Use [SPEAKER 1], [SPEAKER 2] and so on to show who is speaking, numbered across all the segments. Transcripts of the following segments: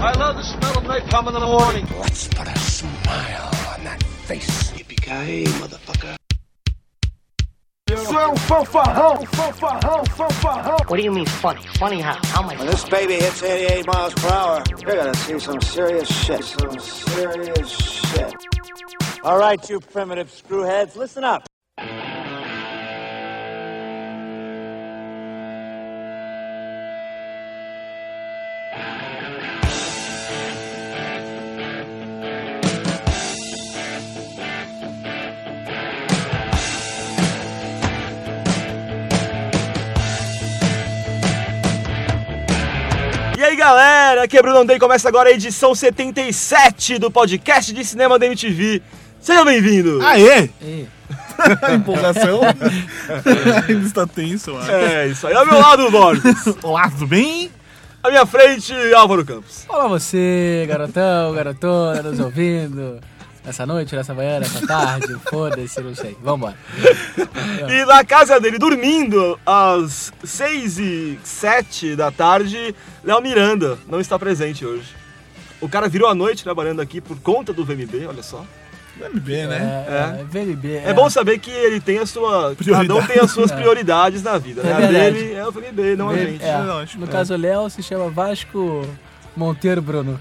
[SPEAKER 1] the smell of napalm in the morning.
[SPEAKER 2] Let's put a smile on that face.
[SPEAKER 3] Yippee-ki-yay, motherfucker.
[SPEAKER 4] What do you mean funny? Funny how? How am I?
[SPEAKER 3] When this baby hits 88 miles per hour, you're gonna see some serious shit. Some serious shit. All right, you primitive screwheads, listen up.
[SPEAKER 5] E aí galera, aqui é Bruno Day, começa agora a edição 77 do podcast de cinema da MTV. Sejam bem-vindos!
[SPEAKER 6] Aê! Empolgação. Ainda está tenso, eu acho.
[SPEAKER 5] É isso aí, ao meu lado, Borges.
[SPEAKER 6] Olá, tudo bem?
[SPEAKER 5] À minha frente, Álvaro Campos.
[SPEAKER 7] Olá você, garotão, garotona, nos ouvindo. Nessa noite, nessa manhã, nessa tarde, foda-se, não sei. Vambora. É.
[SPEAKER 5] E na casa dele, dormindo, às 6 e 7 da tarde, Léo Miranda não está presente hoje. O cara virou a noite trabalhando aqui por conta do VMB, olha só.
[SPEAKER 6] MB,
[SPEAKER 7] É,
[SPEAKER 6] né?
[SPEAKER 7] é, VLB.
[SPEAKER 5] É, bom saber que ele tem a sua. Cada um
[SPEAKER 6] Prioridade.
[SPEAKER 5] tem as suas
[SPEAKER 7] É.
[SPEAKER 5] prioridades na vida. né?
[SPEAKER 7] É
[SPEAKER 5] a
[SPEAKER 7] verdade.
[SPEAKER 5] dele é o VMB, não a gente.
[SPEAKER 7] É,
[SPEAKER 6] lógico,
[SPEAKER 7] no
[SPEAKER 6] é.
[SPEAKER 7] caso, o Léo se chama Vasco Monteiro Bruno.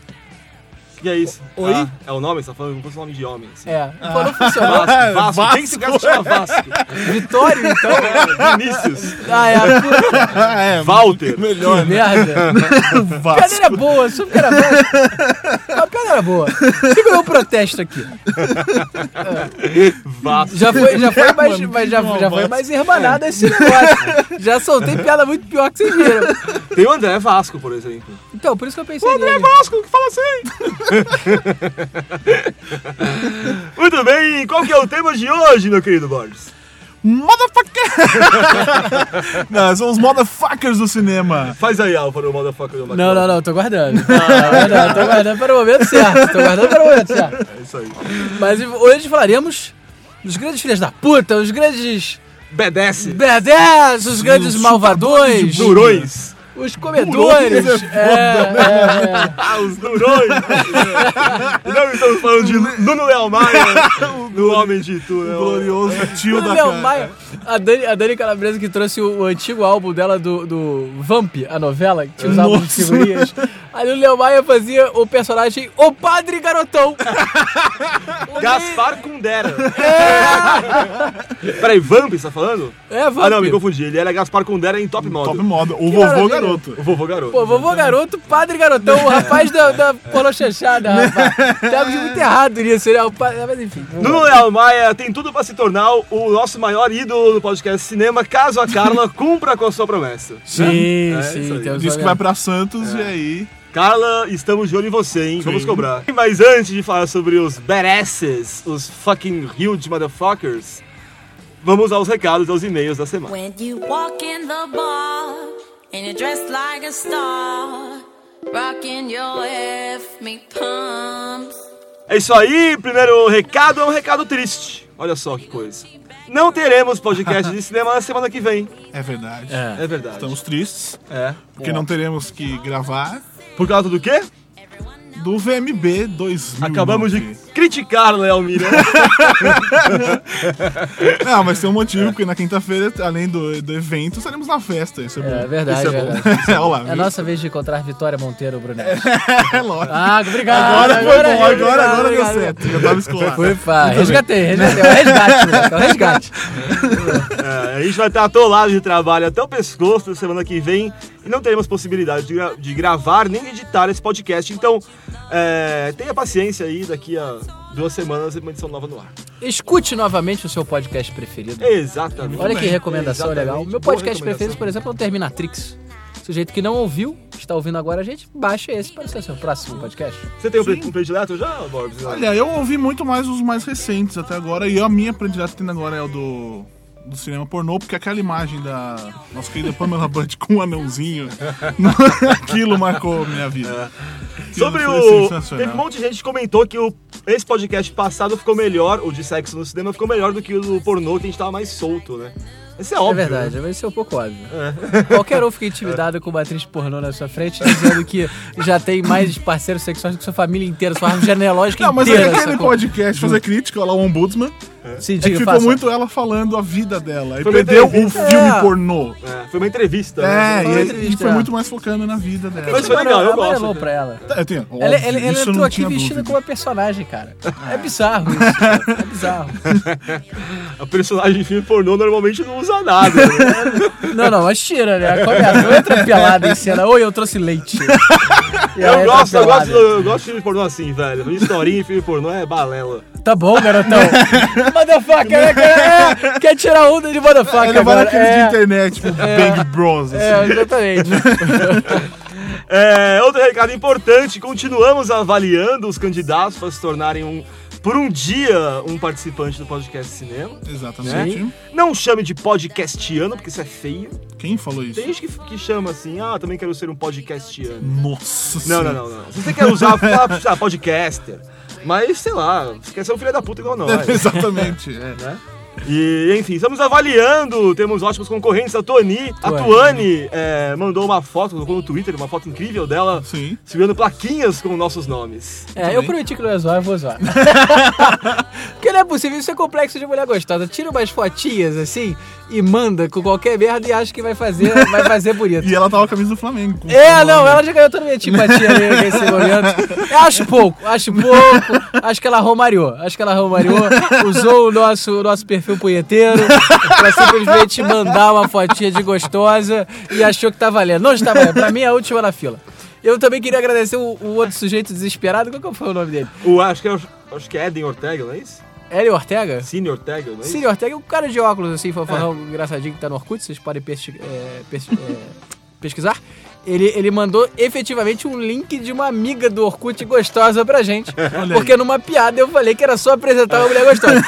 [SPEAKER 5] E é isso.
[SPEAKER 6] Oi?
[SPEAKER 5] Ah, é o nome? Você tá falando como se fosse nome de homem. Assim.
[SPEAKER 7] É, pô, não funcionou.
[SPEAKER 5] Vasco, Vasco, Quem que esse cara se chama Vasco?
[SPEAKER 7] Vitório, então.
[SPEAKER 5] Vinícius.
[SPEAKER 7] Ah, é, puta
[SPEAKER 6] Ah, é.
[SPEAKER 5] Walter.
[SPEAKER 6] Melhor, né?
[SPEAKER 7] merda. A piada era boa, um soube que era boa. A piada era boa. Fica o meu protesto aqui.
[SPEAKER 5] Vasco.
[SPEAKER 7] Já foi, já foi, mais,
[SPEAKER 6] mano,
[SPEAKER 7] mas
[SPEAKER 6] que
[SPEAKER 7] já,
[SPEAKER 6] uma
[SPEAKER 7] já foi
[SPEAKER 6] bosta.
[SPEAKER 7] mais irmanado esse negócio. Já soltei piada muito pior que vocês viram.
[SPEAKER 5] Tem o André Vasco, por exemplo.
[SPEAKER 7] Então, por isso que eu pensei
[SPEAKER 6] é
[SPEAKER 7] nele.
[SPEAKER 5] Vasco, que fala assim. Muito bem, qual que é o tema de hoje, meu querido Borges?
[SPEAKER 6] Motherfucker! Não, são os motherfuckers do cinema.
[SPEAKER 5] Faz aí, Álvaro, o motherfucker do
[SPEAKER 7] Não, não, não, tô guardando. Tô guardando, tô guardando para o momento certo. Tô guardando para o momento certo.
[SPEAKER 5] É isso aí.
[SPEAKER 7] Mas hoje falaremos dos grandes filhos da puta, os grandes
[SPEAKER 5] Bedece.
[SPEAKER 7] badass, os grandes
[SPEAKER 6] Os
[SPEAKER 7] malvadores,
[SPEAKER 5] Durões.
[SPEAKER 7] os comedores.
[SPEAKER 6] Durões é
[SPEAKER 7] É, é, é.
[SPEAKER 5] Ah, os durões. não estamos falando de Nuno Léo Maia, do Homem de Tu. né?
[SPEAKER 6] Glorioso tio
[SPEAKER 7] O
[SPEAKER 6] da
[SPEAKER 7] Léo
[SPEAKER 6] cara.
[SPEAKER 7] Maia, a Dani, a Dani Calabresa que trouxe o, o antigo álbum dela do, do Vamp, a novela, que tinha os álbuns de
[SPEAKER 6] Nossa.
[SPEAKER 7] figurinhas. Aí o Léo Maia fazia o personagem O Padre Garotão.
[SPEAKER 5] Gaspar Kundera. Peraí, Vamp, você tá falando?
[SPEAKER 7] É, Vamp.
[SPEAKER 5] Ah, não, me confundi. Ele era Gaspar Kundera em Top Model.
[SPEAKER 6] Top moda. O
[SPEAKER 7] maravilha.
[SPEAKER 6] vovô garoto.
[SPEAKER 5] O vovô garoto.
[SPEAKER 7] Pô, vovô garoto, padre garotão, o rapaz da, da polochechada, rapaz. Tava de muito errado nisso, né? O padre, mas enfim.
[SPEAKER 5] Nuno Leal Maia tem tudo pra se tornar o nosso maior ídolo do podcast cinema, caso a Carla cumpra com a sua promessa.
[SPEAKER 7] Sim, um
[SPEAKER 5] É, isso aí.
[SPEAKER 7] sim, temos
[SPEAKER 6] Né? Diz que
[SPEAKER 7] uma-
[SPEAKER 6] vai pra Santos e aí.
[SPEAKER 5] Carla, estamos de olho em você, hein? Vamos cobrar. Mas antes de falar sobre os badasses, os fucking huge motherfuckers, vamos aos recados, aos e-mails da semana.
[SPEAKER 8] When you walk in the bar and you're dressed like a star, rocking your F me pumps.
[SPEAKER 5] É isso aí, primeiro recado é um recado triste. Olha só que coisa. Não teremos podcast de cinema na semana que vem.
[SPEAKER 6] É verdade.
[SPEAKER 5] É verdade.
[SPEAKER 6] Estamos tristes,
[SPEAKER 5] É.
[SPEAKER 6] porque não teremos que gravar
[SPEAKER 5] Por causa do quê?
[SPEAKER 6] do VMB 2000.
[SPEAKER 5] Acabamos de criticar Léo né? Miranda.
[SPEAKER 6] Não, mas tem um
[SPEAKER 7] É.
[SPEAKER 6] motivo, porque na quinta-feira, além do, do evento, estaremos na festa. Isso é bom.
[SPEAKER 7] É verdade,
[SPEAKER 5] Isso é bom.
[SPEAKER 7] verdade.
[SPEAKER 6] É, olha lá.
[SPEAKER 7] É a nossa vez de encontrar Vitória Monteiro, Brunetti.
[SPEAKER 6] É lógico.
[SPEAKER 7] Ah, obrigado.
[SPEAKER 6] Agora foi bom,
[SPEAKER 7] obrigado,
[SPEAKER 6] agora, agora deu
[SPEAKER 7] obrigado.
[SPEAKER 6] certo. Já tava escolado.
[SPEAKER 7] Foi, pá. Resgatei, resgatei. É o resgate, moleque, é o resgate.
[SPEAKER 5] É, a gente vai estar atolado de trabalho até o pescoço na semana que vem e não teremos possibilidade de, gra- de gravar nem de editar esse podcast. Então, é, tenha paciência aí, daqui a duas semanas uma edição nova no ar.
[SPEAKER 7] Escute novamente o seu podcast preferido.
[SPEAKER 5] Exatamente.
[SPEAKER 7] Olha que recomendação
[SPEAKER 5] É, Exatamente.
[SPEAKER 7] legal. O meu
[SPEAKER 5] Boa
[SPEAKER 7] podcast preferido,
[SPEAKER 5] recomendação.
[SPEAKER 7] por exemplo, é o Terminatrix. Sujeito que não ouviu, está ouvindo agora a gente, baixa esse para ser o seu próximo podcast.
[SPEAKER 5] Você tem um pre- um predileto já, Borbs?
[SPEAKER 6] Olha, eu ouvi muito mais os mais recentes até agora, e a minha predileta que tem agora é o do, do cinema pornô, porque aquela imagem da nossa querida Pamela Bud com um anãozinho, aquilo marcou minha vida.
[SPEAKER 7] É.
[SPEAKER 6] Aquilo
[SPEAKER 5] Sobre
[SPEAKER 6] foi
[SPEAKER 5] o. Teve um
[SPEAKER 6] sensacional.
[SPEAKER 5] monte de gente que comentou que o, esse podcast passado ficou melhor, o de sexo no cinema ficou melhor do que o do pornô, que a gente tava mais solto, né? Isso é óbvio.
[SPEAKER 7] É verdade, mas isso é um pouco óbvio. Qualquer um fica intimidado com uma atriz pornô na sua frente, dizendo que já tem mais parceiros sexuais do que sua família inteira, sua árvore genealógica
[SPEAKER 6] Não, mas
[SPEAKER 7] inteira.
[SPEAKER 6] é aquele
[SPEAKER 7] sacou?
[SPEAKER 6] podcast fazer crítica lá, o Ombudsman.
[SPEAKER 7] Sim,
[SPEAKER 6] É que
[SPEAKER 7] diga,
[SPEAKER 6] ficou
[SPEAKER 7] faça.
[SPEAKER 6] muito ela falando a vida dela. Aí
[SPEAKER 5] Foi uma
[SPEAKER 6] perdeu o
[SPEAKER 5] entrevista.
[SPEAKER 6] filme
[SPEAKER 7] É.
[SPEAKER 6] pornô.
[SPEAKER 5] É, foi uma entrevista. né?
[SPEAKER 6] É,
[SPEAKER 7] Foi uma
[SPEAKER 6] e- e,
[SPEAKER 7] entrevista,
[SPEAKER 6] foi
[SPEAKER 7] é.
[SPEAKER 6] muito mais focando na vida dela.
[SPEAKER 5] Mas foi legal, eu gosto,
[SPEAKER 7] Amarelou
[SPEAKER 5] né?
[SPEAKER 7] pra ela.
[SPEAKER 6] Tá, Eu tenho,
[SPEAKER 7] Ela,
[SPEAKER 6] óbvio,
[SPEAKER 7] ela, ela
[SPEAKER 6] isso eu
[SPEAKER 7] entrou
[SPEAKER 6] não
[SPEAKER 7] aqui
[SPEAKER 6] tinha
[SPEAKER 7] vestida
[SPEAKER 6] dúvida.
[SPEAKER 7] como uma personagem, cara. É bizarro isso. cara. É bizarro.
[SPEAKER 5] A personagem de filme pornô normalmente não usa nada. né?
[SPEAKER 7] Não, não, mas tira, né? Começa, não entra pelada em cena. Oi, eu trouxe leite. E ela
[SPEAKER 5] eu,
[SPEAKER 7] entra
[SPEAKER 5] gosto, eu,
[SPEAKER 7] pelada.
[SPEAKER 5] gosto, eu gosto de filme pornô assim, velho. Historinha em filme pornô é balela.
[SPEAKER 7] Tá bom, garotão. motherfucker, né, cara? É, quer tirar onda de motherfucker
[SPEAKER 6] Ele vai
[SPEAKER 7] agora.
[SPEAKER 6] naqueles de
[SPEAKER 7] é,
[SPEAKER 6] internet, tipo Bang Bros. Assim.
[SPEAKER 7] é, exatamente.
[SPEAKER 5] É, outro recado importante: continuamos avaliando os candidatos para se tornarem um. Por um dia, um participante do podcast cinema. né?
[SPEAKER 6] Exatamente.
[SPEAKER 5] Não chame de podcastiano, porque isso é feio.
[SPEAKER 6] Quem falou isso?
[SPEAKER 5] Tem gente que, que chama assim, ah, também quero ser um podcastiano.
[SPEAKER 6] Nossa
[SPEAKER 5] Não,
[SPEAKER 6] senhora.
[SPEAKER 5] não, não, não. Se você quer usar, fala, ah, podcaster. Mas, sei lá, você quer ser um filho da puta igual nós.
[SPEAKER 6] Exatamente. é.
[SPEAKER 5] E, enfim, estamos avaliando, temos ótimos concorrentes. A Toni, a
[SPEAKER 7] Tuane.
[SPEAKER 5] Tuane, é, mandou uma foto, colocou no Twitter, uma foto incrível dela.
[SPEAKER 6] Sim.
[SPEAKER 5] Segurando plaquinhas com nossos nomes.
[SPEAKER 7] É, eu prometi que não ia zoar, eu vou zoar. Porque não é possível, isso é complexo de mulher gostosa. Tira umas fotinhas assim e manda com qualquer merda e acha que vai fazer, vai fazer bonito.
[SPEAKER 6] E ela tava com a camisa do Flamengo. com o
[SPEAKER 7] É,
[SPEAKER 6] Flamengo.
[SPEAKER 7] não, ela já ganhou toda a minha antipatia ali nesse momento. é Eu acho pouco, acho pouco. Acho que ela romariou. Acho que ela romariou. Usou o nosso, o nosso perfil punheteiro pra simplesmente mandar uma fotinha de gostosa e achou que tá valendo. Não está valendo. Pra mim é a última na fila. Eu também queria agradecer o, o outro sujeito desesperado. Qual que foi o nome dele?
[SPEAKER 5] O, acho, que é, o- acho que é Eden Ortega, não é isso?
[SPEAKER 7] Hélio Ortega?
[SPEAKER 5] Cine Ortega, não é isso?
[SPEAKER 7] Cine Ortega é um cara de óculos, assim, fanfarrão, engraçadinho, que tá no Orkut, vocês podem pes- é, pes- é, pesquisar. Ele, ele mandou efetivamente um link de uma amiga do Orkut gostosa pra gente. porque numa piada eu falei que era só apresentar uma mulher gostosa.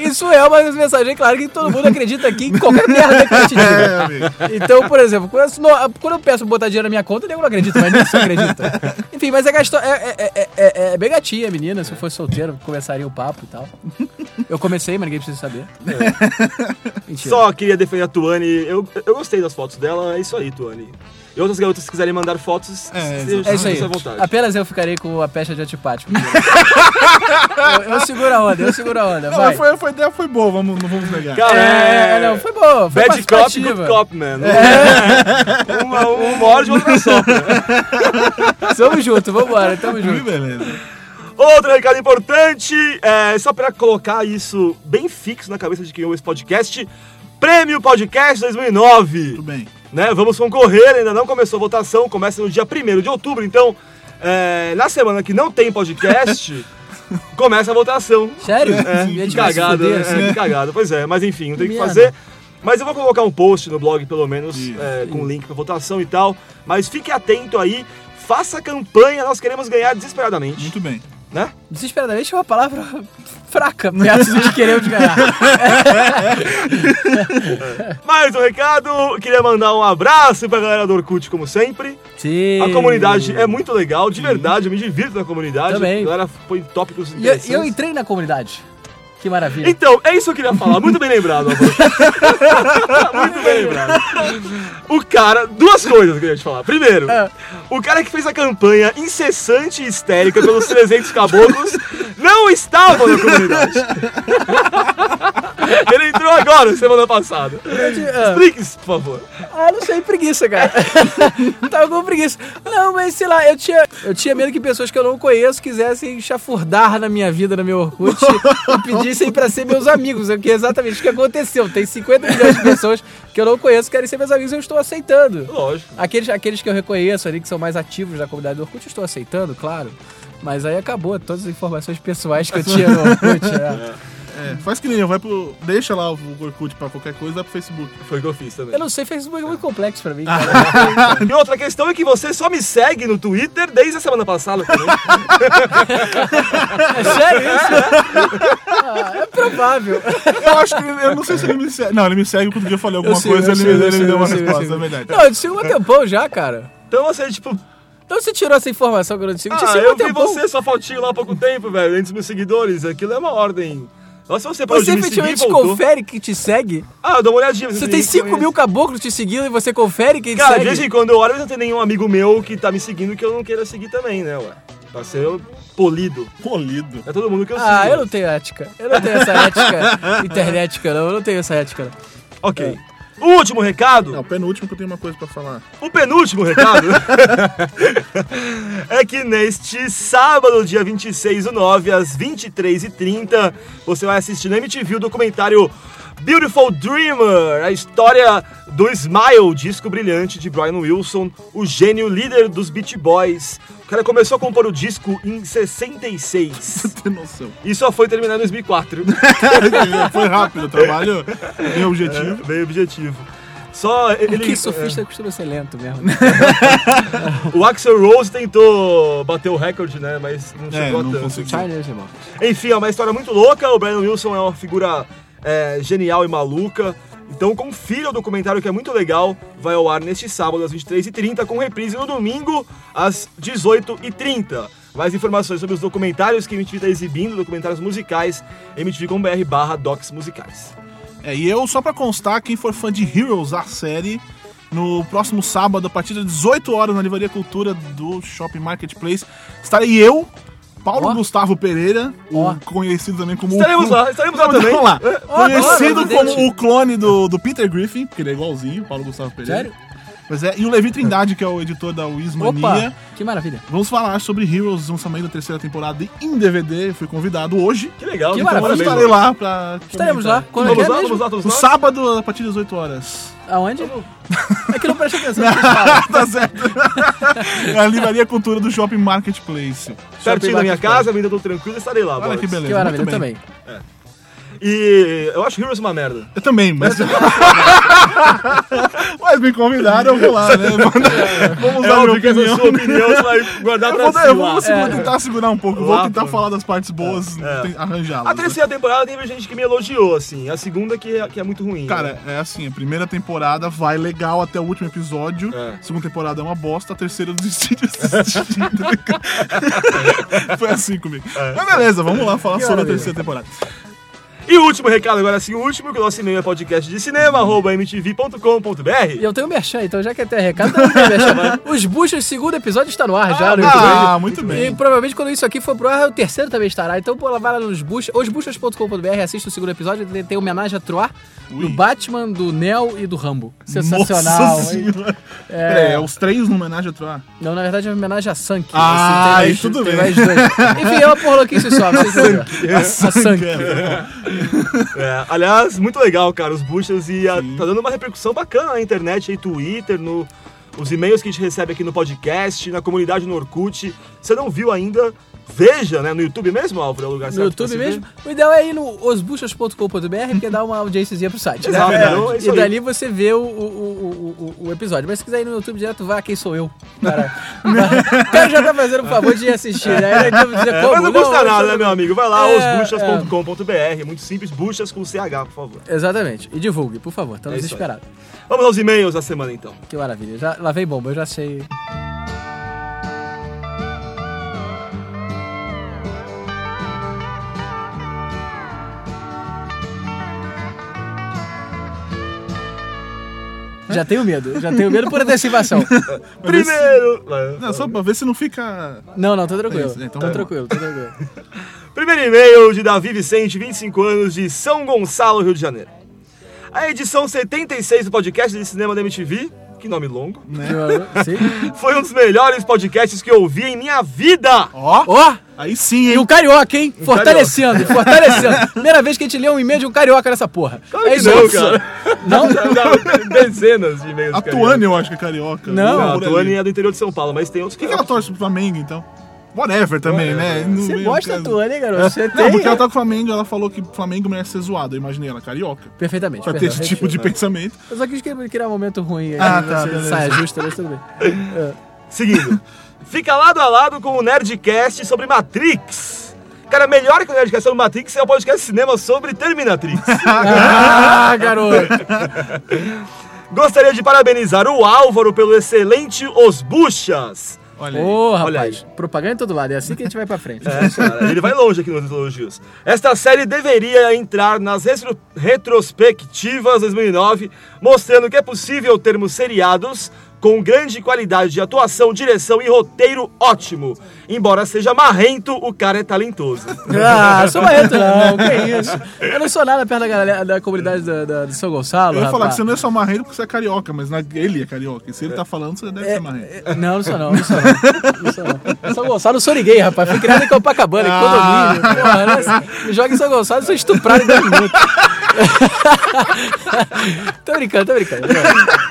[SPEAKER 7] Isso é uma mensagem, claro, que todo mundo acredita aqui em qualquer merda que a gente
[SPEAKER 6] É,
[SPEAKER 7] diga.
[SPEAKER 6] amigo.
[SPEAKER 7] Então, por exemplo, quando eu, não, quando eu peço botar dinheiro na minha conta, eu não acredito, mas nisso eu acredito. Enfim, mas é, gasto, é, é, é, é, é bem gatinha a menina. Se eu fosse solteiro, começaria o papo e tal. Eu comecei, mas ninguém precisa saber. Mentira.
[SPEAKER 5] É. Só queria defender a Tuane. Eu, eu gostei das fotos dela, é isso aí, Tuane. E outras garotas se quiserem mandar fotos,
[SPEAKER 6] É,
[SPEAKER 5] se-
[SPEAKER 7] É isso aí.
[SPEAKER 5] sinta-se à vontade.
[SPEAKER 7] Apenas eu ficarei com a pecha de antipático. eu, eu seguro a onda, eu seguro a onda.
[SPEAKER 6] Não,
[SPEAKER 7] vai.
[SPEAKER 6] mas foi, foi, ideia foi boa, vamos, não vamos negar.
[SPEAKER 5] Cara,
[SPEAKER 7] É, não, foi boa. Foi
[SPEAKER 5] Bad cop,
[SPEAKER 7] participativa. É.
[SPEAKER 5] good cop, man. Uma, um morde, outra sopra.
[SPEAKER 7] Tamo junto, vambora, tamo
[SPEAKER 6] Que
[SPEAKER 7] junto.
[SPEAKER 6] beleza.
[SPEAKER 5] Outro recado importante, é, só pra colocar isso bem fixo na cabeça de quem ouve esse podcast, Prêmio Podcast 2009.
[SPEAKER 6] Tudo bem.
[SPEAKER 5] Né? Vamos concorrer, ainda não começou a votação, começa no dia 1 de outubro, então é, na semana que não tem podcast, começa a votação.
[SPEAKER 7] Sério?
[SPEAKER 5] É,
[SPEAKER 7] Ia te
[SPEAKER 5] que cagada,
[SPEAKER 7] fuder,
[SPEAKER 5] né?
[SPEAKER 7] assim.
[SPEAKER 5] É, que cagada, pois é, mas enfim, não tem o que
[SPEAKER 7] Merda.
[SPEAKER 5] fazer. Mas eu vou colocar um post no blog, pelo menos,
[SPEAKER 6] Isso.
[SPEAKER 5] é, com link pra votação e tal. Mas fique atento aí, faça campanha, nós queremos ganhar desesperadamente,
[SPEAKER 6] Muito bem.
[SPEAKER 5] né?
[SPEAKER 7] Desesperadamente é uma palavra fraca, perto de querer de ganhar.
[SPEAKER 5] Mais um recado, queria mandar um abraço pra galera do Orkut, como sempre.
[SPEAKER 7] Sim.
[SPEAKER 5] A comunidade é muito legal, de verdade, eu me divirto na comunidade.
[SPEAKER 7] Também.
[SPEAKER 5] A galera põe tópicos
[SPEAKER 7] E eu,
[SPEAKER 5] interessantes.
[SPEAKER 7] e eu entrei na comunidade. Que maravilha.
[SPEAKER 5] Então, é isso que eu queria falar. Muito bem lembrado, Álvaro. Muito bem lembrado. O cara. Duas coisas que eu queria te falar. Primeiro,
[SPEAKER 7] Ah.
[SPEAKER 5] o cara que fez a campanha incessante e histérica pelos 300 caboclos não estava na comunidade. Ele entrou agora, semana passada. Explique isso, por favor.
[SPEAKER 7] Ah, não sei, preguiça, cara. Tava com preguiça. Não, mas sei lá, eu tinha, eu tinha medo que pessoas que eu não conheço quisessem chafurdar na minha vida, no meu Orkut, e pedissem pra ser meus amigos. O que é exatamente o que aconteceu. Tem 50 milhões de pessoas que eu não conheço que querem ser meus amigos e eu estou aceitando.
[SPEAKER 5] Lógico.
[SPEAKER 7] Aqueles, aqueles que eu reconheço ali, que são mais ativos da comunidade do Orkut, eu estou aceitando, claro. Mas aí acabou todas as informações pessoais que eu tinha no Orkut. é.
[SPEAKER 6] É, faz que nem eu, vai pro. Deixa lá o Orkut pra qualquer coisa, vai pro Facebook.
[SPEAKER 5] Foi o que eu fiz também.
[SPEAKER 7] Eu não sei, Facebook é muito complexo pra mim. cara.
[SPEAKER 5] E outra questão é que você só me segue no Twitter desde a semana passada. também.
[SPEAKER 7] É sério isso? Ah, é provável.
[SPEAKER 6] Eu acho que ele- eu não sei se ele me segue. Não, ele me segue quando eu falei alguma
[SPEAKER 7] Eu sei,
[SPEAKER 6] coisa,
[SPEAKER 7] eu
[SPEAKER 6] ele,
[SPEAKER 7] sei,
[SPEAKER 6] ele
[SPEAKER 7] eu sei,
[SPEAKER 6] me deu
[SPEAKER 7] eu
[SPEAKER 6] uma
[SPEAKER 7] sei, eu
[SPEAKER 6] resposta,
[SPEAKER 7] sei.
[SPEAKER 6] é verdade.
[SPEAKER 7] Não, eu te sigo há um tempão já, cara.
[SPEAKER 5] Então você, tipo,
[SPEAKER 7] Então você tirou essa informação que eu não te sigo. Eu te
[SPEAKER 5] Ah,
[SPEAKER 7] sigo há um
[SPEAKER 5] eu vi
[SPEAKER 7] tempão.
[SPEAKER 5] você, sua fotinho lá há pouco tempo, velho, entre os meus seguidores. Aquilo é uma ordem Nossa, se você parou
[SPEAKER 7] Você
[SPEAKER 5] de me seguir,
[SPEAKER 7] efetivamente
[SPEAKER 5] voltou.
[SPEAKER 7] confere que te segue?
[SPEAKER 5] Ah, eu dou uma olhadinha.
[SPEAKER 7] Você tem 5 mil caboclos te seguindo e você confere quem te
[SPEAKER 5] Cara, de
[SPEAKER 7] segue?
[SPEAKER 5] vez em quando eu olho, mas não tem nenhum amigo meu que tá me seguindo que eu não queira seguir também, né, ué? Pra ser polido.
[SPEAKER 6] Polido.
[SPEAKER 5] É todo mundo que eu sigo.
[SPEAKER 6] assim?
[SPEAKER 7] Ah, eu não tenho ética. Eu não tenho essa ética internetica, não. Eu não tenho essa ética. não.
[SPEAKER 5] Ok. O último recado,
[SPEAKER 6] Não, penúltimo que eu tenho uma coisa pra falar.
[SPEAKER 5] o penúltimo recado, é que neste sábado, dia 26 do 9, às 23h30, você vai assistir na MTV o documentário Beautiful Dreamer, a história do Smile, disco brilhante de Brian Wilson, o gênio líder dos Beat Boys. O cara começou a compor o disco em 66.
[SPEAKER 6] Tem noção.
[SPEAKER 5] E só foi terminar em 2004.
[SPEAKER 6] Foi rápido o trabalho. Bem objetivo. É,
[SPEAKER 5] Bem objetivo. Só ele.
[SPEAKER 7] Que sofista costuma ser lento mesmo.
[SPEAKER 5] O Axel Rose tentou bater o recorde, né? Mas não
[SPEAKER 6] É,
[SPEAKER 5] chegou a
[SPEAKER 6] não
[SPEAKER 5] tanto.
[SPEAKER 6] consegui.
[SPEAKER 7] Chinese, irmão.
[SPEAKER 5] Enfim, é uma história muito louca. O Brian Wilson é uma figura é, genial e maluca. Então confira o documentário que é muito legal. Vai ao ar neste sábado às 23h30, com reprise no domingo às 18h30. Mais informações sobre os documentários que a MTV está tá exibindo, documentários musicais, mtv.br barra docs musicais.
[SPEAKER 6] É, e eu, só pra constar, quem for fã de Heroes, a série, no próximo sábado, a partir das 18 horas, na Livraria Cultura do Shopping Marketplace, estarei eu, Paulo
[SPEAKER 7] Ó.
[SPEAKER 6] Gustavo Pereira,
[SPEAKER 7] Ó.
[SPEAKER 6] o conhecido também como
[SPEAKER 5] Estaremos
[SPEAKER 6] o...
[SPEAKER 5] lá, estaremos lá também. É,
[SPEAKER 6] Vamos lá.
[SPEAKER 7] adoro,
[SPEAKER 6] Conhecido
[SPEAKER 7] evidente.
[SPEAKER 6] como o clone do, do Peter Griffin, que ele é igualzinho, Paulo Gustavo Pereira.
[SPEAKER 7] Sério?
[SPEAKER 6] Pois é, e o Levi Trindade, que é o editor da Wismania.
[SPEAKER 7] Opa, que maravilha.
[SPEAKER 6] Vamos falar sobre Heroes, lançamento da terceira temporada em DVD. Eu Fui convidado hoje.
[SPEAKER 5] Que legal,
[SPEAKER 7] Que
[SPEAKER 5] então,
[SPEAKER 6] Então, eu
[SPEAKER 7] maravilha.
[SPEAKER 6] estarei lá Um pra.
[SPEAKER 7] Estaremos lá.
[SPEAKER 6] comentar.
[SPEAKER 7] Quando
[SPEAKER 5] Vamos
[SPEAKER 7] é
[SPEAKER 5] lá,
[SPEAKER 7] mesmo?
[SPEAKER 5] vamos lá, vamos
[SPEAKER 6] No
[SPEAKER 5] lá.
[SPEAKER 6] sábado, a partir das 18 horas.
[SPEAKER 7] Aonde? É que não presta atenção.
[SPEAKER 6] tá certo. a Livraria Cultura do Shopping Marketplace.
[SPEAKER 5] Certinho na minha casa, ainda tô tranquilo, estarei lá.
[SPEAKER 6] Olha
[SPEAKER 5] Boris.
[SPEAKER 6] que beleza.
[SPEAKER 7] Que maravilha, eu
[SPEAKER 6] muito bem.
[SPEAKER 7] também.
[SPEAKER 5] E eu acho Heroes uma merda.
[SPEAKER 6] Eu também, mas. mas me convidaram, eu vou lá, né? Vamos
[SPEAKER 5] É
[SPEAKER 6] dar
[SPEAKER 5] óbvio que
[SPEAKER 6] minha
[SPEAKER 5] essa
[SPEAKER 6] opinião. né?
[SPEAKER 5] sua opinião você vai guardar
[SPEAKER 6] Eu
[SPEAKER 5] pra
[SPEAKER 6] vou,
[SPEAKER 5] si
[SPEAKER 6] eu vou-
[SPEAKER 5] lá.
[SPEAKER 6] vou-
[SPEAKER 7] É.
[SPEAKER 6] vou tentar segurar um pouco. Eu
[SPEAKER 5] Lá,
[SPEAKER 6] Vou tentar
[SPEAKER 5] pô.
[SPEAKER 6] falar das partes boas,
[SPEAKER 5] É.
[SPEAKER 6] tem-
[SPEAKER 5] A
[SPEAKER 6] arranjá-las. né?
[SPEAKER 5] terceira temporada teve gente que me elogiou, assim. A segunda que é, que é muito ruim.
[SPEAKER 6] Cara, é assim, a primeira temporada vai legal até o último episódio.
[SPEAKER 5] É.
[SPEAKER 6] A segunda temporada é uma bosta, a terceira eu desisti de assistir. tá Foi assim comigo.
[SPEAKER 5] É.
[SPEAKER 6] Mas beleza, vamos lá falar sobre a
[SPEAKER 7] maravilha.
[SPEAKER 6] terceira temporada.
[SPEAKER 5] E o último recado, agora sim, o último, que o nosso e-mail é podcast de cinema, arroba mtv.com.br.
[SPEAKER 7] E eu tenho merchan, então já que até recado, eu tenho merchan. Os Buchas, segundo episódio, está no ar já no YouTube.
[SPEAKER 6] Ah, muito bem.
[SPEAKER 7] E provavelmente quando isso aqui for pro ar, o terceiro também estará. Então, pô, vai lá nos buchas, osbuchas.com.br, assista o segundo episódio, tem, tem homenagem a Troar, do Batman, do Neo e do Rambo. Sensacional.
[SPEAKER 6] Nossa
[SPEAKER 7] hein?
[SPEAKER 6] senhora. Peraí, é os três numa homenagem a Troá?
[SPEAKER 7] Não, na verdade é uma homenagem a Sank.
[SPEAKER 6] Ah,
[SPEAKER 7] Assim, tem
[SPEAKER 6] aí
[SPEAKER 7] mais-
[SPEAKER 6] tudo
[SPEAKER 7] tem
[SPEAKER 6] bem.
[SPEAKER 7] mais dois. Enfim, é uma porloquice só. pra Vocês entenderem. a Sank.
[SPEAKER 6] é.
[SPEAKER 5] É, aliás, muito legal, cara, os buchas. E a- tá dando uma repercussão bacana na internet, aí, Twitter, no... Os e-mails que a gente recebe aqui no podcast, na comunidade no Orkut. Você não viu ainda? Veja, né? No YouTube mesmo, Álvaro, é o lugar
[SPEAKER 7] No
[SPEAKER 5] certo pra
[SPEAKER 7] YouTube
[SPEAKER 5] se ver.
[SPEAKER 7] mesmo. O ideal é ir no osbuchas.com.br, porque dá é uma audiênciazinha pro site. né?
[SPEAKER 5] Exato, então, é isso
[SPEAKER 7] E
[SPEAKER 5] aí.
[SPEAKER 7] dali você vê o, o, o, o- o episódio. Mas se quiser ir no YouTube direto, vá, quem sou eu? Cara, o cara já tá fazendo o favor de assistir, né? Então, dizer,
[SPEAKER 5] É,
[SPEAKER 7] como?
[SPEAKER 5] mas não custa nada, né,
[SPEAKER 7] eu-
[SPEAKER 5] meu amigo? Vai lá,
[SPEAKER 7] É,
[SPEAKER 5] osbuchas.com.br. É muito simples, buchas com CH, por favor.
[SPEAKER 7] Exatamente. E divulgue, por favor. Estamos
[SPEAKER 5] É isso aí.
[SPEAKER 7] desesperados.
[SPEAKER 5] Vamos aos e-mails da semana, então.
[SPEAKER 7] Que maravilha. Já, lá vem bomba, eu já sei. Já tenho medo, já tenho medo por antecipação.
[SPEAKER 5] Primeiro... é,
[SPEAKER 6] Não, só pra ver se não fica.
[SPEAKER 7] Não, não, tô tranquilo.
[SPEAKER 6] É isso, então
[SPEAKER 7] tô
[SPEAKER 6] vai.
[SPEAKER 7] tranquilo, tô tranquilo.
[SPEAKER 5] Primeiro e-mail de Davi Vicente, 25 anos, de São Gonçalo, Rio de Janeiro. A edição 76 do podcast de cinema da MTV, que nome longo,
[SPEAKER 7] Eu- Sim.
[SPEAKER 5] foi um dos melhores podcasts que eu ouvi em minha vida.
[SPEAKER 6] Ó,
[SPEAKER 7] Ó!
[SPEAKER 6] aí sim,
[SPEAKER 7] E
[SPEAKER 6] hein?
[SPEAKER 7] o carioca, hein? Fortalecendo, fortalecendo. Primeira vez que a gente lê um e-mail de um carioca nessa porra. É
[SPEAKER 5] Claro que
[SPEAKER 7] isso
[SPEAKER 5] não,
[SPEAKER 7] aí.
[SPEAKER 5] cara.
[SPEAKER 7] Não?
[SPEAKER 5] Dezenas de e-mails.
[SPEAKER 6] A Tuane, eu acho que é carioca.
[SPEAKER 7] Não,
[SPEAKER 5] Não, a
[SPEAKER 6] Por ali.
[SPEAKER 5] Tuane é do interior de São Paulo, mas tem outros
[SPEAKER 6] Por que que ela torce pro Flamengo, então? Whatever também, né? Não
[SPEAKER 7] Você
[SPEAKER 6] vem
[SPEAKER 7] gosta
[SPEAKER 6] ao
[SPEAKER 7] da
[SPEAKER 6] caso.
[SPEAKER 7] tua, né, garoto? Você
[SPEAKER 6] Não,
[SPEAKER 7] tem.
[SPEAKER 6] porque ela tá com o Flamengo, ela falou que o Flamengo merece ser zoado. Eu imaginei ela carioca.
[SPEAKER 7] Perfeitamente.
[SPEAKER 6] Pra ter
[SPEAKER 7] perdão,
[SPEAKER 6] esse tipo de pensamento.
[SPEAKER 7] Eu só quis que- criar um momento ruim aí.
[SPEAKER 6] Ah,
[SPEAKER 7] que
[SPEAKER 6] tá,
[SPEAKER 7] você
[SPEAKER 6] beleza.
[SPEAKER 7] Saia justa, mas tudo bem.
[SPEAKER 5] Seguindo. Fica lado a lado com o Nerdcast sobre Matrix. Cara, melhor que o Nerdcast sobre Matrix é o podcast de cinema sobre Terminatrix.
[SPEAKER 7] Ah, garoto!
[SPEAKER 5] Gostaria de parabenizar o Álvaro pelo excelente Os Buchas.
[SPEAKER 6] Olha aí.
[SPEAKER 7] Ô,
[SPEAKER 5] Olha
[SPEAKER 7] rapaz, propaganda em todo lado. É assim que a gente vai pra frente.
[SPEAKER 5] É, cara, ele vai longe aqui nos elogios. Esta série deveria entrar nas retro- retrospectivas 2009, mostrando que é possível termos seriados com grande qualidade de atuação, direção e roteiro ótimo. Embora seja marrento, o cara é talentoso.
[SPEAKER 7] Ah, sou marrento não, que isso. Eu não sou nada perto da, galera, da comunidade da, da- do São Gonçalo,
[SPEAKER 6] Eu ia falar
[SPEAKER 7] rapaz.
[SPEAKER 6] que você não é só marrento porque você é carioca, mas na- ele é carioca. E se ele tá falando, você
[SPEAKER 7] É,
[SPEAKER 6] deve ser marrento.
[SPEAKER 7] Não, não sou não, não sou não. não, sou não. São Gonçalo, eu sou ninguém, rapaz. Fui criado em Copacabana, em
[SPEAKER 6] Ah.
[SPEAKER 7] condomínio. Porra, né? Me joga em São Gonçalo, eu sou estuprado em dois minutos. tô brincando, tô brincando.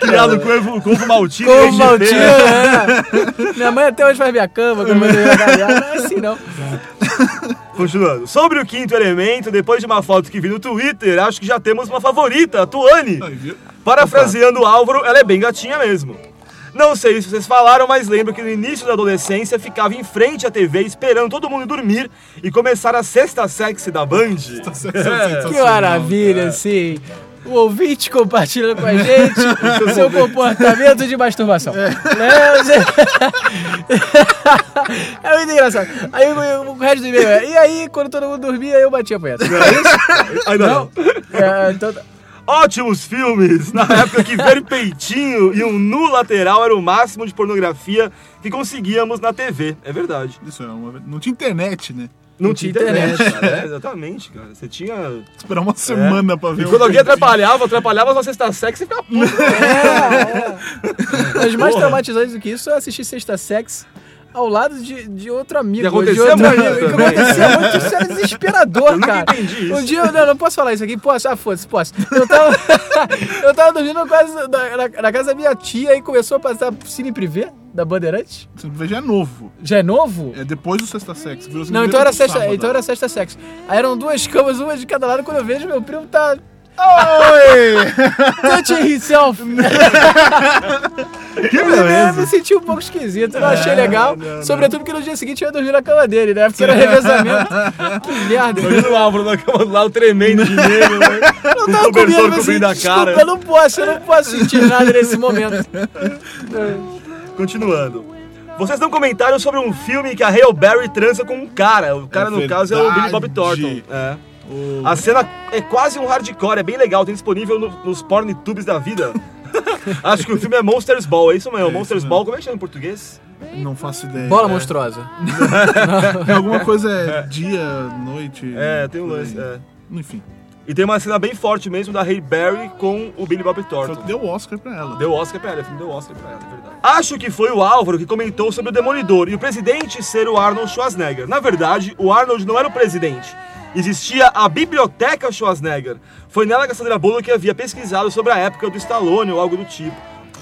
[SPEAKER 5] Criado com ovo, com ovo maltino.
[SPEAKER 7] Como
[SPEAKER 5] RGP,
[SPEAKER 7] Maltinho,
[SPEAKER 5] né?
[SPEAKER 7] é. Minha mãe até hoje faz minha cama, quando manda eu trabalhar. Não é assim, não.
[SPEAKER 5] Continuando. Sobre o quinto elemento, depois de uma foto que vi no Twitter, acho que já temos uma favorita, a Tuane.
[SPEAKER 6] Aí, viu?
[SPEAKER 5] Parafraseando o Álvaro, ela é bem gatinha mesmo. Não sei se vocês falaram, mas lembro que no início da adolescência ficava em frente à TV esperando todo mundo dormir e começar a sexta sexy da Band.
[SPEAKER 6] Sensacional,
[SPEAKER 7] é, Que maravilha, assim. O ouvinte compartilhando com a gente o seu comportamento de masturbação. Né? Você- É muito engraçado. Aí o, o resto do e-mail é, e aí, quando todo mundo dormia, eu batia a punheta.
[SPEAKER 5] é Ainda não.
[SPEAKER 7] É, então, tá.
[SPEAKER 5] Ótimos filmes! Na época que ver peitinho e um nu lateral era o máximo de pornografia que conseguíamos na TV. É verdade.
[SPEAKER 6] Isso é uma... Não tinha internet, né?
[SPEAKER 5] Não,
[SPEAKER 7] tinha
[SPEAKER 5] tinha internet,
[SPEAKER 7] internet.
[SPEAKER 5] cara. É, exatamente, cara. Você tinha. é.
[SPEAKER 6] Esperar
[SPEAKER 7] É.
[SPEAKER 6] uma semana pra ver.
[SPEAKER 5] E
[SPEAKER 6] um
[SPEAKER 5] quando alguém
[SPEAKER 6] filme.
[SPEAKER 5] atrapalhava, atrapalhava só sexta sexy e ficava puto.
[SPEAKER 7] mas mais
[SPEAKER 5] Porra.
[SPEAKER 7] traumatizante do que isso é assistir Sexta Sex ao lado de, de outro amigo.
[SPEAKER 5] E acontecia
[SPEAKER 7] de outro
[SPEAKER 5] muito
[SPEAKER 7] amigo.
[SPEAKER 5] também.
[SPEAKER 7] Acontecia muito, isso era desesperador,
[SPEAKER 5] Eu nunca
[SPEAKER 7] cara.
[SPEAKER 5] entendi isso.
[SPEAKER 7] Um dia, eu- não, não posso falar isso aqui, posso? Ah, foda-se, posso. Eu tava, eu tava dormindo quase na, na- na casa da minha tia e começou a passar cine privê da Bandeirantes.
[SPEAKER 6] Você veja, é novo.
[SPEAKER 7] Já é novo?
[SPEAKER 6] É depois do Sexta Sex. Virou
[SPEAKER 7] Não, então era, sexta, então era sexta sexo. Aí eram duas camas, uma de cada lado. Quando eu vejo, meu primo tá. Oi! Touch himself!
[SPEAKER 5] Que
[SPEAKER 7] Eu me senti um pouco esquisito, não achei legal. Sobretudo que no dia seguinte eu ia dormir na cama dele, né? Porque era revezamento. que merda.
[SPEAKER 5] Imagina o Álvaro na cama do um lado tremendo de medo, né?
[SPEAKER 7] Eu
[SPEAKER 5] Com
[SPEAKER 7] tava com medo,
[SPEAKER 5] cobertor
[SPEAKER 7] mas assim,
[SPEAKER 5] cobrindo a
[SPEAKER 7] desculpa,
[SPEAKER 5] cara.
[SPEAKER 7] eu não posso, eu não posso sentir nada nesse momento.
[SPEAKER 5] Continuando. Vocês não comentaram sobre um filme que a Hale Berry transa com um cara. O cara,
[SPEAKER 6] É
[SPEAKER 5] no caso, é o Billy Bob
[SPEAKER 6] verdade.
[SPEAKER 5] Thornton. É. A cena é quase um hardcore, é bem legal, tem disponível no- nos pornitubes da vida. Acho que o filme é Monsters Ball, é isso mesmo? Monsters
[SPEAKER 6] mesmo.
[SPEAKER 5] Ball, como é que chama em português?
[SPEAKER 6] Não faço ideia.
[SPEAKER 7] Bola monstruosa.
[SPEAKER 6] É, alguma coisa é dia, noite.
[SPEAKER 5] É, tem um
[SPEAKER 6] por
[SPEAKER 5] lance.
[SPEAKER 6] aí.
[SPEAKER 5] é.
[SPEAKER 6] Enfim.
[SPEAKER 5] E tem uma cena bem forte mesmo da Hale Berry com o Billy Bob
[SPEAKER 6] Só
[SPEAKER 5] Thornton.
[SPEAKER 6] que deu o Oscar pra ela.
[SPEAKER 5] Deu Oscar pra ela, o filme deu Oscar pra ela, é verdade. Acho que foi o Álvaro que comentou sobre o Demolidor e o presidente ser o Arnold Schwarzenegger. Na verdade, o Arnold não era o presidente. Existia a Biblioteca Schwarzenegger. Foi nela que a Sandra Bullock havia pesquisado sobre a época do Stallone ou algo do tipo.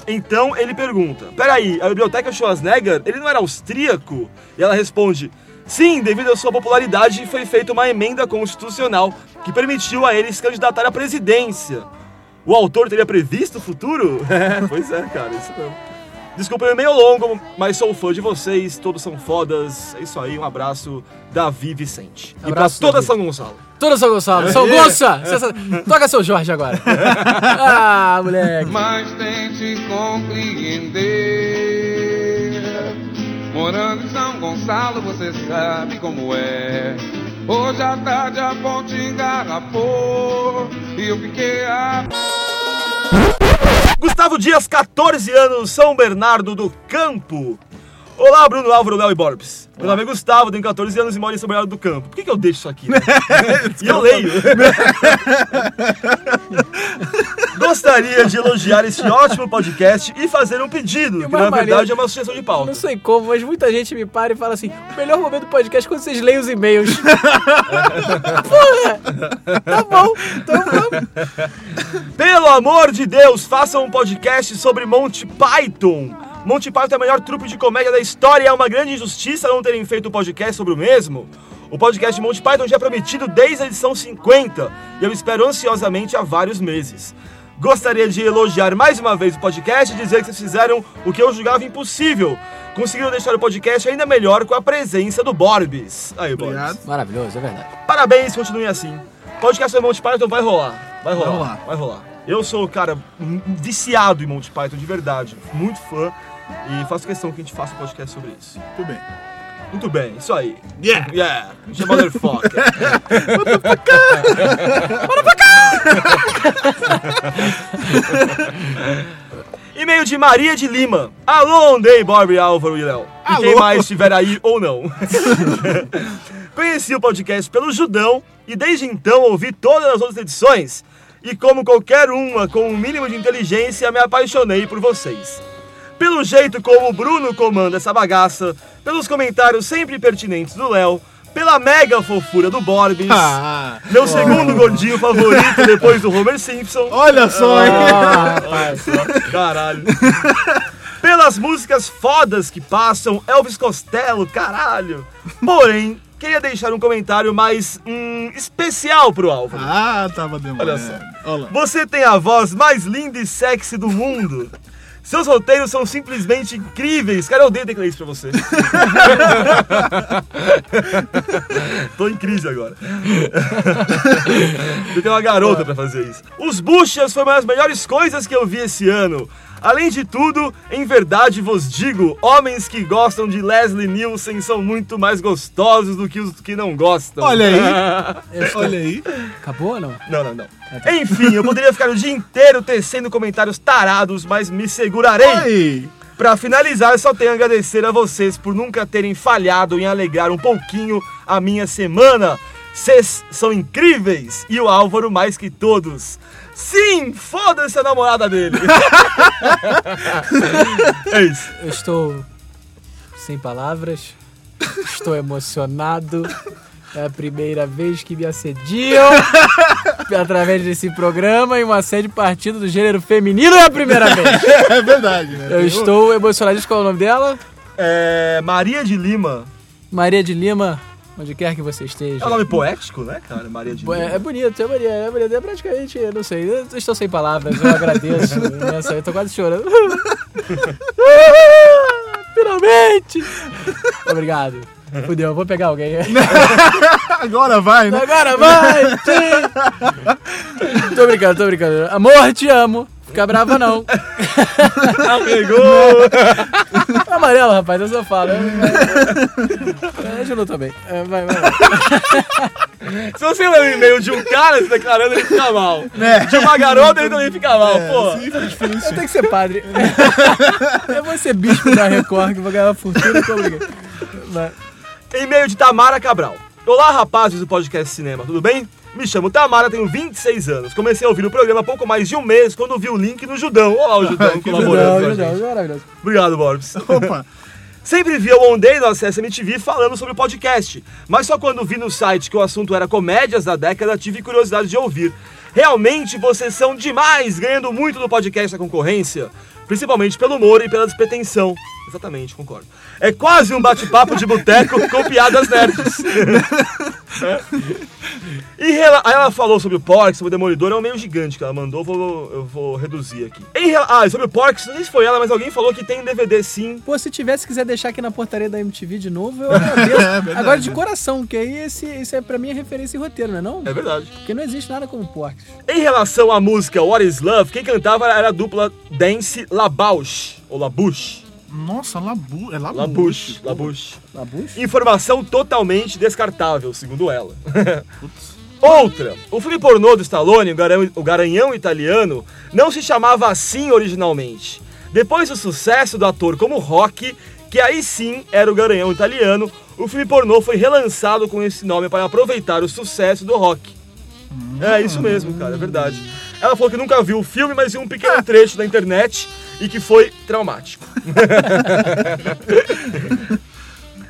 [SPEAKER 5] Então ele pergunta: Peraí, a Biblioteca Schwarzenegger, ele não era austríaco? E ela responde: Sim, devido à sua popularidade, foi feita uma emenda constitucional que permitiu a ele se candidatar à presidência. O autor teria previsto o futuro? É, pois é, cara, isso não. Desculpa, é meio longo, mas sou fã de vocês, todos são fodas. É isso aí, um abraço, Davi Vicente. e pra
[SPEAKER 7] Abraço,
[SPEAKER 5] toda
[SPEAKER 7] Davi.
[SPEAKER 5] São Gonçalo.
[SPEAKER 7] Toda São Gonçalo. São Gonça! Sensa- Toca seu Jorge agora. Ah, moleque.
[SPEAKER 1] Mas tem de compreender. Morando em São Gonçalo, você sabe como é. Hoje à tarde a ponte engarrafou e eu fiquei é a
[SPEAKER 5] Gustavo Dias, 14 anos, São Bernardo do Campo. Olá, Bruno Álvaro, Léo e Borbs. Meu nome é Gustavo, tenho 14 anos e moro em São Bernardo do Campo. Por que, que eu deixo isso aqui? né? e eu leio. Gostaria de elogiar este ótimo podcast e fazer um pedido, que na
[SPEAKER 7] mais maneiro-
[SPEAKER 5] verdade é uma sugestão de pauta.
[SPEAKER 7] Não sei como, mas muita gente me para e fala assim: o melhor momento do podcast é quando vocês leem os e-mails. Porra! Tá bom, então vamos.
[SPEAKER 5] Pelo amor de Deus, façam um podcast sobre Monty Python. Monty Python é a melhor trupe de comédia da história e é uma grande injustiça não terem feito um podcast sobre o mesmo. O podcast Monty Python já é prometido desde a edição 50 e eu espero ansiosamente há vários meses. Gostaria de elogiar mais uma vez o podcast e dizer que vocês fizeram o que eu julgava impossível. Conseguiram deixar o podcast ainda melhor com a presença do Borbis. Aí, Borbis.
[SPEAKER 6] Obrigado.
[SPEAKER 7] Maravilhoso, é verdade.
[SPEAKER 5] Parabéns, continuem assim. Podcast sobre Monty Python então vai rolar. Vai rolar.
[SPEAKER 6] rolar.
[SPEAKER 5] Vai rolar. Eu sou, cara, um- um viciado em Monty Python, de verdade. Muito fã. E faço questão que a gente faça um podcast sobre isso.
[SPEAKER 6] Tudo bem.
[SPEAKER 5] Muito bem, isso aí.
[SPEAKER 6] Yeah!
[SPEAKER 5] Yeah, já motherfucker. E-mail de Maria de Lima. Alô, Andrei, Bob, Álvaro e Léo. E quem
[SPEAKER 6] Alô.
[SPEAKER 5] mais estiver aí ou não. Conheci o podcast pelo Judão e desde então ouvi todas as outras edições. E como qualquer uma com um mínimo de inteligência, me apaixonei por vocês. Pelo jeito como o Bruno comanda essa bagaça, pelos comentários sempre pertinentes do Léo, pela mega fofura do Borbis,
[SPEAKER 6] Ah,
[SPEAKER 5] meu segundo gordinho favorito depois do Homer Simpson. Ah,
[SPEAKER 6] olha só, hein?
[SPEAKER 5] Caralho. Pelas músicas fodas que passam, Elvis Costello, caralho. Porém, queria deixar um comentário mais hum, especial pro Álvaro.
[SPEAKER 6] Ah, tava demorando.
[SPEAKER 5] Olha só.
[SPEAKER 6] Olha lá.
[SPEAKER 5] Você tem a voz mais linda e sexy do mundo. Seus roteiros são simplesmente incríveis. Cara, eu odeio declarar isso pra você. Tô em crise agora. Eu tenho uma garota pra fazer isso. Os Buchas foi uma das melhores coisas que eu vi esse ano. Além de tudo, em verdade vos digo, homens que gostam de Leslie Nielsen são muito mais gostosos do que os que não gostam.
[SPEAKER 6] Olha aí. É, Olha aí.
[SPEAKER 7] É, Acabou ou não?
[SPEAKER 5] Não, não, não. Enfim, eu poderia ficar o dia inteiro tecendo comentários tarados, mas me segurarei.
[SPEAKER 6] Aí.
[SPEAKER 5] Pra finalizar, eu só tenho a agradecer a vocês por nunca terem falhado em alegrar um pouquinho a minha semana. Vocês são incríveis e o Álvaro mais que todos. Sim, foda-se a namorada dele. é isso.
[SPEAKER 7] Eu estou sem palavras, estou emocionado. É a primeira vez que me assediam através desse programa e um assédio partido do gênero feminino é a primeira vez.
[SPEAKER 6] É verdade, né?
[SPEAKER 7] Eu estou emocionado. Diz Qual é o nome dela?
[SPEAKER 5] É, Maria de Lima.
[SPEAKER 7] Maria de Lima, onde quer que você
[SPEAKER 5] É
[SPEAKER 7] esteja.
[SPEAKER 5] um nome poético, né, cara? Maria de
[SPEAKER 7] Bo-
[SPEAKER 5] Lima.
[SPEAKER 7] É, é bonito, é bonito, é bonito. É praticamente, eu não sei, eu estou sem palavras, eu agradeço. Nossa, eu tô quase chorando. Finalmente! Obrigado. Fudeu, eu vou pegar alguém.
[SPEAKER 6] Agora vai, né?
[SPEAKER 7] Agora vai! sim. tô brincando, tô brincando. Amor, te amo. Fica brava não.
[SPEAKER 5] Ah, pegou!
[SPEAKER 7] Amarelo, rapaz, eu só falo. É, A gente lutou bem. É, Vai, vai, vai.
[SPEAKER 5] Se você lê um e-mail de um cara se declarando, ele fica mal. De uma garota, ele também fica mal, pô.
[SPEAKER 6] Sim, foi difícil.
[SPEAKER 7] Eu tenho que ser padre. eu vou ser bispo da Record, que eu vou ganhar uma fortuna com alguém.
[SPEAKER 5] E-mail de Tamara Cabral. Olá, rapazes do podcast Cinema, tudo bem? Me chamo Tamara, tenho 26 anos. Comecei a ouvir o programa há pouco mais de um mês, quando vi o link no Judão. Olha lá o Judão colaborando com a
[SPEAKER 7] Não, não,
[SPEAKER 5] gente.
[SPEAKER 7] não, maravilhoso.
[SPEAKER 5] Obrigado, Borbs.
[SPEAKER 6] Opa.
[SPEAKER 5] Sempre via o On Day no Acesso MTV falando sobre o podcast, mas só quando vi no site que o assunto era comédias da década tive curiosidade de ouvir. Realmente vocês são demais, ganhando muito do podcast da concorrência, principalmente pelo humor e pela despretensão. Exatamente, concordo. É quase um bate-papo de boteco com piadas nerds. É. E rela- aí ela falou sobre o Porks, sobre o Demolidor, é um meio gigante que ela mandou, vou- eu vou reduzir aqui. Em rela- ah, e sobre o Porks, não sei se foi ela, mas alguém falou que tem um DVD sim,
[SPEAKER 7] Pô, se tivesse, quiser deixar aqui na portaria da MTV de novo, eu agradeço.
[SPEAKER 6] É verdade. né?
[SPEAKER 7] Agora de coração, que aí esse, esse é pra mim é referência e roteiro, não é não?
[SPEAKER 5] é verdade.
[SPEAKER 7] Porque não existe nada como porcos.
[SPEAKER 5] Em relação à música What is Love, quem cantava era a dupla Dance Labauche, ou Labouche.
[SPEAKER 6] Nossa, Labu... É Labu.
[SPEAKER 5] Labouche, Labouche.
[SPEAKER 7] Labucho?
[SPEAKER 5] Informação totalmente descartável, segundo ela. Outra, o filme pornô do Stallone, o Garan- o Garanhão Italiano, não se chamava assim originalmente. Depois do sucesso do ator como Rock, que aí sim era o Garanhão Italiano, o filme pornô foi relançado com esse nome para aproveitar o sucesso do Rock. É isso mesmo, cara, é verdade. Ela falou que nunca viu o filme, mas viu um pequeno
[SPEAKER 6] Ah.
[SPEAKER 5] trecho na internet e que foi traumático.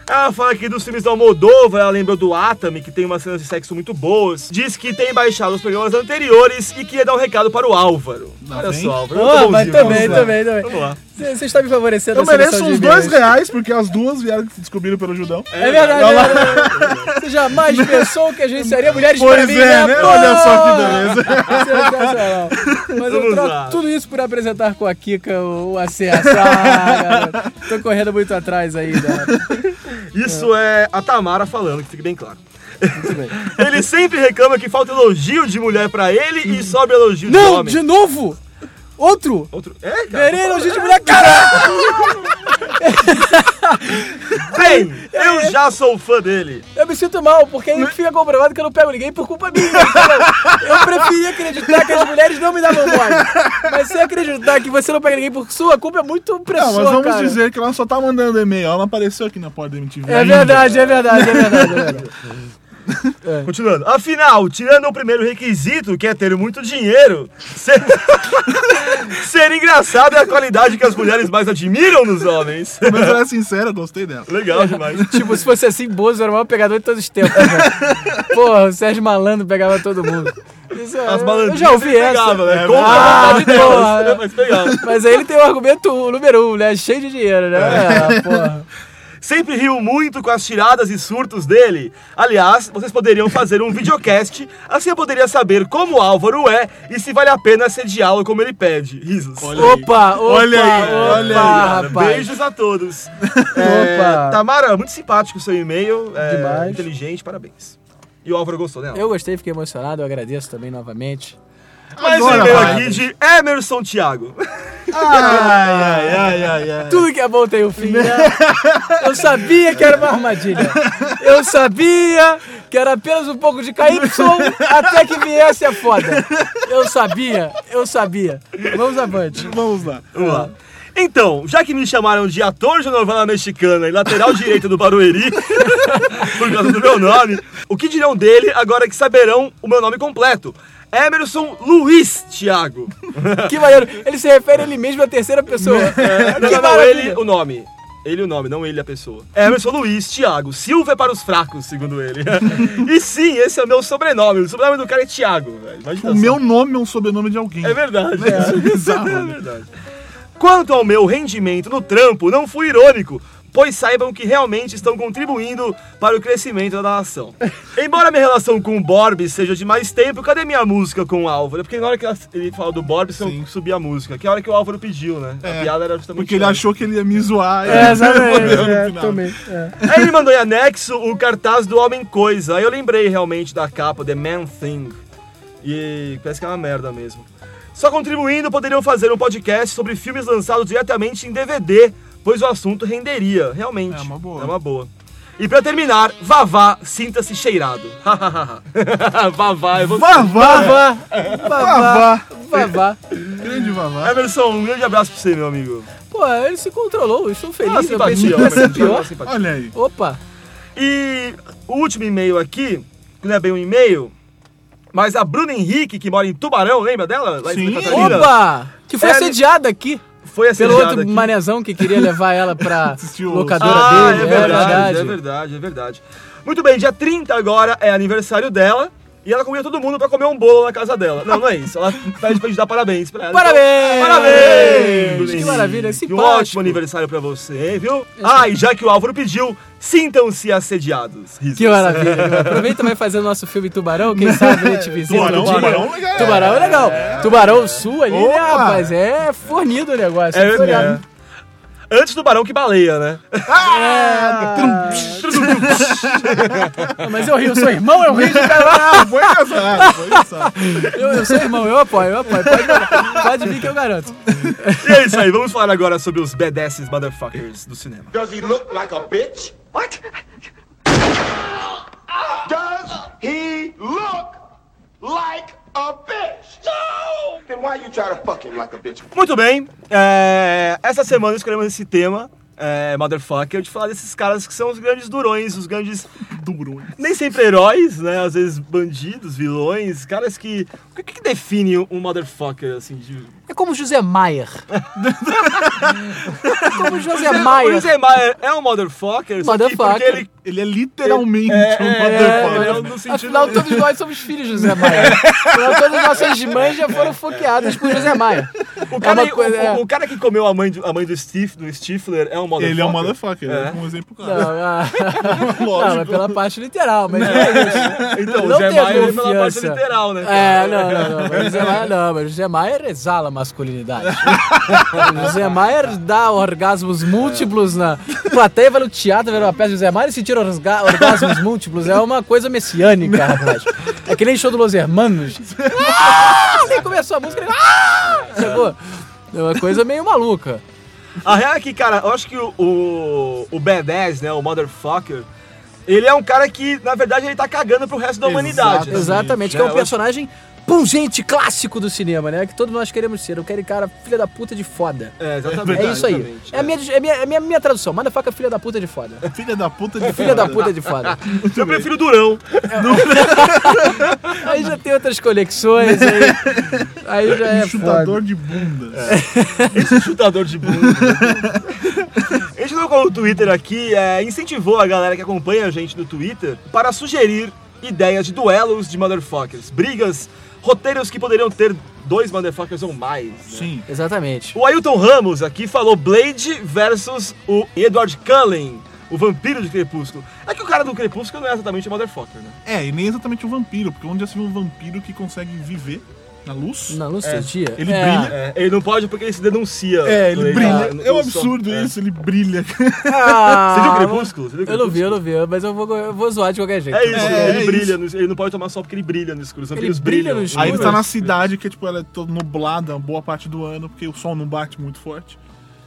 [SPEAKER 5] Ela fala aqui dos filmes da Almodóvar, ela lembrou do Atami, que tem umas cenas de sexo muito boas. Diz que tem baixado os programas anteriores e queria dar um recado para o Álvaro.
[SPEAKER 6] Lá
[SPEAKER 5] Olha
[SPEAKER 6] vem.
[SPEAKER 5] só, Álvaro. eu tô
[SPEAKER 7] Ah, mas
[SPEAKER 5] bonzinho,
[SPEAKER 7] também,
[SPEAKER 5] vamos lá.
[SPEAKER 7] também,
[SPEAKER 5] Vamos
[SPEAKER 7] também.
[SPEAKER 5] lá.
[SPEAKER 7] Você está me favorecendo
[SPEAKER 6] Eu
[SPEAKER 7] nessa
[SPEAKER 6] mereço
[SPEAKER 7] lição de
[SPEAKER 6] uns dois
[SPEAKER 7] e-mails.
[SPEAKER 6] reais, porque as duas vieram que se descobriram pelo Judão.
[SPEAKER 7] É verdade, é verdade. Você jamais pensou que a gente seria mulheres pra
[SPEAKER 6] Pois
[SPEAKER 7] mim,
[SPEAKER 6] é, né?
[SPEAKER 7] né?
[SPEAKER 6] Olha
[SPEAKER 7] Pô!
[SPEAKER 6] só que beleza.
[SPEAKER 7] Sensacional. Mas eu
[SPEAKER 5] Vamos
[SPEAKER 7] troco
[SPEAKER 5] lá.
[SPEAKER 7] tudo isso por apresentar com a Kika o, o acesso. Ah, cara, tô correndo muito atrás aí. Né?
[SPEAKER 5] Isso é a Tamara falando, que fique bem claro. ele sempre reclama que falta elogio de mulher pra ele e sobe elogio de
[SPEAKER 7] Não,
[SPEAKER 5] homem.
[SPEAKER 7] de novo? Outro?
[SPEAKER 5] Outro. É, cara.
[SPEAKER 7] Verena, gente, mulher, cara!
[SPEAKER 5] Bem, eu já sou fã dele.
[SPEAKER 7] Eu me sinto mal, porque aí fica comprovado que eu não pego ninguém por culpa minha. cara. Eu preferia acreditar que as mulheres não me davam mole. Mas se acreditar que você não pega ninguém por sua culpa é muito pressão,
[SPEAKER 6] Não, mas vamos
[SPEAKER 7] cara.
[SPEAKER 6] dizer que ela só tá mandando e-mail. Ela não apareceu aqui na porta da MTV.
[SPEAKER 7] É
[SPEAKER 6] ainda.
[SPEAKER 7] verdade, é verdade, é verdade, é verdade.
[SPEAKER 5] Continuando. Afinal, tirando o primeiro requisito, que é ter muito dinheiro, ser, ser engraçado é a qualidade que as mulheres mais admiram nos homens.
[SPEAKER 6] Mas ela é sincera, eu gostei dela.
[SPEAKER 5] Legal demais.
[SPEAKER 7] Tipo, se fosse assim, Bozo era o maior pegador de todos os tempos. Né? Porra, o Sérgio Malandro pegava todo mundo. Isso é-
[SPEAKER 5] As
[SPEAKER 7] eu
[SPEAKER 5] malandrinhas
[SPEAKER 7] já ouvi
[SPEAKER 5] ele
[SPEAKER 7] essa.
[SPEAKER 5] pegava, né? Contra
[SPEAKER 7] Ah,
[SPEAKER 5] a vontade
[SPEAKER 7] porra.
[SPEAKER 5] delas, né? Mas pegava.
[SPEAKER 7] Mas aí ele tem o argumento número um, né? Cheio de dinheiro, né?
[SPEAKER 6] É.
[SPEAKER 7] Ah, porra.
[SPEAKER 5] Sempre riu muito com as tiradas e surtos dele. Aliás, vocês poderiam fazer um videocast, assim eu poderia saber como o Álvaro é e se vale a pena sediá-lo como ele pede. Risos.
[SPEAKER 7] Opa, opa,
[SPEAKER 6] Olha aí,
[SPEAKER 7] opa,
[SPEAKER 6] olha aí,
[SPEAKER 7] rapaz.
[SPEAKER 5] Beijos a todos. É,
[SPEAKER 7] Opa.
[SPEAKER 5] Tamara, muito simpático o seu e-mail. é,
[SPEAKER 7] Demais.
[SPEAKER 5] inteligente, parabéns. E o Álvaro gostou, né? Álvaro?
[SPEAKER 7] Eu gostei, fiquei emocionado, eu agradeço também novamente.
[SPEAKER 5] Mais um
[SPEAKER 6] Agora
[SPEAKER 5] e-mail
[SPEAKER 6] vai.
[SPEAKER 5] aqui de Emerson Thiago.
[SPEAKER 6] Ai, ai, ai, ai, ai.
[SPEAKER 7] Tudo que é bom tem um fim. né? Eu sabia que era uma armadilha. Eu sabia que era apenas um pouco de KY até que viesse a foda. Eu sabia, eu sabia. Vamos avante.
[SPEAKER 6] Vamos lá.
[SPEAKER 5] Vamos lá. Então, já que me chamaram de ator de novela mexicana e lateral direito do Barueri, por causa do meu nome, o que dirão dele agora que saberão o meu nome completo? Emerson Luiz Thiago.
[SPEAKER 7] Que maneiro. Ele se refere a ele mesmo à terceira pessoa.
[SPEAKER 5] É, não,
[SPEAKER 7] Que
[SPEAKER 5] não, não,
[SPEAKER 7] maravilha.
[SPEAKER 5] ele o nome. Ele o nome, não ele a pessoa. Emerson Luiz Thiago. Silva é para os fracos, segundo ele. e sim, esse é o meu sobrenome. O sobrenome do cara é Thiago. velho. Imagina
[SPEAKER 6] O
[SPEAKER 5] só.
[SPEAKER 6] meu nome é um sobrenome de alguém.
[SPEAKER 5] É verdade.
[SPEAKER 6] Isso é bizarro,
[SPEAKER 5] É
[SPEAKER 6] né?
[SPEAKER 5] verdade. Quanto ao meu rendimento no trampo, não fui irônico, pois saibam que realmente estão contribuindo para o crescimento da nação. Embora minha relação com o Borbs seja de mais tempo, cadê minha música com o Álvaro? É Porque na hora que ela- ele fala do Borbs, eu
[SPEAKER 6] Sim. É.
[SPEAKER 5] subi a música, que é a hora que o Álvaro pediu, né? A piada era justamente
[SPEAKER 6] Porque ele
[SPEAKER 5] essa.
[SPEAKER 6] achou que ele ia me zoar.
[SPEAKER 7] É,
[SPEAKER 6] e ele fodeu
[SPEAKER 7] exatamente.
[SPEAKER 6] no
[SPEAKER 7] É,
[SPEAKER 6] final.
[SPEAKER 7] também. é.
[SPEAKER 5] Aí ele mandou em anexo o cartaz do Homem Coisa. Aí eu lembrei realmente da capa, The Man Thing. E parece que é uma merda mesmo. Só contribuindo, poderiam fazer um podcast sobre filmes lançados diretamente em DVD, pois o assunto renderia, realmente.
[SPEAKER 6] É uma boa.
[SPEAKER 5] É uma boa. E pra terminar, Vavá, sinta-se cheirado. Vavá, eu vou...
[SPEAKER 6] Vavá!
[SPEAKER 7] Vavá, vavá, vavá.
[SPEAKER 6] Grande Vavá.
[SPEAKER 5] Emerson, um grande abraço pra você, meu amigo.
[SPEAKER 7] Pô, ele se controlou, eu estou feliz.
[SPEAKER 5] Ah,
[SPEAKER 7] eu pensei que ia
[SPEAKER 5] Emerson,
[SPEAKER 7] ser pior.
[SPEAKER 5] simpatia.
[SPEAKER 6] Olha aí.
[SPEAKER 7] Opa,
[SPEAKER 5] E o último e-mail aqui, que não é bem um e-mail, mas a Bruna Henrique, que mora em Tubarão, lembra dela? Lá em Santa
[SPEAKER 6] Sim.
[SPEAKER 5] Catarina?
[SPEAKER 7] opa! Que foi
[SPEAKER 5] Tá É,
[SPEAKER 7] assediada aqui
[SPEAKER 5] Foi essa
[SPEAKER 7] pelo outro
[SPEAKER 5] aqui.
[SPEAKER 7] manezão que queria levar ela pra
[SPEAKER 6] Assistiu os-
[SPEAKER 7] locadora
[SPEAKER 5] Ah,
[SPEAKER 7] dele.
[SPEAKER 5] é verdade, é verdade, é verdade. Muito bem, dia 30 agora é aniversário dela. E ela convida todo mundo pra comer um bolo na casa dela. Não, não é isso. Ela pede pra gente dar parabéns pra ela.
[SPEAKER 7] Parabéns!
[SPEAKER 5] parabéns!
[SPEAKER 7] Que maravilha,
[SPEAKER 5] E
[SPEAKER 7] é
[SPEAKER 5] Um
[SPEAKER 7] simpático.
[SPEAKER 5] ótimo aniversário pra você, viu? Ah, e já que o Álvaro pediu, sintam-se assediados. Risos.
[SPEAKER 7] Que maravilha. Aproveita e vai fazer o nosso filme Tubarão, quem sabe a gente visita
[SPEAKER 6] Tubarão,
[SPEAKER 7] outro
[SPEAKER 6] Tubarão,
[SPEAKER 7] dia.
[SPEAKER 6] legal.
[SPEAKER 7] Tubarão é legal. Tubarão Sul ali, né,
[SPEAKER 6] Opa!
[SPEAKER 7] rapaz? É fornido o negócio.
[SPEAKER 5] É,
[SPEAKER 7] tô ligado.
[SPEAKER 5] é. Antes do barão que baleia, né?
[SPEAKER 7] Ah, Mas eu rio, eu sou irmão, eu rio de caralho.
[SPEAKER 6] Ah, foi casado, foi casado.
[SPEAKER 7] Eu, eu sou irmão, eu apoio, eu apoio. Pode, pode vir que eu garanto.
[SPEAKER 5] E é isso aí, vamos falar agora sobre os badasses motherfuckers do cinema.
[SPEAKER 9] Does he look like a bitch? What? Does he look like a bitch? No! Then why you try to fuck him like a bitch?
[SPEAKER 5] Muito bem, é, essa semana escolhemos esse tema, é, motherfucker, de falar desses caras que são os grandes durões, os grandes,
[SPEAKER 6] Duro.
[SPEAKER 5] nem sempre heróis, né? Às vezes bandidos, vilões, caras que. O que, que define um motherfucker, assim, de.
[SPEAKER 7] É como José Maier. É como José
[SPEAKER 5] O
[SPEAKER 7] Maier.
[SPEAKER 5] José Maier é um motherfucker, só que porque
[SPEAKER 7] Motherfucker.
[SPEAKER 5] ele.
[SPEAKER 6] Ele é literalmente um
[SPEAKER 5] ele
[SPEAKER 6] motherfucker.
[SPEAKER 5] é um no sentido.
[SPEAKER 7] Afinal, todos nós somos filhos de José Maia. Afinal, todas as nossas irmãs já foram foqueadas por José Maia.
[SPEAKER 5] O cara,
[SPEAKER 7] é uma coisa-
[SPEAKER 5] o- o, o cara que comeu a mãe do, a mãe do, Stif, do Stifler é um motherfucker.
[SPEAKER 6] Ele é um motherfucker,
[SPEAKER 5] É.
[SPEAKER 6] é um exemplo
[SPEAKER 7] Não,
[SPEAKER 6] claro.
[SPEAKER 7] ah, não, mas
[SPEAKER 6] Lógico.
[SPEAKER 7] pela parte literal, mas não é isso.
[SPEAKER 5] Então, o
[SPEAKER 7] Não
[SPEAKER 5] Zé
[SPEAKER 7] tenho
[SPEAKER 5] Maier é pela parte
[SPEAKER 7] confiança.
[SPEAKER 5] literal, né?
[SPEAKER 7] É, não, não, não. Mas José Maier não, mas José Maier exala masculinidade. José Maier dá orgasmos múltiplos na. A plateia vai no teatro ver uma peça de José Maier e sentir orga- orgasmos múltiplos. É uma coisa messiânica, rapaz. É É que nem show do Los Hermanos. Ah! Nem começou a música. Ele... Ah! Sacou? É uma coisa meio maluca.
[SPEAKER 5] A real é que, cara, eu acho que o, o, o B10, né, o Motherfucker, ele é um cara que, na verdade, ele tá cagando pro resto da humanidade. né?
[SPEAKER 7] Exatamente, que
[SPEAKER 5] É,
[SPEAKER 7] é um
[SPEAKER 5] eu
[SPEAKER 7] personagem pungente, clássico do cinema, né? Que todos nós queremos ser. Eu quero cara filha da puta de foda.
[SPEAKER 5] É, exatamente.
[SPEAKER 7] É isso aí.
[SPEAKER 5] exatamente,
[SPEAKER 7] É a minha, é a minha, é a minha, minha tradução. Motherfucker, filha da puta de foda.
[SPEAKER 6] Filha da puta de
[SPEAKER 7] É, Filha da puta de foda.
[SPEAKER 5] Eu prefiro o Durão.
[SPEAKER 6] é
[SPEAKER 7] Aí já tem outras conexões. Aí, aí já é foda.
[SPEAKER 6] um Chutador de bunda.
[SPEAKER 5] Esse chutador de bunda. A gente colocou no Twitter aqui, é, incentivou a galera que acompanha a gente no Twitter para sugerir ideias de duelos de motherfuckers, brigas, roteiros que poderiam ter dois motherfuckers ou mais. né?
[SPEAKER 6] Sim.
[SPEAKER 7] Exatamente.
[SPEAKER 5] O Ailton Ramos aqui falou Blade versus o Edward Cullen, o vampiro de Crepúsculo. É que o cara do Crepúsculo não é exatamente o motherfucker, né?
[SPEAKER 6] É, e nem exatamente o vampiro, porque onde já se viu um vampiro que consegue viver na luz?
[SPEAKER 7] Na luz do dia.
[SPEAKER 6] Ele
[SPEAKER 7] é.
[SPEAKER 6] brilha.
[SPEAKER 5] É, ele não pode porque ele se denuncia.
[SPEAKER 6] É, ele
[SPEAKER 5] Ele
[SPEAKER 6] brilha.
[SPEAKER 5] tá no-
[SPEAKER 6] é um
[SPEAKER 5] no som.
[SPEAKER 6] absurdo
[SPEAKER 5] É.
[SPEAKER 6] isso, ele brilha.
[SPEAKER 7] Ah,
[SPEAKER 5] Você viu o Crepúsculo? Você viu o
[SPEAKER 7] Eu não vi,
[SPEAKER 5] Crepúsculo?
[SPEAKER 7] eu não vi, mas eu vou, eu vou zoar de qualquer jeito.
[SPEAKER 5] É isso,
[SPEAKER 6] É,
[SPEAKER 5] ele
[SPEAKER 6] é
[SPEAKER 5] brilha,
[SPEAKER 6] isso.
[SPEAKER 5] no es- ele não pode tomar sol porque ele brilha no escuro. Os vampiros
[SPEAKER 7] brilha
[SPEAKER 5] brilham.
[SPEAKER 7] no escuro.
[SPEAKER 6] Aí ele
[SPEAKER 7] Jura?
[SPEAKER 6] tá na cidade que, tipo, ela é toda nublada boa parte do ano, porque o sol não bate muito forte.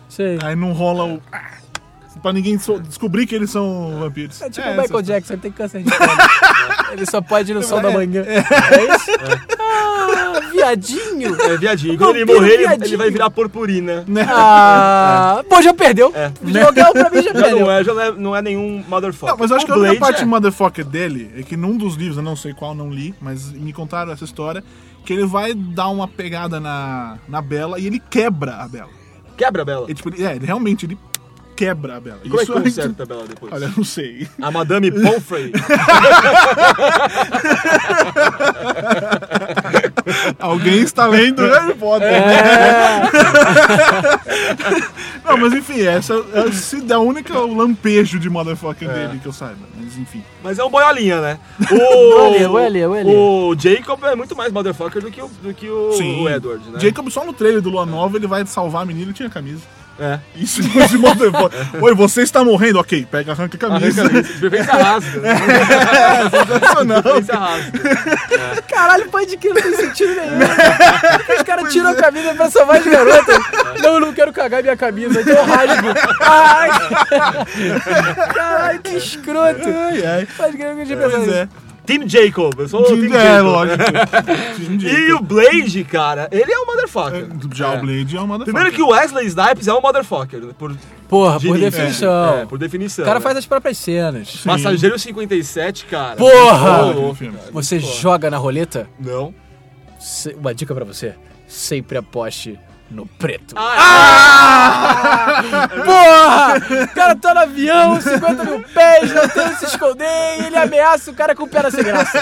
[SPEAKER 7] Sei.
[SPEAKER 6] Aí não rola o. Ah, Pra ninguém so- descobrir que eles são vampiros.
[SPEAKER 7] É tipo
[SPEAKER 6] É,
[SPEAKER 7] o Michael
[SPEAKER 6] essas-
[SPEAKER 7] Jackson, ele tem câncer de pele. ele só pode ir no sol da manhã. É, isso? Ah, viadinho!
[SPEAKER 5] É viadinho. E Quando ele
[SPEAKER 7] Vampiro
[SPEAKER 6] um
[SPEAKER 5] morrer, ele- ele,
[SPEAKER 7] viadinho.
[SPEAKER 5] vai virar purpurina.
[SPEAKER 6] Né?
[SPEAKER 7] Ah, pô, já perdeu.
[SPEAKER 5] É.
[SPEAKER 7] Jogar pra mim já
[SPEAKER 5] Já
[SPEAKER 7] perdeu.
[SPEAKER 5] não é, já não é, não é nenhum motherfucker.
[SPEAKER 6] Não, mas eu acho
[SPEAKER 5] O
[SPEAKER 6] que a única
[SPEAKER 5] Blade
[SPEAKER 6] parte
[SPEAKER 5] é.
[SPEAKER 6] motherfucker dele é que num dos livros, eu não sei qual, não li, mas me contaram essa história, que ele vai dar uma pegada na, na Bela e ele quebra a Bela.
[SPEAKER 5] Quebra a Bela.
[SPEAKER 6] Ele, tipo, ele- é, ele realmente ele quebra a Bela.
[SPEAKER 5] E como é que
[SPEAKER 6] é-
[SPEAKER 5] conserta a Bela depois?
[SPEAKER 6] Olha, eu não sei.
[SPEAKER 5] A Madame Pomfrey.
[SPEAKER 6] Alguém está lendo Harry Potter.
[SPEAKER 7] É.
[SPEAKER 6] Não, mas enfim, essa é se dá a única o lampejo de motherfucker
[SPEAKER 5] É.
[SPEAKER 6] dele que eu saiba. Mas enfim.
[SPEAKER 5] mas é um boiolinha, né?
[SPEAKER 7] Boiolinha, boiolinha, boiolinha.
[SPEAKER 5] O Jacob é muito mais motherfucker do que o, do que o, o Edward, né?
[SPEAKER 6] Jacob só no trailer do Lua Nova ele vai salvar a menina e tinha camisa.
[SPEAKER 5] É.
[SPEAKER 6] Isso não é de motherfucker. Oi, você está morrendo? Ok, pega, arranca a camisa.
[SPEAKER 5] Arranca isso. Preferência rasga. né?
[SPEAKER 6] É, Sensacional.
[SPEAKER 5] Preferência rasga.
[SPEAKER 7] Caralho, pai de que não tem sentido nenhum. Os caras tiram a camisa pra salvar as garotas. Não, eu não quero cagar minha camisa, então eu rasgo. Ai, caralho, que escroto.
[SPEAKER 6] Ai, ai.
[SPEAKER 7] Pode que eu não tinha pensado
[SPEAKER 6] Pois
[SPEAKER 7] nisso.
[SPEAKER 6] é.
[SPEAKER 5] Team Jacob. Eu sou o Team
[SPEAKER 6] É,
[SPEAKER 5] Jacob.
[SPEAKER 6] lógico.
[SPEAKER 5] então.
[SPEAKER 6] um
[SPEAKER 5] E o Blade, cara, ele é um motherfucker.
[SPEAKER 6] Já
[SPEAKER 5] É.
[SPEAKER 6] o Blade é uma motherfucker.
[SPEAKER 5] Primeiro que o Wesley Snipes é um motherfucker, né? por,
[SPEAKER 7] Porra, por
[SPEAKER 5] direito.
[SPEAKER 7] definição.
[SPEAKER 5] É, por definição.
[SPEAKER 7] O cara
[SPEAKER 5] né?
[SPEAKER 7] faz as próprias cenas.
[SPEAKER 5] Passageiro 57, cara.
[SPEAKER 7] Porra!
[SPEAKER 5] Ô, louco.
[SPEAKER 6] Ah, Filme.
[SPEAKER 7] Você joga na roleta?
[SPEAKER 5] Não.
[SPEAKER 7] Se- Uma dica pra você: sempre aposte no preto. Ah,
[SPEAKER 5] Ah,
[SPEAKER 7] Porra! O cara tá no avião, 50 mil pés, não tem onde se esconder, e ele ameaça o cara com perna sem graça.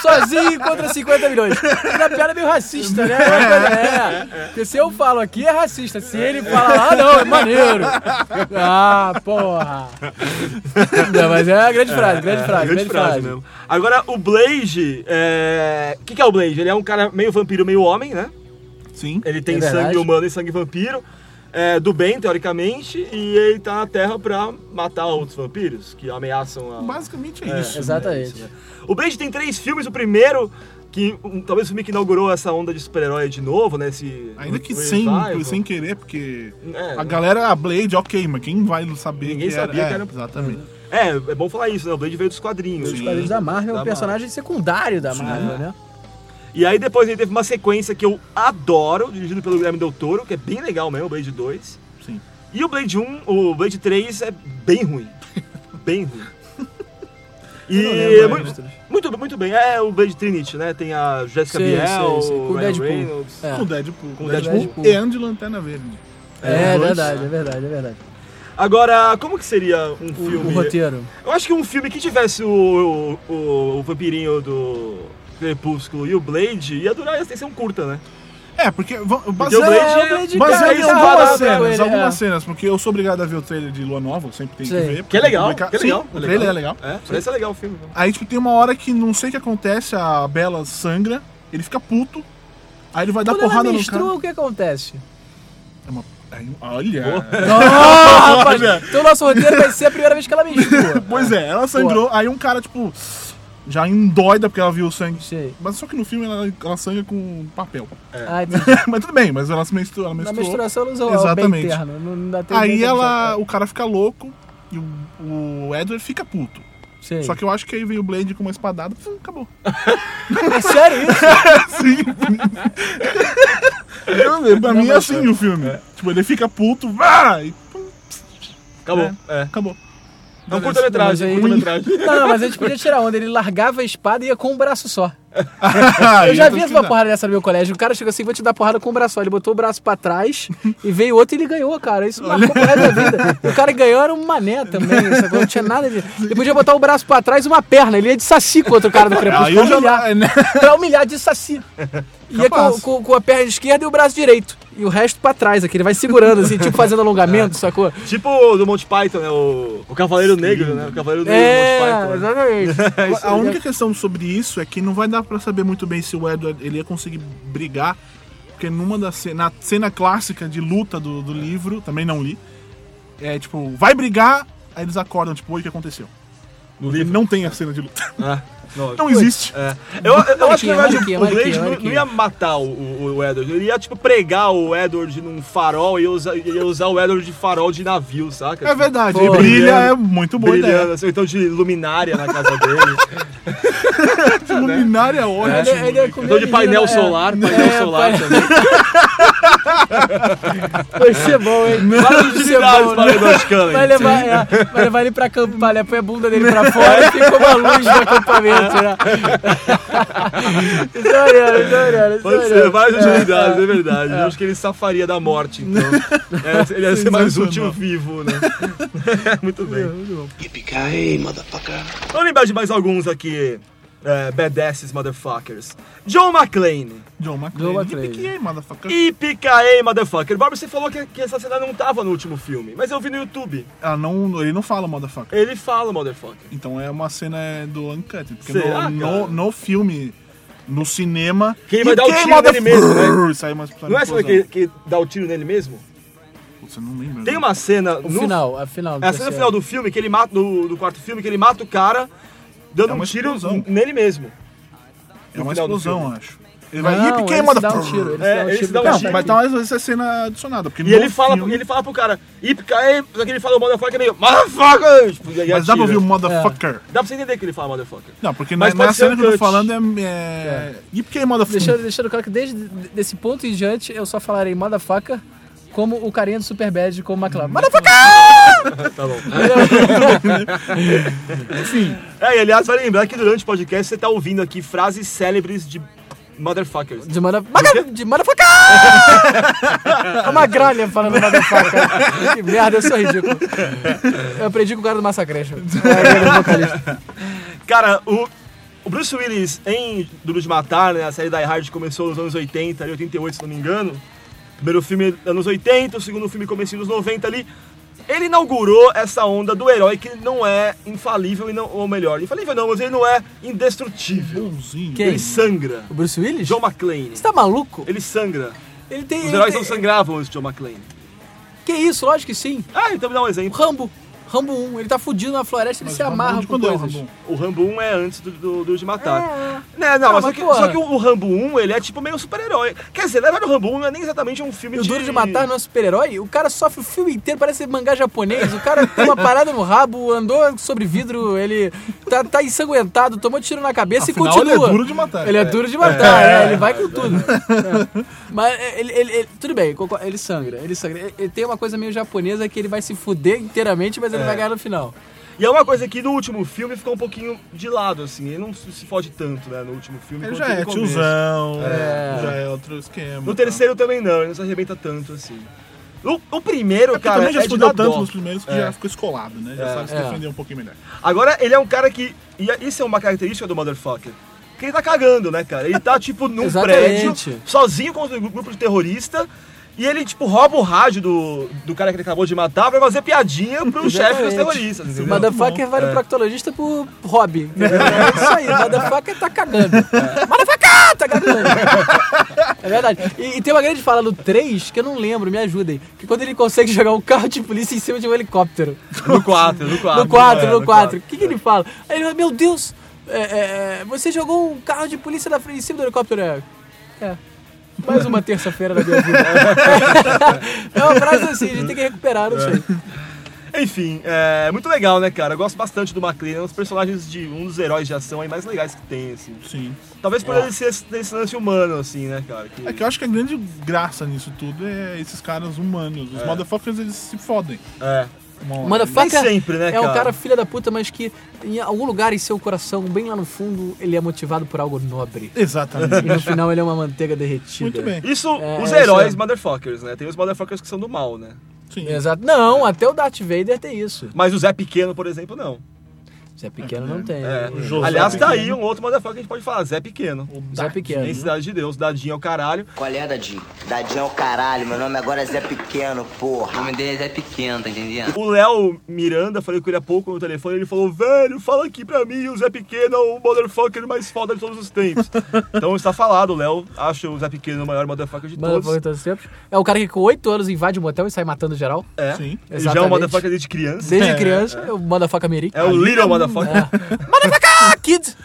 [SPEAKER 7] Sozinho contra 50 milhões. Uma piada meio racista, né? É uma coisa- É. Porque se eu falo aqui é racista, se ele fala lá, não, é maneiro. Ah, porra. Não, mas é uma grande frase, grande frase, grande, frase.
[SPEAKER 5] mesmo. Agora, o Blade. é, O que, que é o Blade? Ele é um cara meio vampiro, meio homem, né?
[SPEAKER 6] Sim.
[SPEAKER 5] Ele tem
[SPEAKER 7] É verdade.
[SPEAKER 5] sangue humano e sangue vampiro. é, do bem, teoricamente, e ele tá na Terra pra matar outros vampiros que ameaçam a. né?
[SPEAKER 6] Basicamente é, isso.
[SPEAKER 7] Exatamente.
[SPEAKER 5] O Blade tem três filmes. O primeiro, que um, talvez o filme que inaugurou essa onda de super-herói de novo, né? Esse
[SPEAKER 6] Ainda que sem,
[SPEAKER 5] revival.
[SPEAKER 6] sem querer, porque
[SPEAKER 5] É,
[SPEAKER 6] a galera, a Blade, ok, mas quem vai saber
[SPEAKER 5] Ninguém
[SPEAKER 6] que
[SPEAKER 5] sabia
[SPEAKER 6] era,
[SPEAKER 5] que era- um-
[SPEAKER 6] É, Exatamente.
[SPEAKER 5] É, é bom falar isso, né? O Blade veio dos quadrinhos.
[SPEAKER 6] Sim.
[SPEAKER 7] Mas da Marvel é
[SPEAKER 5] Da
[SPEAKER 7] um personagem secundário da Marvel, né?
[SPEAKER 5] E aí depois ele teve uma sequência que eu adoro, dirigido pelo Guilherme Del Toro, que é bem legal mesmo, o Blade 2.
[SPEAKER 6] Sim.
[SPEAKER 5] E o Blade 1, o Blade 3 é bem ruim. bem ruim. E
[SPEAKER 7] não lembro,
[SPEAKER 5] é
[SPEAKER 7] né,
[SPEAKER 5] muito,
[SPEAKER 7] dos três.
[SPEAKER 5] muito, muito bem. É o Blade Trinity, né? Tem a Jessica
[SPEAKER 7] Sei,
[SPEAKER 5] Biel,
[SPEAKER 7] sei, sei. Com
[SPEAKER 5] o Ryan
[SPEAKER 7] Deadpool.
[SPEAKER 5] Reynolds.
[SPEAKER 7] É.
[SPEAKER 6] Com Deadpool. Com
[SPEAKER 5] Deadpool.
[SPEAKER 6] E Andy Lanterna Verde.
[SPEAKER 7] É,
[SPEAKER 5] É,
[SPEAKER 7] verdade, é verdade, é verdade.
[SPEAKER 5] Agora, como que seria um
[SPEAKER 7] O,
[SPEAKER 5] filme?
[SPEAKER 7] o roteiro.
[SPEAKER 5] Eu acho que um filme que tivesse o, o, o, o vampirinho do Crepúsculo e o Blade ia durar, ia ser um curta, né?
[SPEAKER 6] É, porque va-
[SPEAKER 5] o
[SPEAKER 6] baseado,
[SPEAKER 5] Blade-
[SPEAKER 6] baseado
[SPEAKER 5] cara,
[SPEAKER 6] em
[SPEAKER 5] isso é
[SPEAKER 6] algumas
[SPEAKER 5] barato,
[SPEAKER 6] cenas,
[SPEAKER 7] tá ele,
[SPEAKER 6] algumas
[SPEAKER 7] é.
[SPEAKER 6] cenas, porque eu sou obrigado a ver o trailer de Lua Nova, eu sempre tenho
[SPEAKER 7] Sim.
[SPEAKER 6] que ver.
[SPEAKER 5] Que é legal,
[SPEAKER 6] porque-
[SPEAKER 5] que é legal.
[SPEAKER 6] Sim, o trailer é legal.
[SPEAKER 5] É, parece legal o filme.
[SPEAKER 6] Aí, tipo, tem uma hora que não sei o que acontece, a Bela sangra, ele fica puto, aí ele vai dar
[SPEAKER 7] Quando
[SPEAKER 6] porrada no
[SPEAKER 7] ela menstrua,
[SPEAKER 6] cara.
[SPEAKER 7] o que acontece?
[SPEAKER 6] É uma- aí- Olha!
[SPEAKER 7] Ah, rapaz, então o nosso roteiro vai ser a primeira vez que ela menstrua.
[SPEAKER 6] Pois é, ela sangrou, aí um cara, tipo, já endoida porque ela viu o sangue.
[SPEAKER 7] Sei.
[SPEAKER 6] Mas só que no filme ela, ela sangra com papel.
[SPEAKER 7] Ah, entendi.
[SPEAKER 6] mas tudo bem, mas ela se menstru- ela
[SPEAKER 7] Na
[SPEAKER 6] menstruou.
[SPEAKER 7] menstruação não usou é o bem
[SPEAKER 6] Exatamente.
[SPEAKER 7] terno. Não, não dá tempo nem
[SPEAKER 6] Aí
[SPEAKER 7] de
[SPEAKER 6] ela,
[SPEAKER 7] usar.
[SPEAKER 6] o cara fica louco e o, o Edward fica puto.
[SPEAKER 7] Sei.
[SPEAKER 6] Só que eu acho que aí veio o Blade com uma espadada, pum, acabou.
[SPEAKER 7] É sério isso?
[SPEAKER 6] Sim. pra mim é assim o filme. Tipo, ele fica puto, vá! E pum,
[SPEAKER 5] Acabou. É.
[SPEAKER 6] acabou.
[SPEAKER 5] É um
[SPEAKER 6] assim,
[SPEAKER 5] curta-metragem,
[SPEAKER 7] Mas
[SPEAKER 5] um
[SPEAKER 7] aí-
[SPEAKER 5] curta-metragem.
[SPEAKER 7] Não, não, mas a gente podia tirar onda. Ele largava a espada e ia com um braço só.
[SPEAKER 6] Aí
[SPEAKER 7] Eu já
[SPEAKER 6] eu tô
[SPEAKER 7] vi uma
[SPEAKER 6] estudando.
[SPEAKER 7] porrada dessa no meu colégio. O cara chegou assim, vou te dar porrada com um braço só. Ele botou o braço pra trás e veio outro e ele ganhou, cara. Isso marcou pro resto da vida. E o cara que ganhou era um mané também, sacou? Não tinha nada de... Ele podia botar o braço pra trás e uma perna. Ele ia de saci com outro cara do crepúsculo.
[SPEAKER 6] Aí
[SPEAKER 7] pra
[SPEAKER 6] eu já. é, né?
[SPEAKER 7] humilhar. Pra humilhar de saci. Ia com,
[SPEAKER 6] Capaz.
[SPEAKER 7] com, com a perna esquerda e o braço direito. E o resto pra trás aqui. Ele vai segurando, assim, tipo fazendo alongamento, sacou?
[SPEAKER 5] Tipo o do Monty Python, né? O, o Cavaleiro Negro, né? O Cavaleiro Negro do Monty
[SPEAKER 7] É,
[SPEAKER 5] Python. né?
[SPEAKER 7] exatamente.
[SPEAKER 6] A única questão sobre isso é que não vai dar pra saber muito bem se o Edward ele ia conseguir brigar, porque numa da cena, na cena clássica de luta do, do livro, também não li, é tipo, vai brigar, aí eles acordam, tipo, oi, o que aconteceu?
[SPEAKER 5] No
[SPEAKER 6] Ele
[SPEAKER 5] livro.
[SPEAKER 6] não tem a cena de luta.
[SPEAKER 5] Ah, não,
[SPEAKER 6] Não existe.
[SPEAKER 5] É. Eu, eu- eu acho que na verdade
[SPEAKER 7] Marquinhos, Marquinhos,
[SPEAKER 5] o Blade
[SPEAKER 7] Marquinhos,
[SPEAKER 5] não, não
[SPEAKER 7] Marquinhos.
[SPEAKER 5] ia matar o, o, o Edward. Ele ia, tipo, pregar o Edward num farol e ia usar, ia usar o Edward de farol de navio, saca?
[SPEAKER 6] É verdade,
[SPEAKER 7] Pô,
[SPEAKER 6] ele brilha,
[SPEAKER 5] brilhando.
[SPEAKER 6] é muito boa
[SPEAKER 5] Brilhando,
[SPEAKER 6] ideia.
[SPEAKER 5] assim, ou então de luminária na casa dele.
[SPEAKER 6] Luminária é ótimo.
[SPEAKER 7] Ele- ele ia comer
[SPEAKER 5] então de
[SPEAKER 7] menina,
[SPEAKER 5] painel
[SPEAKER 7] é.
[SPEAKER 5] solar, painel
[SPEAKER 7] É,
[SPEAKER 5] solar
[SPEAKER 7] pai-
[SPEAKER 5] também.
[SPEAKER 7] Vai ser bom, hein? Vai ser
[SPEAKER 5] Utilidades
[SPEAKER 7] bom,
[SPEAKER 5] para
[SPEAKER 7] né?
[SPEAKER 5] o Edward Cullen.
[SPEAKER 7] Vai levar, é, vai levar ele pra acampar, ele põe a bunda dele pra fora e fica uma luz no acampamento, né? Isso é maneiro, isso é maneiro, isso é
[SPEAKER 5] Pode ser,
[SPEAKER 7] maneiro.
[SPEAKER 5] várias utilidades, é, verdade. Eu acho que ele safaria da morte, então. É, ele ia ser mais útil vivo, né? É, Muito bem.
[SPEAKER 2] Yippee-ki-yay, motherfucker.
[SPEAKER 5] Vamos lembrar de mais alguns aqui. É, badasses motherfuckers. John McClane.
[SPEAKER 6] John
[SPEAKER 7] John
[SPEAKER 6] McClane.
[SPEAKER 7] McClane.
[SPEAKER 6] Que pique aí, motherfucker.
[SPEAKER 5] E Picaei, motherfucker. Bob, você falou que, que essa cena não tava no último filme, mas eu vi no YouTube.
[SPEAKER 6] Ah, não, ele não fala motherfucker.
[SPEAKER 5] Ele fala, motherfucker.
[SPEAKER 6] Então é uma cena é, do Uncut. Porque
[SPEAKER 5] Será,
[SPEAKER 6] no, no,
[SPEAKER 5] cara?
[SPEAKER 6] no filme, no cinema.
[SPEAKER 5] Que ele vai dar o
[SPEAKER 6] quem
[SPEAKER 5] tiro nele mesmo, né?
[SPEAKER 6] Brrr, Sai uma
[SPEAKER 5] Não é essa que, que dá o tiro nele mesmo?
[SPEAKER 6] Você não lembra.
[SPEAKER 5] Tem uma cena
[SPEAKER 7] O
[SPEAKER 5] no
[SPEAKER 7] final, a final.
[SPEAKER 5] É a cena final do filme que ele mata do, do quarto filme que ele mata o cara dando
[SPEAKER 6] É
[SPEAKER 5] um
[SPEAKER 6] uma
[SPEAKER 5] tiro
[SPEAKER 6] explosão.
[SPEAKER 5] nele mesmo.
[SPEAKER 6] É uma
[SPEAKER 5] final do
[SPEAKER 6] explosão,
[SPEAKER 5] filme.
[SPEAKER 6] acho. Ele vai.
[SPEAKER 7] Não,
[SPEAKER 6] Yippee,
[SPEAKER 7] ele se dá um tiro. Ele se
[SPEAKER 5] É,
[SPEAKER 7] dá um
[SPEAKER 5] ele se
[SPEAKER 7] tiro.
[SPEAKER 5] dá um tiro.
[SPEAKER 7] pra
[SPEAKER 6] Não,
[SPEAKER 7] sair.
[SPEAKER 6] mas talvez essa cena é adicionada. Porque
[SPEAKER 5] E ele fala, ele fala pro cara, Ipkae, só que ele fala o motherfucker meio, motherfucker! Tipo, e
[SPEAKER 6] Mas dá pra
[SPEAKER 5] atira.
[SPEAKER 6] ouvir o motherfucker.
[SPEAKER 7] É.
[SPEAKER 5] Dá pra você entender que ele fala motherfucker.
[SPEAKER 6] Não, porque
[SPEAKER 5] Mas
[SPEAKER 6] na,
[SPEAKER 5] pode
[SPEAKER 6] na
[SPEAKER 5] ser
[SPEAKER 6] cena
[SPEAKER 5] um
[SPEAKER 6] que eu
[SPEAKER 5] cut.
[SPEAKER 6] tô falando é. é... Yippee,
[SPEAKER 7] Deixando,
[SPEAKER 6] motherfucker.
[SPEAKER 7] deixando claro que desde desse ponto em diante eu só falarei motherfucker como o carinha do Superbad como McLaren. Motherfucker!
[SPEAKER 5] Tá bom. É, e aliás, vai lembrar que durante o podcast você tá ouvindo aqui frases célebres de motherfuckers.
[SPEAKER 7] De, mother... Maca- de motherfucker! é uma gralha falando motherfucker. que merda, eu sou ridículo. Eu aprendi com o cara do Massacration. É, ele é vocalista.
[SPEAKER 5] Cara, o, o Bruce Willis em Duro de Matar, né? A série Die Hard começou nos anos 80, ali 88, se não me engano. Primeiro filme anos 80, o segundo filme comecinho nos 90 ali. Ele inaugurou essa onda do herói que não é infalível, e não, ou melhor, infalível não, mas ele não é indestrutível.
[SPEAKER 6] Bonzinho.
[SPEAKER 7] Quem?
[SPEAKER 5] Ele sangra.
[SPEAKER 7] O Bruce Willis?
[SPEAKER 5] John McClane.
[SPEAKER 7] Você tá maluco?
[SPEAKER 5] Ele sangra.
[SPEAKER 7] Ele tem.
[SPEAKER 5] Os
[SPEAKER 7] ele
[SPEAKER 5] heróis
[SPEAKER 7] tem-
[SPEAKER 5] não sangravam esse John McClane.
[SPEAKER 7] Que isso, lógico que sim.
[SPEAKER 5] Ah, então me dá um
[SPEAKER 7] O
[SPEAKER 5] exemplo.
[SPEAKER 7] Rambo. Rambo 1, ele tá fudido na floresta, ele
[SPEAKER 6] Mas
[SPEAKER 7] se
[SPEAKER 6] Ramon,
[SPEAKER 7] amarra
[SPEAKER 6] de
[SPEAKER 7] com
[SPEAKER 6] quando é o
[SPEAKER 7] coisas.
[SPEAKER 6] Ramon?
[SPEAKER 5] O Rambo 1 é antes do, do, do de matar. Né, não,
[SPEAKER 7] Ah,
[SPEAKER 5] mas só
[SPEAKER 7] mas
[SPEAKER 5] que,
[SPEAKER 7] porra.
[SPEAKER 5] só que o o Rambo 1, ele é tipo meio super-herói. Quer dizer, na verdade o Rambo 1 não é nem exatamente um filme
[SPEAKER 7] E o
[SPEAKER 5] de...
[SPEAKER 7] Duro de Matar não é super-herói? O cara sofre o filme inteiro, parece mangá japonês. O cara tem uma parada no rabo, andou sobre vidro, ele tá, tá ensanguentado, tomou tiro na cabeça e
[SPEAKER 6] Afinal,
[SPEAKER 7] continua.
[SPEAKER 6] ele é duro de matar.
[SPEAKER 7] Ele é duro de matar, é, ele vai com tudo. É. Mas ele, ele- ele- tudo bem, concordo, ele sangra, ele sangra. Ele, ele tem uma coisa meio japonesa que ele vai se fuder inteiramente, mas ele
[SPEAKER 6] É.
[SPEAKER 7] vai ganhar no final.
[SPEAKER 5] E é uma coisa que no último filme ficou um pouquinho de lado, assim. Ele não se se fode tanto, né, no último filme.
[SPEAKER 6] Ele
[SPEAKER 5] quanto
[SPEAKER 6] já
[SPEAKER 5] no
[SPEAKER 6] é
[SPEAKER 5] começo.
[SPEAKER 6] tiozão.
[SPEAKER 7] É.
[SPEAKER 6] Já é outro esquema.
[SPEAKER 5] No
[SPEAKER 6] tá?
[SPEAKER 5] terceiro também não, ele não se arrebenta tanto, assim. O, o primeiro,
[SPEAKER 6] Porque
[SPEAKER 5] cara,
[SPEAKER 6] também já
[SPEAKER 5] é
[SPEAKER 6] se
[SPEAKER 5] de
[SPEAKER 6] fudeu
[SPEAKER 5] dar
[SPEAKER 6] tanto
[SPEAKER 5] dó.
[SPEAKER 6] nos primeiros que
[SPEAKER 5] É.
[SPEAKER 6] já ficou escolado, né? Já sabe se
[SPEAKER 7] É.
[SPEAKER 6] defender um pouquinho melhor.
[SPEAKER 5] Agora, ele é um cara que... E isso é uma característica do Motherfucker. Que ele tá cagando, né, cara? Ele tá, tipo, num prédio,
[SPEAKER 7] Exatamente.
[SPEAKER 5] sozinho contra um grupo de terrorista. E ele, tipo, rouba o rádio do, do cara que ele acabou de matar pra fazer piadinha pro chefe dos
[SPEAKER 7] Exatamente.
[SPEAKER 5] terroristas, entendeu? É.
[SPEAKER 7] O motherfucker vai no proctologista por hobby. entendeu? É isso aí, o motherfucker tá cagando.
[SPEAKER 5] É.
[SPEAKER 7] Motherfucker tá cagando. É verdade. E, e tem uma grande fala no 3 que eu não lembro, me ajudem. Que quando ele consegue jogar um carro de polícia em cima de um helicóptero.
[SPEAKER 5] Ah, é, No 4, no 4.
[SPEAKER 7] no 4, no 4. O que, que ele fala? Aí ele fala, meu Deus, é, é, você jogou um carro de polícia na frente, em cima do helicóptero. É, é. mais uma terça-feira da minha vida. é uma frase assim, a gente tem que recuperar, não sei.
[SPEAKER 5] Enfim, é muito legal, né, cara? Eu gosto bastante do McLean, é um dos personagens de um dos heróis de ação aí mais legais que tem, assim.
[SPEAKER 6] Sim.
[SPEAKER 5] Talvez
[SPEAKER 7] É.
[SPEAKER 5] por ele ser esse, ter esse lance humano, assim, né, cara? Que-
[SPEAKER 6] É que eu acho que a grande graça nisso tudo é esses caras humanos. Os motherfuckers, eles se fodem.
[SPEAKER 5] é.
[SPEAKER 6] Uma hora.
[SPEAKER 7] Motherfucker
[SPEAKER 5] Nem sempre, né,
[SPEAKER 7] é um
[SPEAKER 5] cara?
[SPEAKER 7] cara filha da puta, mas que em algum lugar em seu coração, bem lá no fundo, ele é motivado por algo nobre. E
[SPEAKER 6] Exatamente.
[SPEAKER 7] no final ele é uma manteiga derretida.
[SPEAKER 6] Muito bem.
[SPEAKER 5] Isso,
[SPEAKER 7] É,
[SPEAKER 5] os
[SPEAKER 7] é isso
[SPEAKER 5] heróis
[SPEAKER 7] aí.
[SPEAKER 5] motherfuckers, né? Tem os motherfuckers que são do mal, né?
[SPEAKER 6] Sim.
[SPEAKER 7] Exato. Não, até o Darth Vader tem isso.
[SPEAKER 5] Mas o Zé Pequeno, por exemplo, não.
[SPEAKER 7] Zé Pequeno não tem.
[SPEAKER 5] É.
[SPEAKER 6] José
[SPEAKER 5] Aliás, tá aí
[SPEAKER 6] Pequeno.
[SPEAKER 5] um outro motherfucker que a gente pode falar, Zé Pequeno.
[SPEAKER 7] Zé Pequeno.
[SPEAKER 5] Em Cidade de Deus, dadinho ao caralho.
[SPEAKER 10] Qual é, Dadinho? Dadinho é o caralho, meu nome agora é Zé Pequeno, porra. O nome dele é Zé Pequeno, tá entendendo?
[SPEAKER 5] O Léo Miranda, falei com ele há pouco no telefone, ele falou, velho, fala aqui pra mim, o Zé Pequeno é o motherfucker mais foda de todos os tempos. então está falado, o Léo acha o Zé Pequeno o maior motherfucker de
[SPEAKER 7] Mano,
[SPEAKER 5] todos.
[SPEAKER 7] foi em todos os tempos. É o cara que com 8 anos invade um motel e sai matando geral.
[SPEAKER 5] É.
[SPEAKER 6] Sim.
[SPEAKER 5] Ele já é um
[SPEAKER 7] Exatamente.
[SPEAKER 5] motherfucker desde criança.
[SPEAKER 7] Desde criança, é. o motherfucker Mirim.
[SPEAKER 5] É o Little Motherfucker.
[SPEAKER 7] Motherfucker Kid!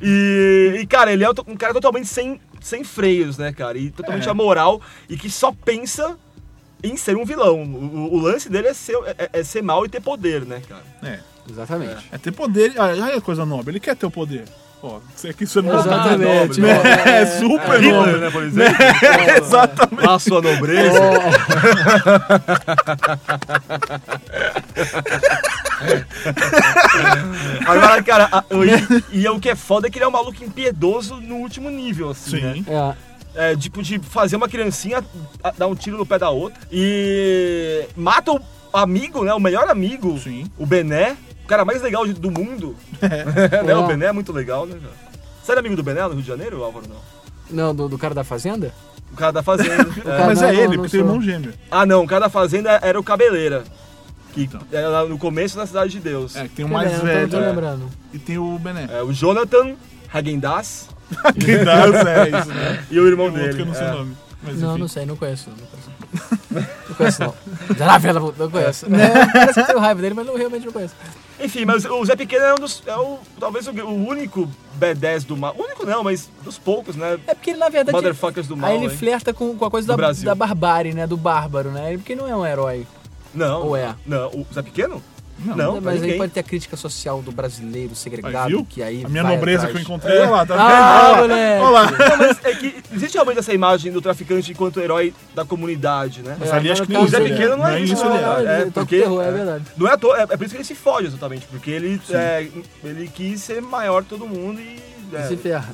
[SPEAKER 5] E, e, cara, ele é um cara totalmente sem, sem freios, né, cara? E totalmente amoral e que só pensa em ser um vilão. O, o- o lance dele é ser, é, é ser mal e ter poder, né, cara?
[SPEAKER 6] É.
[SPEAKER 7] Exatamente.
[SPEAKER 6] É ter poder. Ah, já é coisa nobre. Ele quer ter o poder. Pô, isso aqui isso é nobre.
[SPEAKER 7] Exatamente.
[SPEAKER 6] né?
[SPEAKER 7] ó.
[SPEAKER 6] É, super
[SPEAKER 5] Hitler,
[SPEAKER 6] nobre.
[SPEAKER 5] né, por exemplo? Exatamente. A sua nobreza. Agora, cara, a- e, e é o que é foda é que ele é um maluco impiedoso no último nível, assim, né?
[SPEAKER 6] Sim.
[SPEAKER 7] É.
[SPEAKER 5] É, tipo, de fazer uma criancinha a- dar um tiro no pé da outra. E mata o amigo, né? O melhor amigo,
[SPEAKER 6] Sim.
[SPEAKER 5] o Bené. O cara mais legal de- do mundo. né? O
[SPEAKER 7] É.
[SPEAKER 5] Bené é muito legal, né, cara? Você era amigo do Bené no Rio de Janeiro, Álvaro? Não.
[SPEAKER 7] Não, do, do cara da fazenda?
[SPEAKER 5] O cara da Fazenda. É.
[SPEAKER 6] Mas
[SPEAKER 7] Não,
[SPEAKER 6] é
[SPEAKER 7] não,
[SPEAKER 6] ele,
[SPEAKER 7] não
[SPEAKER 6] porque tem
[SPEAKER 7] sou.
[SPEAKER 6] irmão gêmeo.
[SPEAKER 5] Ah, não. O cara da Fazenda era o Cabeleira. Que era lá no começo da Cidade de Deus.
[SPEAKER 6] Então. É,
[SPEAKER 5] É,
[SPEAKER 6] que tem o mais
[SPEAKER 7] Eu não tô-
[SPEAKER 6] velho.
[SPEAKER 7] Tô, lembrando.
[SPEAKER 6] E tem o Bené.
[SPEAKER 5] o Jonathan Hagendas
[SPEAKER 6] Quem dá é isso, né?
[SPEAKER 5] e o irmão
[SPEAKER 6] O outro
[SPEAKER 5] dele.
[SPEAKER 6] que eu não sei
[SPEAKER 5] é.
[SPEAKER 6] o nome. Mas
[SPEAKER 7] Não,
[SPEAKER 6] enfim.
[SPEAKER 7] não sei, não conheço. Não conheço não. Não conheço, não. Já na vela, não conheço. É, parece que eu tenho raiva dele, mas não, realmente não conheço.
[SPEAKER 5] Enfim, mas o Zé Pequeno é um dos. É o, talvez o, o único B10 do mal. Único não, mas dos poucos, né?
[SPEAKER 7] É porque ele, na verdade.
[SPEAKER 5] Motherfuckers do mal,
[SPEAKER 7] Aí ele
[SPEAKER 5] hein?
[SPEAKER 7] flerta com, com a coisa
[SPEAKER 5] Do
[SPEAKER 7] da,
[SPEAKER 5] Brasil.
[SPEAKER 7] da barbárie, né? Do bárbaro, né? Porque ele não é um herói.
[SPEAKER 5] Não.
[SPEAKER 7] Ou é?
[SPEAKER 5] Não. O Zé Pequeno? Não, pra
[SPEAKER 7] mas aí
[SPEAKER 5] ninguém.
[SPEAKER 7] pode ter a crítica social do brasileiro
[SPEAKER 6] Aí,
[SPEAKER 7] segregado,
[SPEAKER 6] viu?
[SPEAKER 7] que aí.
[SPEAKER 6] a minha
[SPEAKER 7] vai
[SPEAKER 6] nobreza
[SPEAKER 7] atrás.
[SPEAKER 6] que eu encontrei. Olha lá, tá vendo? Olha
[SPEAKER 7] Ah,
[SPEAKER 6] lá.
[SPEAKER 7] moleque!
[SPEAKER 6] Olha lá.
[SPEAKER 5] Não, mas é que existe realmente essa imagem do traficante enquanto herói da comunidade, né?
[SPEAKER 7] É.
[SPEAKER 6] Mas ali acho que nem
[SPEAKER 5] O
[SPEAKER 7] Mas
[SPEAKER 5] Zé
[SPEAKER 7] ele-
[SPEAKER 5] Pequeno não é,
[SPEAKER 6] nem
[SPEAKER 5] isso,
[SPEAKER 6] isso.
[SPEAKER 7] né?
[SPEAKER 6] ele
[SPEAKER 7] Não,
[SPEAKER 5] né?
[SPEAKER 7] ele
[SPEAKER 5] É,
[SPEAKER 7] toca o
[SPEAKER 5] porque,
[SPEAKER 7] terror, é verdade.
[SPEAKER 5] Não é à toa, é, é por isso que ele se foge exatamente, porque ele, é, ele quis ser maior que todo mundo e. é,
[SPEAKER 7] Se ferra.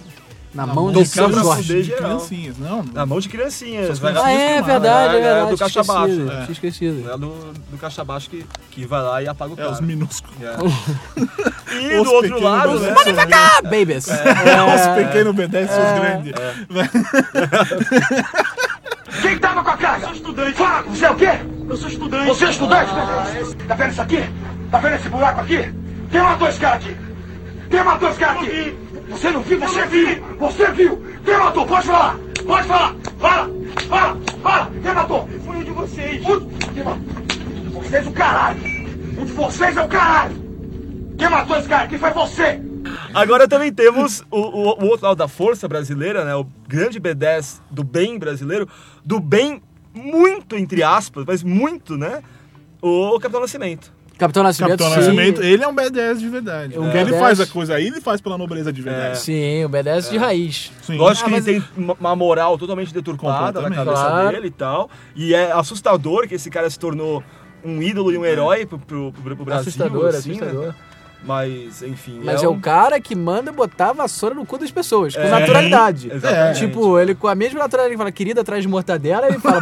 [SPEAKER 7] Na mão
[SPEAKER 5] mão
[SPEAKER 7] de
[SPEAKER 5] do
[SPEAKER 7] São
[SPEAKER 5] cabra
[SPEAKER 7] Jorge.
[SPEAKER 5] fuder
[SPEAKER 6] De
[SPEAKER 5] geral.
[SPEAKER 6] criancinhas, não.
[SPEAKER 5] na mão de criancinhas, vai
[SPEAKER 7] Ah, é verdade, é
[SPEAKER 5] É,
[SPEAKER 7] verdade.
[SPEAKER 5] do caixa
[SPEAKER 7] tinha esquecido,
[SPEAKER 5] baixo.
[SPEAKER 7] tinha esquecido.
[SPEAKER 5] né, do, do caixa baixo que, que vai lá e apaga o
[SPEAKER 6] É,
[SPEAKER 5] cara.
[SPEAKER 6] os minúsculos.
[SPEAKER 5] E
[SPEAKER 6] Os
[SPEAKER 5] do outro
[SPEAKER 6] pequenos
[SPEAKER 5] lado,
[SPEAKER 6] Brasil.
[SPEAKER 5] né?
[SPEAKER 6] Manda pra cá!
[SPEAKER 7] Ah, babies!
[SPEAKER 6] Os
[SPEAKER 7] É.
[SPEAKER 6] pequenos obedecem aos grandes.
[SPEAKER 9] Quem tava com a cara? Eu sou estudante. Fala, você é o quê? Eu sou estudante. Você é estudante? Tá vendo isso aqui? Tá vendo esse buraco aqui? Quem matou esse cara aqui? Quem matou esse cara aqui? Você não viu? Você viu? Você viu? Quem matou? Pode falar! Pode falar! Fala! Fala! Fala! Quem matou? Foi um de vocês. Quem matou? Um de vocês o caralho! Um de vocês é o caralho! Quem matou esse cara aqui foi você!
[SPEAKER 5] Agora também temos o, o- o outro lado da força brasileira, né? O grande B10 do bem brasileiro, do bem muito, entre aspas, mas muito, né? O Capitão Nascimento.
[SPEAKER 7] Capitão Nascimento,
[SPEAKER 6] Capitão
[SPEAKER 7] sim.
[SPEAKER 6] Nascimento, ele é um B10 de verdade.
[SPEAKER 7] um É.
[SPEAKER 6] Porque Ele
[SPEAKER 7] B10.
[SPEAKER 6] faz a coisa aí, ele faz pela nobreza de verdade.
[SPEAKER 7] Sim, o BDS
[SPEAKER 5] É.
[SPEAKER 7] de raiz.
[SPEAKER 6] Sim.
[SPEAKER 5] Lógico
[SPEAKER 7] Ah,
[SPEAKER 5] que
[SPEAKER 7] mas-
[SPEAKER 5] ele tem uma- uma moral totalmente deturpada na
[SPEAKER 6] Completamente.
[SPEAKER 5] cabeça
[SPEAKER 7] Claro.
[SPEAKER 5] dele e tal. E é assustador que esse cara se tornou um ídolo e um herói pro, pro, pro- pro Brasil.
[SPEAKER 7] Assustador,
[SPEAKER 5] assim,
[SPEAKER 7] assustador.
[SPEAKER 5] Né? Mas, enfim.
[SPEAKER 7] Mas é,
[SPEAKER 5] um-
[SPEAKER 7] o cara que manda botar a vassoura no cu das pessoas, com
[SPEAKER 5] É.
[SPEAKER 7] naturalidade.
[SPEAKER 5] Exatamente.
[SPEAKER 7] Tipo, ele com a mesma naturalidade, ele fala, querida, atrás de mortadela, ele fala,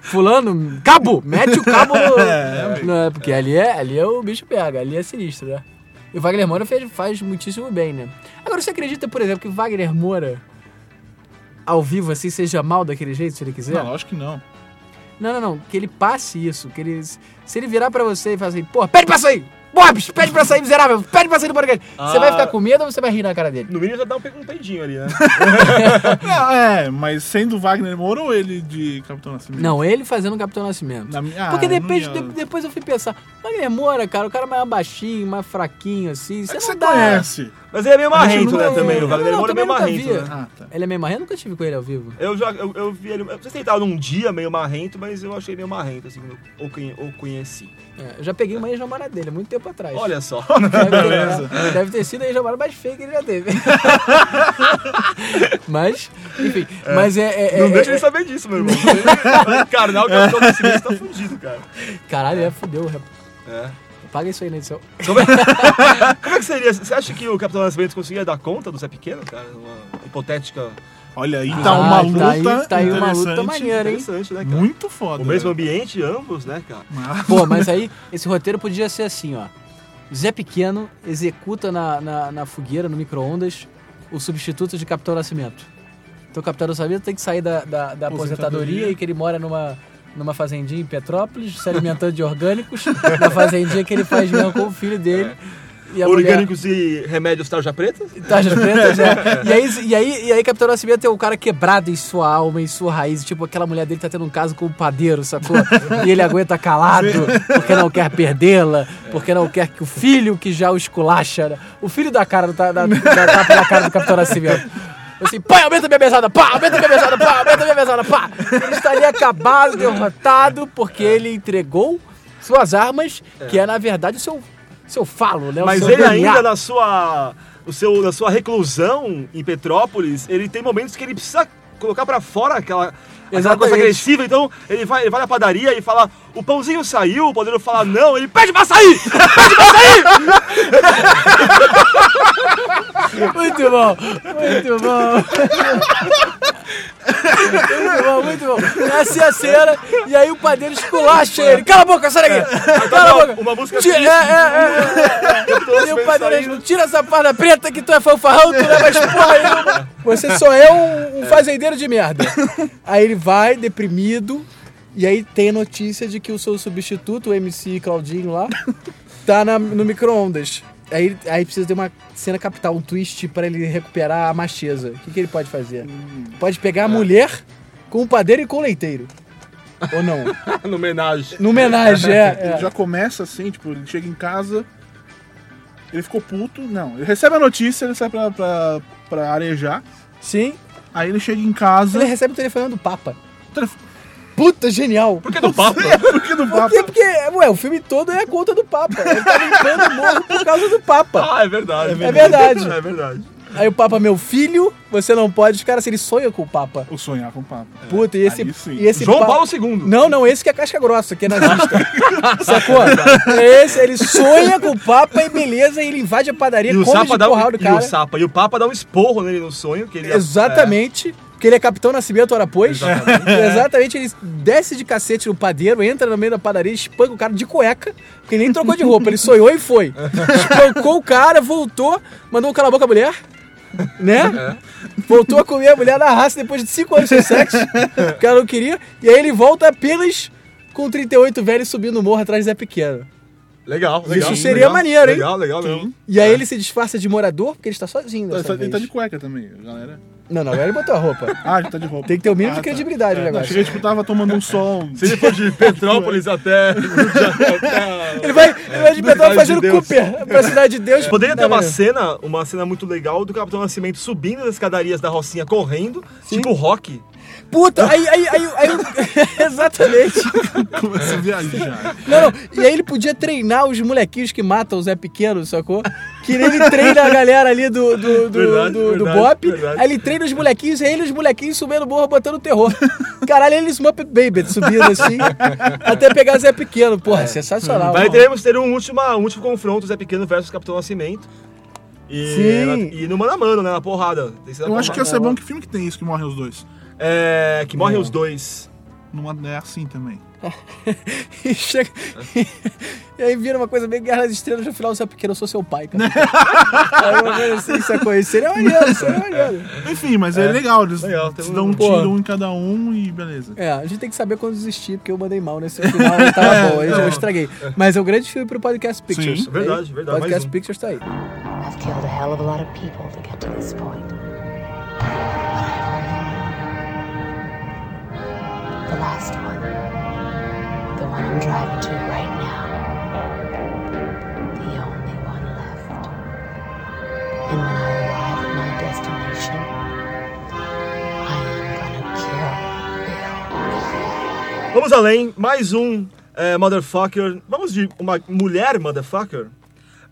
[SPEAKER 7] fulano, cabo, mete o cabo no... Não, porque ali é, ali é o bicho pega, ali é sinistro, né? E o Wagner Moura fez, faz muitíssimo bem, né? Agora, você acredita, por exemplo, que o Wagner Moura, ao vivo, assim, seja mal daquele jeito, se ele quiser?
[SPEAKER 6] Não, lógico que não.
[SPEAKER 7] Não, não, não. Que ele passe isso. Que ele, se ele virar pra você e falar assim, porra, pede pra sair! Bob, pede pra sair, miserável. Pede pra sair do podcast. Você
[SPEAKER 6] Ah.
[SPEAKER 7] vai ficar com medo ou você vai rir na cara dele?
[SPEAKER 5] No mínimo já dá um pe- um peidinho ali, né?
[SPEAKER 6] Não, é, mas sendo Wagner Moura ou ele de Capitão Nascimento?
[SPEAKER 7] Não, ele fazendo o Capitão Nascimento.
[SPEAKER 6] Na minha- ah,
[SPEAKER 7] Porque
[SPEAKER 6] eu não
[SPEAKER 7] depois,
[SPEAKER 6] ia-
[SPEAKER 7] de- depois eu fui pensar, Wagner Moura, cara, o cara é mais baixinho, mais fraquinho, assim, você
[SPEAKER 6] É que
[SPEAKER 7] não
[SPEAKER 6] você
[SPEAKER 7] dá.
[SPEAKER 6] conhece.
[SPEAKER 5] Mas ele é meio marrento, né,
[SPEAKER 7] Não,
[SPEAKER 5] também. O
[SPEAKER 7] não,
[SPEAKER 5] Wagner
[SPEAKER 7] não,
[SPEAKER 5] Moura é
[SPEAKER 7] também
[SPEAKER 5] meio
[SPEAKER 7] nunca
[SPEAKER 5] marrento,
[SPEAKER 7] vi.
[SPEAKER 5] né?
[SPEAKER 6] Ah, tá.
[SPEAKER 7] Ele é meio marrento, nunca tive com ele ao vivo.
[SPEAKER 5] Eu já eu, eu vi ele. Vocês tentaram um dia meio marrento, mas eu achei meio marrento, assim, quando eu o conhe- o conheci.
[SPEAKER 7] É, eu já peguei uma ex-namorada dele, há muito tempo atrás.
[SPEAKER 5] Olha só.
[SPEAKER 7] Deve ter, deve ter sido a ex-namorada mais feia que ele já teve. mas, enfim. Mas é. é-
[SPEAKER 5] Não
[SPEAKER 7] é-
[SPEAKER 5] deixa
[SPEAKER 7] é-
[SPEAKER 5] ele saber disso, meu irmão. cara, não, o Capitão Nascimento tá fudido, cara.
[SPEAKER 7] Caralho, é, fudeu. rap-
[SPEAKER 5] É.
[SPEAKER 7] Paga isso aí na edição.
[SPEAKER 5] Como é, como é que seria? Você acha que o Capitão Nascimento conseguiria dar conta do Zé Pequeno, cara? Uma hipotética.
[SPEAKER 6] Olha, aí tá
[SPEAKER 7] Ah,
[SPEAKER 6] uma
[SPEAKER 7] tá
[SPEAKER 6] luta
[SPEAKER 7] aí- tá aí uma luta
[SPEAKER 6] interessante.
[SPEAKER 7] maneira, hein?
[SPEAKER 5] Interessante, né, cara?
[SPEAKER 6] Muito foda.
[SPEAKER 5] O mesmo
[SPEAKER 6] né?
[SPEAKER 5] ambiente, ambos, né, cara?
[SPEAKER 7] Pô, mas aí esse roteiro podia ser assim, ó. Zé Pequeno executa na, na, na fogueira, no micro-ondas, o substituto de Capitão Nascimento. Então o Capitão Nascimento tem que sair da, da, da aposentadoria
[SPEAKER 6] Aposentadoria.
[SPEAKER 7] e que ele mora numa, numa fazendinha em Petrópolis, se alimentando de orgânicos, na fazendinha que ele faz mesmo com o filho dele. E a mulher-
[SPEAKER 5] Orgânicos e remédios tarja preta?
[SPEAKER 7] Tarjas pretas, é. E aí, e aí, e aí Capitão Nascimento é um cara quebrado em sua alma, em sua raiz. Tipo, aquela mulher dele tá tendo um caso com o padeiro, sacou? E ele aguenta calado, porque não quer perdê-la, porque não quer que o filho que já o esculacha, né? o filho da cara, do- da, da, da, tapa na cara do Capitão Nascimento. Assim, pai, aumenta minha mesada, pá, aumenta minha mesada, pá, aumenta minha mesada, pá. Ele está ali acabado, derrotado, porque
[SPEAKER 5] É.
[SPEAKER 7] ele entregou suas armas, que é, na verdade, o seu, seu falo, né? O
[SPEAKER 5] Mas
[SPEAKER 7] seu
[SPEAKER 5] ele
[SPEAKER 7] DNA.
[SPEAKER 5] ainda na sua, o seu, na sua reclusão em Petrópolis, ele tem momentos que ele precisa colocar pra fora aquela, aquela
[SPEAKER 7] Exatamente.
[SPEAKER 5] coisa agressiva. Então ele vai, ele vai na padaria e fala: o pãozinho saiu, o padeiro fala não, ele pede pra sair!
[SPEAKER 7] Muito bom, muito bom. Muito bom, muito bom. Essa é a cena, e aí o padeiro esculacha ele. Cala a boca, sai daqui! Cala a
[SPEAKER 5] Uma-
[SPEAKER 7] boca!
[SPEAKER 5] É. uma música
[SPEAKER 7] Tira,
[SPEAKER 5] assim.
[SPEAKER 7] é, é, é, é.
[SPEAKER 5] Eu tô
[SPEAKER 7] E o
[SPEAKER 5] pensando
[SPEAKER 7] padeiro
[SPEAKER 5] ainda.
[SPEAKER 7] diz, tira essa parda preta que tu é fanfarrão, tu não é mais porra nenhuma. Você só é um, um fazendeiro de merda. Aí ele vai, deprimido, e aí tem a notícia de que o seu substituto, o MC Claudinho lá, tá na- no micro-ondas. Aí, aí precisa de uma cena capital, um twist pra ele recuperar a macheza. O que, que ele pode fazer? Pode pegar a mulher com o padeiro e com o leiteiro. Ou não?
[SPEAKER 5] no homenagem.
[SPEAKER 7] No homenagem, é.
[SPEAKER 6] Ele
[SPEAKER 7] é.
[SPEAKER 6] já começa assim, tipo, ele chega em casa, ele ficou puto, não, ele recebe a notícia, ele sai pra, pra, pra arejar,
[SPEAKER 7] Sim.
[SPEAKER 6] aí ele chega em casa...
[SPEAKER 7] Ele recebe o telefone do Papa.
[SPEAKER 6] Telef-
[SPEAKER 7] Puta, genial.
[SPEAKER 5] Por que do papo?
[SPEAKER 6] Por que não passa?
[SPEAKER 7] Porque, porque, ué, o filme todo é a conta do Papa. Ele tá limpando o morro por causa do Papa.
[SPEAKER 5] Ah, é verdade.
[SPEAKER 7] É verdade.
[SPEAKER 5] É verdade.
[SPEAKER 7] Aí o Papa, meu filho, você não pode. Os caras, ele sonha com o Papa.
[SPEAKER 6] O sonhar com o papo. é,
[SPEAKER 7] Puta, e esse.
[SPEAKER 6] Aí sim.
[SPEAKER 7] E esse
[SPEAKER 5] João
[SPEAKER 7] Papa-
[SPEAKER 5] Paulo II.
[SPEAKER 7] Não, não, esse que é casca grossa, que é nazista. Sacou? Esse, ele sonha com o Papa e beleza, e ele invade a padaria,
[SPEAKER 5] E o,
[SPEAKER 7] come de
[SPEAKER 5] Sapa dá um,
[SPEAKER 7] porral do
[SPEAKER 5] e o
[SPEAKER 7] cara.
[SPEAKER 5] Sapa. E o Papa dá um esporro nele no sonho. Que ele é-
[SPEAKER 7] Exatamente. Porque ele é capitão Nascimento, ora pois.
[SPEAKER 5] Exatamente.
[SPEAKER 7] Exatamente, ele desce de cacete no padeiro, entra no meio da padaria, espanca o cara de cueca, porque ele nem trocou de roupa, ele sonhou e foi. Espancou o cara, voltou, mandou um cala a boca à mulher, né? Voltou a comer a mulher na raça depois de 5 anos sem sexo, porque ela não queria, e aí ele volta apenas com 38 velhos subindo no morro atrás de Zé Pequeno.
[SPEAKER 5] É. Legal, legal.
[SPEAKER 7] seria
[SPEAKER 5] legal,
[SPEAKER 7] maneiro, hein?
[SPEAKER 5] Legal, legal mesmo.
[SPEAKER 7] E aí ele se disfarça de morador, porque ele está sozinho
[SPEAKER 6] Ele É.
[SPEAKER 7] dessa
[SPEAKER 6] tá, ele
[SPEAKER 7] vez.
[SPEAKER 6] tá de cueca também, galera.
[SPEAKER 7] Não, não, agora ele botou a roupa.
[SPEAKER 6] Ah, ele tá de roupa.
[SPEAKER 7] Tem que ter o mínimo
[SPEAKER 6] Ah,
[SPEAKER 7] de
[SPEAKER 6] tá.
[SPEAKER 7] credibilidade o
[SPEAKER 6] Não,
[SPEAKER 7] negócio.
[SPEAKER 6] achei que tipo, tava tomando um sol.
[SPEAKER 5] Se ele for de Petrópolis até.
[SPEAKER 7] Ele vai, ele vai de metrô
[SPEAKER 5] É. Cidade de
[SPEAKER 7] fazendo
[SPEAKER 5] Deus. É.
[SPEAKER 7] Cooper pra Cidade de Deus.
[SPEAKER 5] Poderia ter
[SPEAKER 7] Não,
[SPEAKER 5] uma
[SPEAKER 7] não.
[SPEAKER 5] cena, uma cena muito legal do Capitão Nascimento subindo as escadarias da Rocinha correndo, tipo rock.
[SPEAKER 7] Puta, aí, aí, aí, aí eu- Exatamente.
[SPEAKER 6] Começa a viajar.
[SPEAKER 7] Não, não. E aí ele podia treinar os molequinhos que matam o Zé Pequeno, sacou? Que nem ele treina a galera ali do, do, do,
[SPEAKER 5] Verdade,
[SPEAKER 7] do, do
[SPEAKER 5] verdade,
[SPEAKER 7] Bop.
[SPEAKER 5] verdade.
[SPEAKER 7] Aí ele treina os molequinhos, e aí ele e os molequinhos subindo o morro, botando terror. Caralho, eles Muppet Baby subindo assim, até pegar o Zé Pequeno. Porra, sensacional.
[SPEAKER 5] É. Vai
[SPEAKER 7] mano.
[SPEAKER 5] teremos ter um último, um último confronto, Zé Pequeno versus Capitão Nascimento. E,
[SPEAKER 7] Sim.
[SPEAKER 5] na- e no mano a mano, né? Na porrada. Tem que ser na
[SPEAKER 6] Eu acho que
[SPEAKER 5] porrada.
[SPEAKER 6] ia ser bom que filme que tem isso que morrem os dois.
[SPEAKER 5] É, que morrem os dois.
[SPEAKER 6] numa, é assim também.
[SPEAKER 7] e, chega- e aí vira uma coisa bem Guerra das Estrelas, no final você é pequeno, eu sou seu pai, cara. aí eu falei assim, isso é coisa, seria maneiro, seria maneiro.
[SPEAKER 6] Enfim, mas é, legal, eles
[SPEAKER 5] legal, tem
[SPEAKER 6] se dão um
[SPEAKER 5] um-
[SPEAKER 6] tiro um em cada um e beleza.
[SPEAKER 7] É, a gente tem que saber quando desistir, porque eu mandei mal nesse final, não tava bom, aí eu estraguei. Mas é um grande filme pro Podcast Pictures.
[SPEAKER 6] Sim,
[SPEAKER 5] verdade,
[SPEAKER 7] Aí,
[SPEAKER 5] verdade, mais
[SPEAKER 7] Podcast
[SPEAKER 5] um.
[SPEAKER 7] Pictures tá aí.
[SPEAKER 8] I've killed a hell of a lot of people to get to this point. The last one. The one I'm driving to right now. The only one left. And when I arrive at my destination, I am gonna kill Bill.
[SPEAKER 5] Vamos além, mais um é, Motherfucker. Vamos de uma mulher Motherfucker?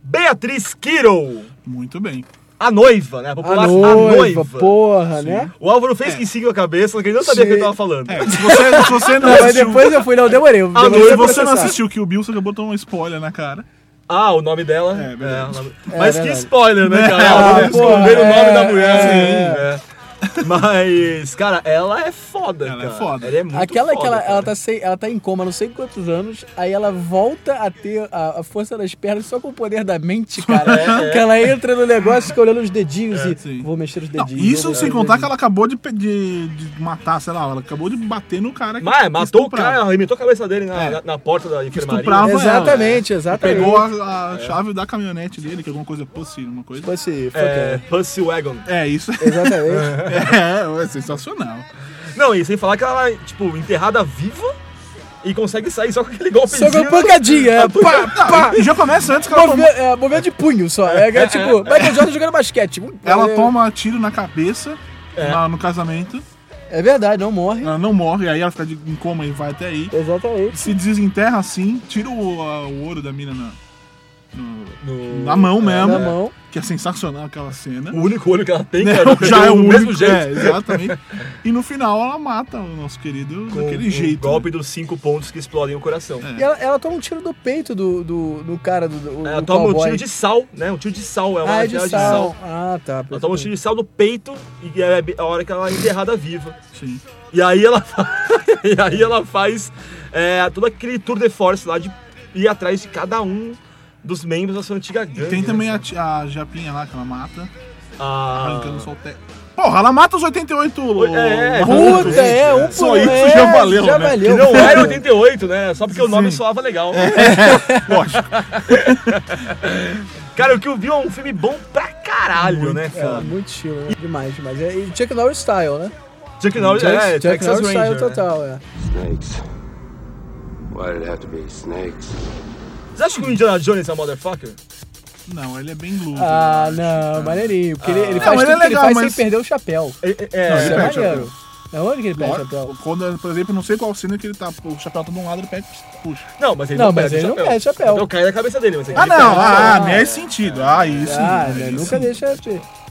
[SPEAKER 5] Beatriz Kiro,
[SPEAKER 6] Muito bem.
[SPEAKER 5] a noiva, né? A popular
[SPEAKER 7] A
[SPEAKER 5] a
[SPEAKER 7] noiva,
[SPEAKER 5] noiva.
[SPEAKER 7] porra, né?
[SPEAKER 5] O Álvaro fez que sim com a cabeça, porque ele não sabia o que
[SPEAKER 7] Sim.
[SPEAKER 5] ele tava falando.
[SPEAKER 6] É, se você, se você não,
[SPEAKER 7] Não, mas
[SPEAKER 6] assistiu,
[SPEAKER 7] depois eu fui, não, eu demorei. eu demorei
[SPEAKER 5] noiva
[SPEAKER 6] se
[SPEAKER 7] pra
[SPEAKER 6] um- Ah, você não
[SPEAKER 7] processar.
[SPEAKER 6] assistiu que o Bill, você acabou de tomar um spoiler na cara.
[SPEAKER 5] Ah, o nome dela.
[SPEAKER 6] É, beleza.
[SPEAKER 5] o nome- Mas que
[SPEAKER 7] verdade.
[SPEAKER 5] spoiler, né, cara?
[SPEAKER 7] Ah,
[SPEAKER 5] Vamos esconder
[SPEAKER 7] porra,
[SPEAKER 5] o nome
[SPEAKER 7] é,
[SPEAKER 5] da mulher.
[SPEAKER 7] é.
[SPEAKER 5] sim, né? Mas, cara, ela é foda,
[SPEAKER 6] Ela é
[SPEAKER 5] cara.
[SPEAKER 6] foda.
[SPEAKER 5] Ela é muito
[SPEAKER 7] Aquela
[SPEAKER 5] foda,
[SPEAKER 7] que ela,
[SPEAKER 5] cara.
[SPEAKER 7] ela, tá sem, ela tá em coma não sei quantos anos, aí ela volta a ter a, a força das pernas só com o poder da mente, cara.
[SPEAKER 5] É, é.
[SPEAKER 7] Que ela entra no negócio fica olhando os dedinhos
[SPEAKER 5] É,
[SPEAKER 7] e
[SPEAKER 6] sim.
[SPEAKER 7] vou mexer os
[SPEAKER 6] Não,
[SPEAKER 7] dedinhos.
[SPEAKER 6] isso
[SPEAKER 7] vou
[SPEAKER 6] sem
[SPEAKER 7] mexer os
[SPEAKER 6] contar que
[SPEAKER 7] dedinhos."
[SPEAKER 6] ela acabou de, pe- de, de matar, sei lá, ela acabou de bater no cara que
[SPEAKER 5] Mas é, matou o
[SPEAKER 6] estuprava.
[SPEAKER 5] cara, arrebentou a cabeça dele na,
[SPEAKER 6] É.
[SPEAKER 5] na- na porta da enfermaria.
[SPEAKER 6] estuprava ela.
[SPEAKER 7] Exatamente, exatamente.
[SPEAKER 6] Pegou a,
[SPEAKER 7] É.
[SPEAKER 6] a chave da caminhonete dele, que é alguma coisa possível, uma coisa.
[SPEAKER 7] Tipo assim, fuck
[SPEAKER 5] É,
[SPEAKER 7] it.
[SPEAKER 5] Pussy Wagon.
[SPEAKER 6] É, isso
[SPEAKER 7] Exatamente.
[SPEAKER 6] é, é sensacional.
[SPEAKER 5] Não, e sem falar que ela é, tipo, enterrada viva e consegue sair só com aquele golpezinho.
[SPEAKER 7] Só com a pancadinha, é, pá, pá.
[SPEAKER 6] E já começa antes que ela
[SPEAKER 7] Movimento,
[SPEAKER 6] toma,
[SPEAKER 7] é, movimento de punho só. É, é tipo, Michael Jordan jogando basquete. Hum,
[SPEAKER 6] ela
[SPEAKER 7] é,
[SPEAKER 6] toma tiro na cabeça lá no casamento.
[SPEAKER 7] É verdade, não morre.
[SPEAKER 6] Ela não morre, aí ela fica de, em coma e vai até aí.
[SPEAKER 7] Exatamente.
[SPEAKER 6] Se desenterra assim, tira o, a- o ouro da mina na,
[SPEAKER 5] No-
[SPEAKER 6] na mão mesmo.
[SPEAKER 7] Na mão.
[SPEAKER 6] Que é sensacional aquela cena.
[SPEAKER 5] O único olho que ela tem,
[SPEAKER 6] Né?
[SPEAKER 5] cara,
[SPEAKER 6] Já é o
[SPEAKER 5] do
[SPEAKER 6] único,
[SPEAKER 5] mesmo jeito.
[SPEAKER 6] É, exatamente. E no final ela mata o nosso querido
[SPEAKER 5] Com
[SPEAKER 6] daquele
[SPEAKER 5] o
[SPEAKER 6] jeito.
[SPEAKER 5] Um
[SPEAKER 6] né? É.
[SPEAKER 5] golpe dos cinco pontos que explodem o coração.
[SPEAKER 7] E ela, ela toma um tiro do peito do, do, do cara, do, do
[SPEAKER 5] Ela
[SPEAKER 7] do
[SPEAKER 5] toma um
[SPEAKER 7] cowboy.
[SPEAKER 5] tiro de sal, né? Um tiro de sal, é uma
[SPEAKER 7] Ah, é
[SPEAKER 5] arma
[SPEAKER 7] de sal. Ah, tá.
[SPEAKER 5] Ela toma um tiro de sal no peito e é a hora que ela é enterrada viva.
[SPEAKER 6] Sim.
[SPEAKER 5] E aí ela faz, e aí ela faz é, todo aquele tour de force lá de ir atrás de cada um dos membros da sua antiga gangue.
[SPEAKER 6] Tem
[SPEAKER 5] né?
[SPEAKER 6] também a, ti- a Japinha lá que ela mata,
[SPEAKER 5] Ah,
[SPEAKER 6] arrancando só o teto. Porra, ela mata os 88 lo-
[SPEAKER 5] é,
[SPEAKER 6] malucos.
[SPEAKER 7] Puta, é, um
[SPEAKER 6] Só
[SPEAKER 7] por-
[SPEAKER 6] isso
[SPEAKER 7] é,
[SPEAKER 6] já valeu,
[SPEAKER 7] já
[SPEAKER 6] né?
[SPEAKER 5] que
[SPEAKER 7] valeu.
[SPEAKER 5] não
[SPEAKER 7] cara.
[SPEAKER 5] era 88, né? Só porque o nome
[SPEAKER 6] Sim. É,
[SPEAKER 5] soava legal.
[SPEAKER 6] Lógico.
[SPEAKER 5] Cara, o que eu vi é um filme bom pra caralho, né,
[SPEAKER 7] É,
[SPEAKER 5] cara?
[SPEAKER 7] muito estilo, né? Demais, demais. É, e Chuck Norris style, né?
[SPEAKER 5] Jack Norris é,
[SPEAKER 7] Chuck
[SPEAKER 5] Texas
[SPEAKER 7] Norris
[SPEAKER 5] Ranger.
[SPEAKER 7] style
[SPEAKER 5] né?
[SPEAKER 7] total, é.
[SPEAKER 2] Snakes. Why did it have to be snakes?
[SPEAKER 5] Você acha que o Indiana Jones é um motherfucker?
[SPEAKER 6] Não, ele é bem luso.
[SPEAKER 7] Ah, não, maneirinho. Porque ele, ele
[SPEAKER 6] Não,
[SPEAKER 7] faz
[SPEAKER 6] mas
[SPEAKER 7] tudo
[SPEAKER 6] é
[SPEAKER 7] que ele
[SPEAKER 6] legal,
[SPEAKER 7] faz
[SPEAKER 6] mas-
[SPEAKER 7] sem perder o chapéu.
[SPEAKER 5] É, é,
[SPEAKER 6] Não,
[SPEAKER 5] é,
[SPEAKER 7] Isso é
[SPEAKER 6] perde o
[SPEAKER 7] maneiro. É onde que ele perde o chapéu?
[SPEAKER 6] tá? Quando, por exemplo, eu não sei qual cena que ele tá, pô, o chapéu tá de um lado, ele pega e puxa.
[SPEAKER 5] não, mas ele
[SPEAKER 7] Não,
[SPEAKER 5] não
[SPEAKER 7] mas
[SPEAKER 5] perde
[SPEAKER 7] ele
[SPEAKER 5] o
[SPEAKER 7] não
[SPEAKER 5] chapéu.
[SPEAKER 7] perde o chapéu.
[SPEAKER 5] Então cai na cabeça dele, mas ele
[SPEAKER 6] Ah,
[SPEAKER 5] perde o
[SPEAKER 6] não,
[SPEAKER 5] chapéu.
[SPEAKER 6] ah, nesse sentido. Ah, isso.
[SPEAKER 7] Ah,
[SPEAKER 6] né,
[SPEAKER 7] né?
[SPEAKER 6] isso.
[SPEAKER 7] nunca deixa.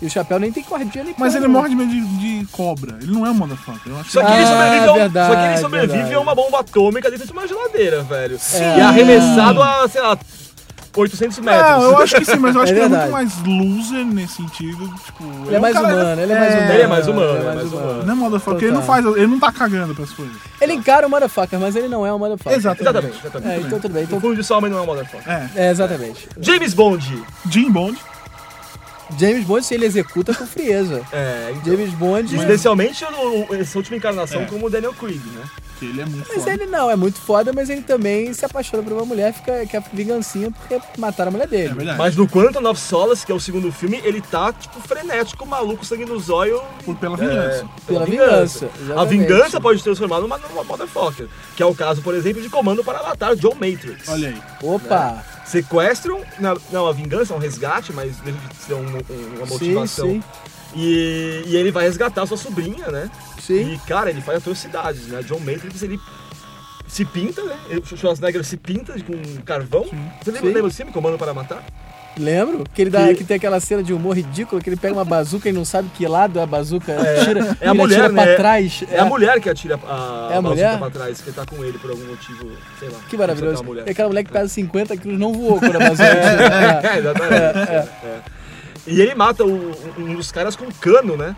[SPEAKER 7] E o chapéu nem tem cordinha nem
[SPEAKER 6] Mas
[SPEAKER 7] porra,
[SPEAKER 6] ele
[SPEAKER 7] não.
[SPEAKER 6] morre de medo de, de cobra. Ele não é um motherfucker. Eu acho
[SPEAKER 5] Só que,
[SPEAKER 7] Ah,
[SPEAKER 5] ele sobrevive a um-
[SPEAKER 7] verdade,
[SPEAKER 5] só que ele sobrevive
[SPEAKER 7] verdade.
[SPEAKER 5] a uma bomba atômica dentro de uma geladeira, velho.
[SPEAKER 7] É.
[SPEAKER 5] E arremessado a, sei lá, 800 metros.
[SPEAKER 6] Não, eu acho que sim, mas eu acho
[SPEAKER 7] É
[SPEAKER 6] que ele é muito
[SPEAKER 7] verdade.
[SPEAKER 6] mais loser nesse sentido. Tipo, ele,
[SPEAKER 7] é
[SPEAKER 6] um
[SPEAKER 7] mais humano, ele
[SPEAKER 5] Ele é
[SPEAKER 7] é mais humano.
[SPEAKER 5] mais humano,
[SPEAKER 7] Ele é
[SPEAKER 5] ele é mais
[SPEAKER 7] mais humano.
[SPEAKER 5] humano.
[SPEAKER 6] Não é motherfucker, ele não
[SPEAKER 7] Total.
[SPEAKER 6] faz, ele não tá cagando pras coisas.
[SPEAKER 7] Ele encara o motherfucker, mas ele não é um motherfucker.
[SPEAKER 5] Exatamente, exatamente.
[SPEAKER 7] É, então tudo bem.
[SPEAKER 5] O
[SPEAKER 7] Então,
[SPEAKER 5] fundo de sua mãe não é um motherfucker.
[SPEAKER 6] É,
[SPEAKER 7] é, exatamente.
[SPEAKER 5] James Bond.
[SPEAKER 6] Jim Bond.
[SPEAKER 7] James Bond, se ele executa com frieza.
[SPEAKER 5] É, então.
[SPEAKER 7] James Bond.
[SPEAKER 5] Especialmente o- o- essa última encarnação
[SPEAKER 6] É.
[SPEAKER 5] como o Daniel Craig, né?
[SPEAKER 6] Que ele é muito
[SPEAKER 7] Mas
[SPEAKER 6] foda.
[SPEAKER 7] ele não, é muito foda, mas ele também se apaixona por uma mulher, fica quer vingancinha porque mataram a mulher
[SPEAKER 6] É
[SPEAKER 7] dele.
[SPEAKER 6] verdade.
[SPEAKER 5] Mas no Quantum of Solace, que é o segundo filme, ele tá, tipo, frenético, maluco, sangue nos olhos.
[SPEAKER 6] Por, pela
[SPEAKER 5] É,
[SPEAKER 6] vingança.
[SPEAKER 7] Pela vingança,
[SPEAKER 5] A
[SPEAKER 7] exatamente.
[SPEAKER 5] vingança pode transformar numa, numa motherfucker. Que é o caso, por exemplo, de Comando para Matar, John Matrix.
[SPEAKER 6] Olha aí.
[SPEAKER 7] Opa!
[SPEAKER 5] sequestram. na- não, a vingança é um resgate, mas deve ser um- um- uma motivação.
[SPEAKER 7] Sim,
[SPEAKER 5] E, e ele vai resgatar sua sobrinha, né?
[SPEAKER 7] sim, sim.
[SPEAKER 5] E, cara, ele faz atrocidades, né? John Matrix, ele se pinta, né? Ele- O Schwarzenegger se pinta com carvão. Você lembra,
[SPEAKER 7] Sim.
[SPEAKER 5] lembra desse filme, Comando para Matar?
[SPEAKER 7] Lembro? Que ele dá,
[SPEAKER 5] É. Que-
[SPEAKER 7] que tem aquela cena de humor ridículo, que ele pega uma bazuca e não sabe que lado é a bazuca tira,
[SPEAKER 5] É a
[SPEAKER 7] ele
[SPEAKER 5] mulher,
[SPEAKER 7] atira
[SPEAKER 5] né?
[SPEAKER 7] pra trás.
[SPEAKER 5] É, a mulher que atira a,
[SPEAKER 7] É a
[SPEAKER 5] a bazuca
[SPEAKER 7] mulher?
[SPEAKER 5] pra trás, que tá com ele por algum motivo, sei lá.
[SPEAKER 7] Que
[SPEAKER 5] Não sei se é
[SPEAKER 7] maravilhoso.
[SPEAKER 5] uma mulher.
[SPEAKER 7] É aquela mulher que pesa 50 quilos não voou quando a bazuca tira.
[SPEAKER 5] É, exatamente. É. E ele mata o- um dos caras com um cano, né?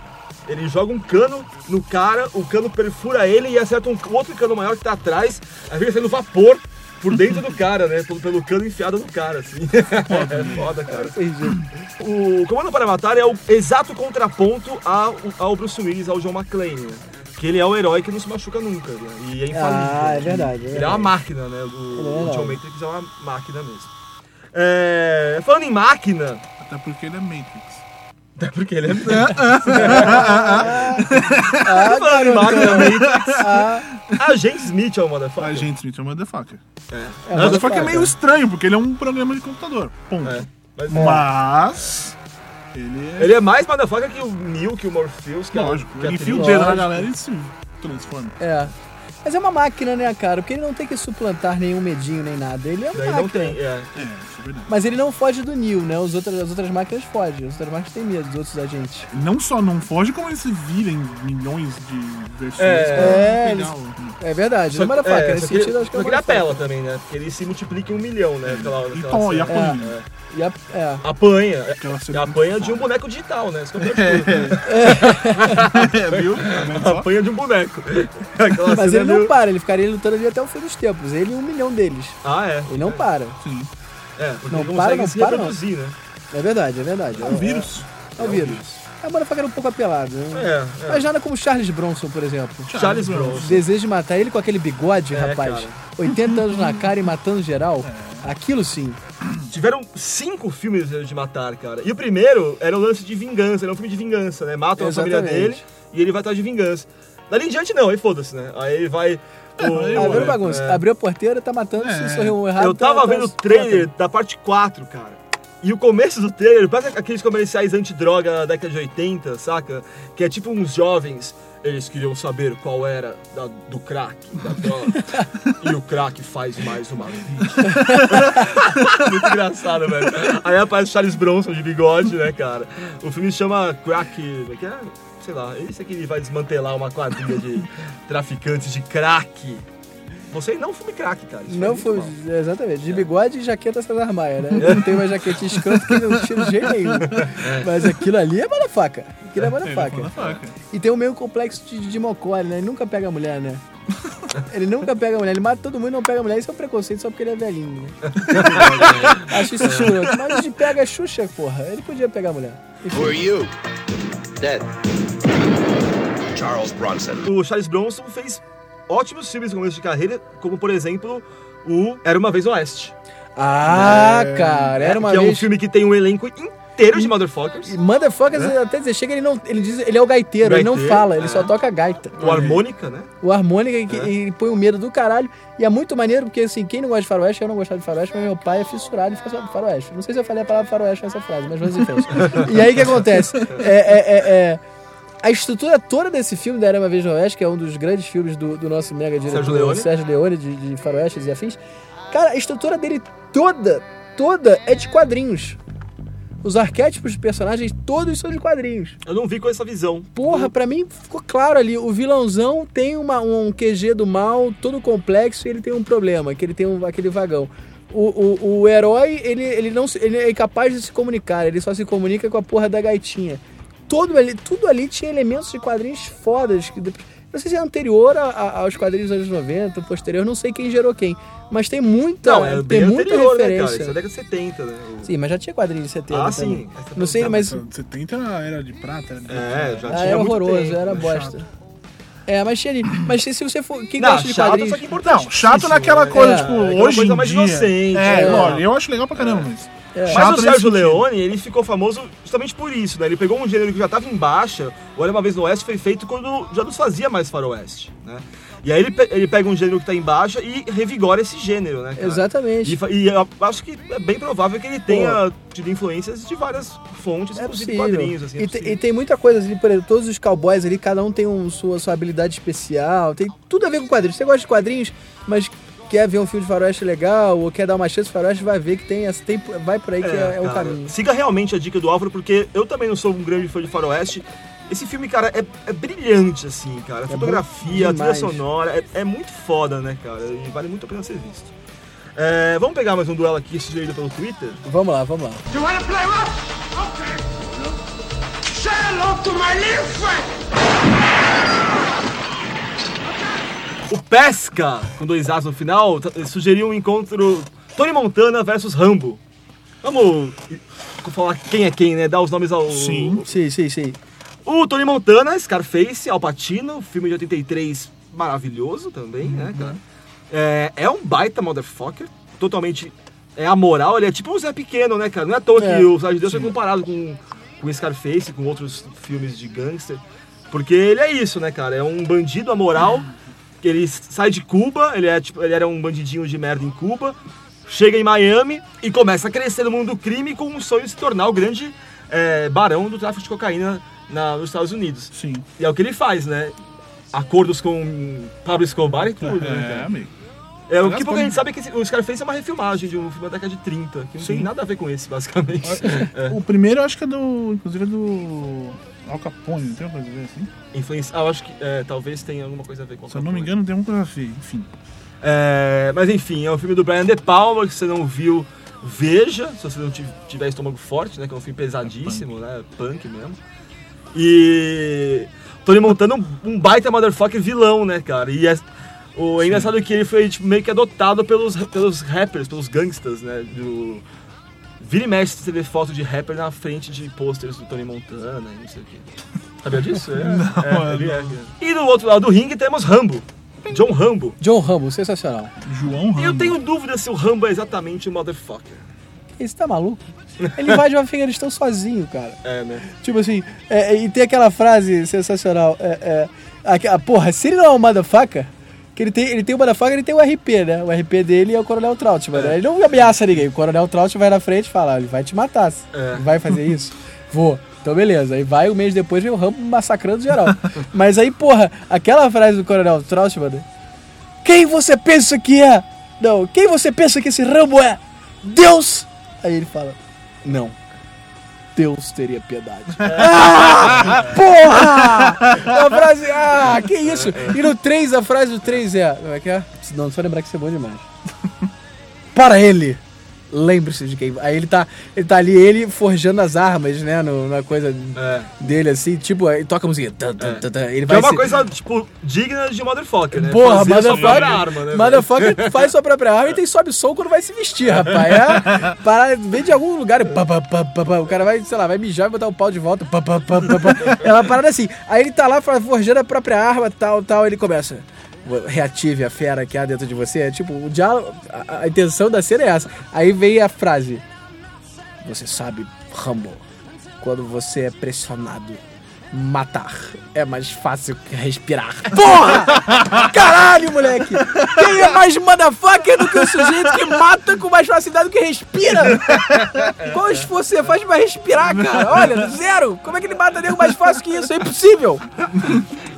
[SPEAKER 5] Ele joga um cano no cara, o cano perfura ele e acerta um outro cano maior que tá atrás. Aí fica saindo vapor por dentro do cara, né? Pelo, pelo cano enfiado no cara, assim. é foda, cara. O Comando para Matar é o exato contraponto ao, ao Bruce Willis, ao John McClane, né? Que ele é o herói que não se machuca nunca, né? E é infalível.
[SPEAKER 7] Ah, é verdade, é
[SPEAKER 5] Ele é uma
[SPEAKER 7] verdade.
[SPEAKER 5] máquina, né? O,
[SPEAKER 7] Ele é
[SPEAKER 5] o John
[SPEAKER 7] herói.
[SPEAKER 5] Matrix é uma máquina mesmo. É, falando em máquina,
[SPEAKER 6] Até porque ele é Matrix.
[SPEAKER 5] até porque ele é. falando em
[SPEAKER 7] então.
[SPEAKER 5] máquina, Matrix. Agente Smith é o motherfucker.
[SPEAKER 6] A gente Smith é um motherfucker.
[SPEAKER 7] É,
[SPEAKER 6] O motherfucker é meio estranho, porque ele é um programa de computador. Ponto.
[SPEAKER 5] É, mas-
[SPEAKER 6] Mas. Ele é.
[SPEAKER 5] Ele é mais motherfucker que o Neil, que o Morpheus, que a-
[SPEAKER 6] Lógico,
[SPEAKER 5] que a
[SPEAKER 6] ele enfia o
[SPEAKER 5] atriz.
[SPEAKER 6] dedo na
[SPEAKER 7] lógico.
[SPEAKER 6] galera e se transforma.
[SPEAKER 7] É. Mas é uma máquina, né, cara? Porque ele não tem que suplantar nenhum medinho nem nada. Ele é uma
[SPEAKER 5] Daí
[SPEAKER 7] máquina.
[SPEAKER 5] não tem. É.
[SPEAKER 6] É, isso é verdade.
[SPEAKER 7] Mas ele não foge do Neil, né? Os outros, as outras máquinas fogem. As outras máquinas têm medo dos outros agentes.
[SPEAKER 6] Ele não só não foge, como ele se vira em milhões de versões.
[SPEAKER 7] É,
[SPEAKER 6] pra pegar
[SPEAKER 7] É verdade. Não é
[SPEAKER 5] é,
[SPEAKER 7] motherfucker.
[SPEAKER 5] só
[SPEAKER 7] Nesse
[SPEAKER 5] que ele-
[SPEAKER 7] sentido, acho que é
[SPEAKER 5] só que
[SPEAKER 7] um
[SPEAKER 5] ele
[SPEAKER 7] motherfucker.
[SPEAKER 5] apela também, né? Porque ele se multiplica em um milhão, né? Aquela,
[SPEAKER 6] o-
[SPEAKER 5] aquela
[SPEAKER 6] Então,
[SPEAKER 5] cena. é.
[SPEAKER 6] e a polícia?
[SPEAKER 7] E a- é.
[SPEAKER 5] Apanha.
[SPEAKER 6] Aquela cena
[SPEAKER 5] Apanha de um boneco digital, né? Isso que eu tô
[SPEAKER 6] É, viu?
[SPEAKER 5] Apanha de um boneco. Aquela
[SPEAKER 7] Mas
[SPEAKER 5] cena
[SPEAKER 7] ele não
[SPEAKER 5] meio-
[SPEAKER 7] para. Ele ficaria lutando ali até o fim dos tempos. Ele e um milhão deles.
[SPEAKER 5] Ah, é.
[SPEAKER 7] Ele não para.
[SPEAKER 6] Sim.
[SPEAKER 5] É, porque
[SPEAKER 7] Não
[SPEAKER 5] ele
[SPEAKER 7] para,
[SPEAKER 5] consegue
[SPEAKER 7] não
[SPEAKER 5] se
[SPEAKER 7] para, não.
[SPEAKER 5] reproduzir, né?
[SPEAKER 7] É verdade, é verdade. É
[SPEAKER 6] É um vírus.
[SPEAKER 7] É um vírus. É um motherfucker um pouco apelado, né?
[SPEAKER 5] É, é.
[SPEAKER 7] Mas nada como Charles Bronson, por exemplo.
[SPEAKER 5] Charles Bronson.
[SPEAKER 7] Desejo de matar ele com aquele bigode,
[SPEAKER 5] É,
[SPEAKER 7] rapaz.
[SPEAKER 5] cara. É.
[SPEAKER 7] 80 anos na cara e matando geral. Aquilo sim.
[SPEAKER 5] Tiveram cinco filmes de matar, cara. E o primeiro era o lance de vingança, era um filme de vingança, né? Matam a família
[SPEAKER 7] Exatamente.
[SPEAKER 5] dele e ele vai atrás de vingança. Dali em diante, não, aí foda-se, né? Aí ele vai. o- é.
[SPEAKER 7] Abriu bagunça. Abriu a porteira, tá matando, se sorriu errado.
[SPEAKER 5] Eu tava
[SPEAKER 7] tá- tá-
[SPEAKER 5] vendo o trailer da parte 4, cara. E o começo do trailer, parece aqueles comerciais antidroga da década de 80, saca? Que é tipo uns jovens, eles queriam saber qual era da- do crack, da droga. e o crack faz mais uma vez. Muito engraçado, velho. Aí aparece o Charles Bronson de bigode, né, cara? O filme chama Crack. como é Que é, sei lá, esse aqui vai desmantelar uma quadrilha de traficantes de crack. Você não fume crack, cara. Isso é
[SPEAKER 7] Não
[SPEAKER 5] muito
[SPEAKER 7] foi,
[SPEAKER 5] mal. É.
[SPEAKER 7] exatamente, de bigode e jaqueta Cesar Maia, né? Não tem uma jaqueta escrota que não tira de jeito nenhum. Mas aquilo ali é motherfucker. Aquilo é motherfucker.
[SPEAKER 6] Motherfucker.
[SPEAKER 7] E tem o meio complexo de, de mocó, né? Ele nunca pega a mulher, né? Ele nunca pega a mulher, ele mata todo mundo e não pega a mulher. Isso é um preconceito só porque ele é velhinho, né? Acho
[SPEAKER 5] É.
[SPEAKER 7] isso escroto. Mas de pega a Xuxa, porra. Ele podia pegar a mulher. Enfim,
[SPEAKER 5] O Charles Bronson fez ótimos filmes no começo de carreira, como por exemplo o Era Uma Vez no Oeste.
[SPEAKER 7] Ah, cara, era uma
[SPEAKER 5] que é um
[SPEAKER 7] vez.
[SPEAKER 5] filme que tem um elenco inteiro de motherfuckers.
[SPEAKER 7] E Motherfuckers, até dizer, chega, ele não. Ele diz, ele é o gaiteiro, ele não
[SPEAKER 5] Né? Gaiteiro,
[SPEAKER 7] fala, ele
[SPEAKER 5] é.
[SPEAKER 7] só toca gaita.
[SPEAKER 5] O Harmônica, né?
[SPEAKER 7] O harmônica que, e põe o medo do caralho. E é muito maneiro, porque assim, quem não gosta de faroeste, eu não gostava de faroeste, mas meu pai é fissurado em fa- faroeste. Não sei se eu falei a palavra faroeste nessa frase, mas vamos em frente. e aí o que acontece? É, é- é- é- a estrutura toda desse filme da Era Uma Vez no Oeste, que é um dos grandes filmes do, do nosso mega diretor
[SPEAKER 5] Sérgio Leone.
[SPEAKER 7] Sérgio Leone, de, de faroestes e afins. Cara, a estrutura dele toda, toda é de quadrinhos. Os arquétipos de personagens todos são de quadrinhos.
[SPEAKER 5] Eu não vi com essa visão.
[SPEAKER 7] Porra, pra mim ficou claro ali, o vilãozão tem uma, um QG do mal todo complexo e ele tem um problema, que ele tem um- aquele vagão. O, o, o herói, ele, ele não se- ele é incapaz de se comunicar, ele só se comunica com a porra da gaitinha. Todo ali, tudo ali tinha elementos de quadrinhos fodas. Que depois, não sei se é anterior a- a- aos quadrinhos dos anos 90, posterior, não sei quem gerou quem. Mas tem muita,
[SPEAKER 5] Não, é
[SPEAKER 7] tem
[SPEAKER 5] bem
[SPEAKER 7] muita
[SPEAKER 5] anterior, né, cara?
[SPEAKER 7] referência.
[SPEAKER 5] Isso é década de 70, né? O-
[SPEAKER 7] Sim, mas já tinha quadrinhos de 70
[SPEAKER 5] Ah,
[SPEAKER 7] também.
[SPEAKER 5] sim. Essa é
[SPEAKER 7] Não sei,
[SPEAKER 5] produção-
[SPEAKER 7] mas...
[SPEAKER 6] 70 era a era de prata, era de
[SPEAKER 5] É, já
[SPEAKER 7] Ah,
[SPEAKER 5] tinha
[SPEAKER 7] era
[SPEAKER 5] muito
[SPEAKER 7] horroroso,
[SPEAKER 5] tempo,
[SPEAKER 7] era
[SPEAKER 5] né?
[SPEAKER 7] bosta. É, mas tinha ali. Mas se se você for. Quem
[SPEAKER 5] Não,
[SPEAKER 7] gosta de
[SPEAKER 5] chato,
[SPEAKER 7] quadrinhos.
[SPEAKER 5] só que é importante. né?
[SPEAKER 6] Não, chato naquela coisa,
[SPEAKER 7] É,
[SPEAKER 6] tipo,
[SPEAKER 5] aquela
[SPEAKER 6] hoje
[SPEAKER 5] coisa
[SPEAKER 6] em
[SPEAKER 5] mais
[SPEAKER 6] dia.
[SPEAKER 5] inocente,
[SPEAKER 6] é,
[SPEAKER 5] é.
[SPEAKER 6] lógico, eu acho legal pra caramba, mas...
[SPEAKER 7] É.
[SPEAKER 6] chato
[SPEAKER 5] Mas o
[SPEAKER 6] nesse
[SPEAKER 5] Sérgio
[SPEAKER 6] sentido.
[SPEAKER 5] Leone, ele ficou famoso justamente por isso, né? Ele pegou um gênero que já tava em baixa, o Era Uma Vez no Oeste foi feito quando já não se fazia mais faroeste, né? E aí ele, pe- ele pega um gênero que tá em baixa e revigora esse gênero, né, cara?
[SPEAKER 7] Exatamente.
[SPEAKER 5] E, fa- e eu acho que é bem provável que ele tenha tido influências de várias fontes,
[SPEAKER 7] É
[SPEAKER 5] inclusive
[SPEAKER 7] possível.
[SPEAKER 5] quadrinhos, assim. é
[SPEAKER 7] e, te-
[SPEAKER 5] possível.
[SPEAKER 7] e tem muita coisa assim, por exemplo, todos os cowboys ali, cada um tem um, sua, sua habilidade especial, tem tudo a ver com quadrinhos. Você gosta de quadrinhos, mas quer ver um filme de faroeste legal, ou quer dar uma chance de faroeste, vai ver que tem, essa- tem vai por aí que é, é o
[SPEAKER 5] cara,
[SPEAKER 7] caminho.
[SPEAKER 5] Siga realmente a dica do Álvaro, porque eu também não sou um grande fã de faroeste. Esse filme, cara, é, é brilhante, assim, cara. A fotografia, a trilha
[SPEAKER 7] É demais.
[SPEAKER 5] sonora, é, é muito foda, né, cara? E vale muito a pena ser visto. É, vamos pegar mais um duelo aqui, sugerido pelo Twitter.
[SPEAKER 7] Vamos lá, vamos lá.
[SPEAKER 9] é You wanna play rough? Okay. Hello to my little friend!
[SPEAKER 5] O Pesca, com dois As no final, t- sugeriu um encontro Tony Montana versus Rambo. Vamos falar quem é quem, né? Dar os nomes ao.
[SPEAKER 6] Sim.
[SPEAKER 7] Sei, sei, sei.
[SPEAKER 5] O Tony Montana, Scarface, Al Pacino, filme de 83 maravilhoso também, né, cara? É, é um baita motherfucker, totalmente é a moral, ele é tipo um Zé Pequeno, né, cara? Não é à toa
[SPEAKER 7] É,
[SPEAKER 5] que o Cidade de Deus foi comparado com, com Scarface, com outros filmes de gangster, porque ele é isso, né, cara? É um bandido amoral, que ele sai de Cuba, ele, é, tipo, ele era um bandidinho de merda em Cuba, chega em Miami e começa a crescer no mundo do crime com um sonho de se tornar o grande é, barão do tráfico de cocaína na- nos Estados Unidos.
[SPEAKER 6] Sim.
[SPEAKER 5] E é o que ele faz, né? Acordos com Pablo Escobar e tudo, né,
[SPEAKER 6] É,
[SPEAKER 5] cara?
[SPEAKER 6] amigo.
[SPEAKER 5] É, o que
[SPEAKER 6] Aliás,
[SPEAKER 5] pouca gente
[SPEAKER 6] quando-
[SPEAKER 5] sabe é que esse- o Scarface é uma refilmagem de um filme da década de 30, que não tem nada a ver com esse, basicamente. É.
[SPEAKER 6] O primeiro eu acho que é do. Inclusive é do. Al Capone, não tem uma coisa a ver assim?
[SPEAKER 5] Influência. Ah, eu acho que é, talvez tenha alguma coisa a ver com
[SPEAKER 6] Se eu não me engano, tem uma coisa a ver, enfim.
[SPEAKER 5] É, mas enfim, é um filme do Brian De Palma, que se você não viu, veja, se você não ti- tiver estômago forte, né? Que é um filme pesadíssimo, né? Punk mesmo. E. Tony Montana, um, um baita motherfucker vilão, né, cara? E é, o, é engraçado que ele foi tipo, meio que adotado pelos, pelos rappers, pelos gangsters, né? Do, vira e mexe, você vê foto de rapper na frente de posters do Tony Montana e não sei o quê. Sabia disso? É, é, ele é. E do outro lado do ringue temos Rambo. John Rambo.
[SPEAKER 7] John Rambo, sensacional.
[SPEAKER 6] João Ramos.
[SPEAKER 5] Eu tenho dúvida se o Rambo é exatamente o motherfucker.
[SPEAKER 7] Esse tá maluco? Ele invade o Afeganistão sozinho, cara.
[SPEAKER 5] É, né?
[SPEAKER 7] Tipo assim, é, é, e tem aquela frase sensacional. É, é, a, a- porra, se ele não é um motherfucker, que ele tem, ele tem o motherfucker ele tem o RP, né? O RP dele é o Coronel Trautmann. né? Ele não ameaça ninguém. O Coronel Trautmann vai na frente e fala, "Ah, ele vai te matar.
[SPEAKER 5] É.
[SPEAKER 7] Ele Vai fazer isso? Vou. Então beleza. Aí vai um mês depois vem o Rambo massacrando geral. Mas aí, porra, aquela frase do Coronel Trautmann... Quem você pensa que é? Não, quem você pensa que esse Rambo é? Deus! Aí ele fala, não. Deus teria piedade. Ah, porra! A frase. Ah, que isso? E no 3, a frase do 3 é. Como é que é? Não, só lembrar que isso é bom demais. Para ele! Lembre-se de quem. Aí ele tá, ele tá ali, ele forjando as armas, né? no- na coisa
[SPEAKER 5] É.
[SPEAKER 7] dele, assim. Tipo, aí toca a musiquinha. tan, tan, tan, tan, Ele
[SPEAKER 5] Que é
[SPEAKER 7] vai
[SPEAKER 5] uma
[SPEAKER 7] se-
[SPEAKER 5] coisa, tipo, digna de motherfucker, né?
[SPEAKER 7] Porra,
[SPEAKER 5] Fazer a sua
[SPEAKER 7] motherfucker,
[SPEAKER 5] própria arma, né?
[SPEAKER 7] motherfucker faz sua própria arma e tem sobe som quando vai se vestir, rapaz. É, para, vem de algum lugar e pá, pá, pá, pá, pá. o cara vai, sei lá, vai mijar e botar o pau de volta. Pá, pá, pá, pá, pá. É uma parada assim. Aí ele tá lá forjando a própria arma, tal, tal, ele começa. Reative a fera que há dentro de você. É tipo, o diálogo. A, a intenção da cena é essa. Aí vem a frase. Você sabe, Rambo, quando você é pressionado, matar é mais fácil que respirar. Porra! Caralho, moleque! Quem é mais motherfucker do que o sujeito que mata com mais facilidade do que respira? Qual esforço você faz pra respirar, cara? Olha, zero! Como é que ele mata nego mais fácil que isso? É impossível!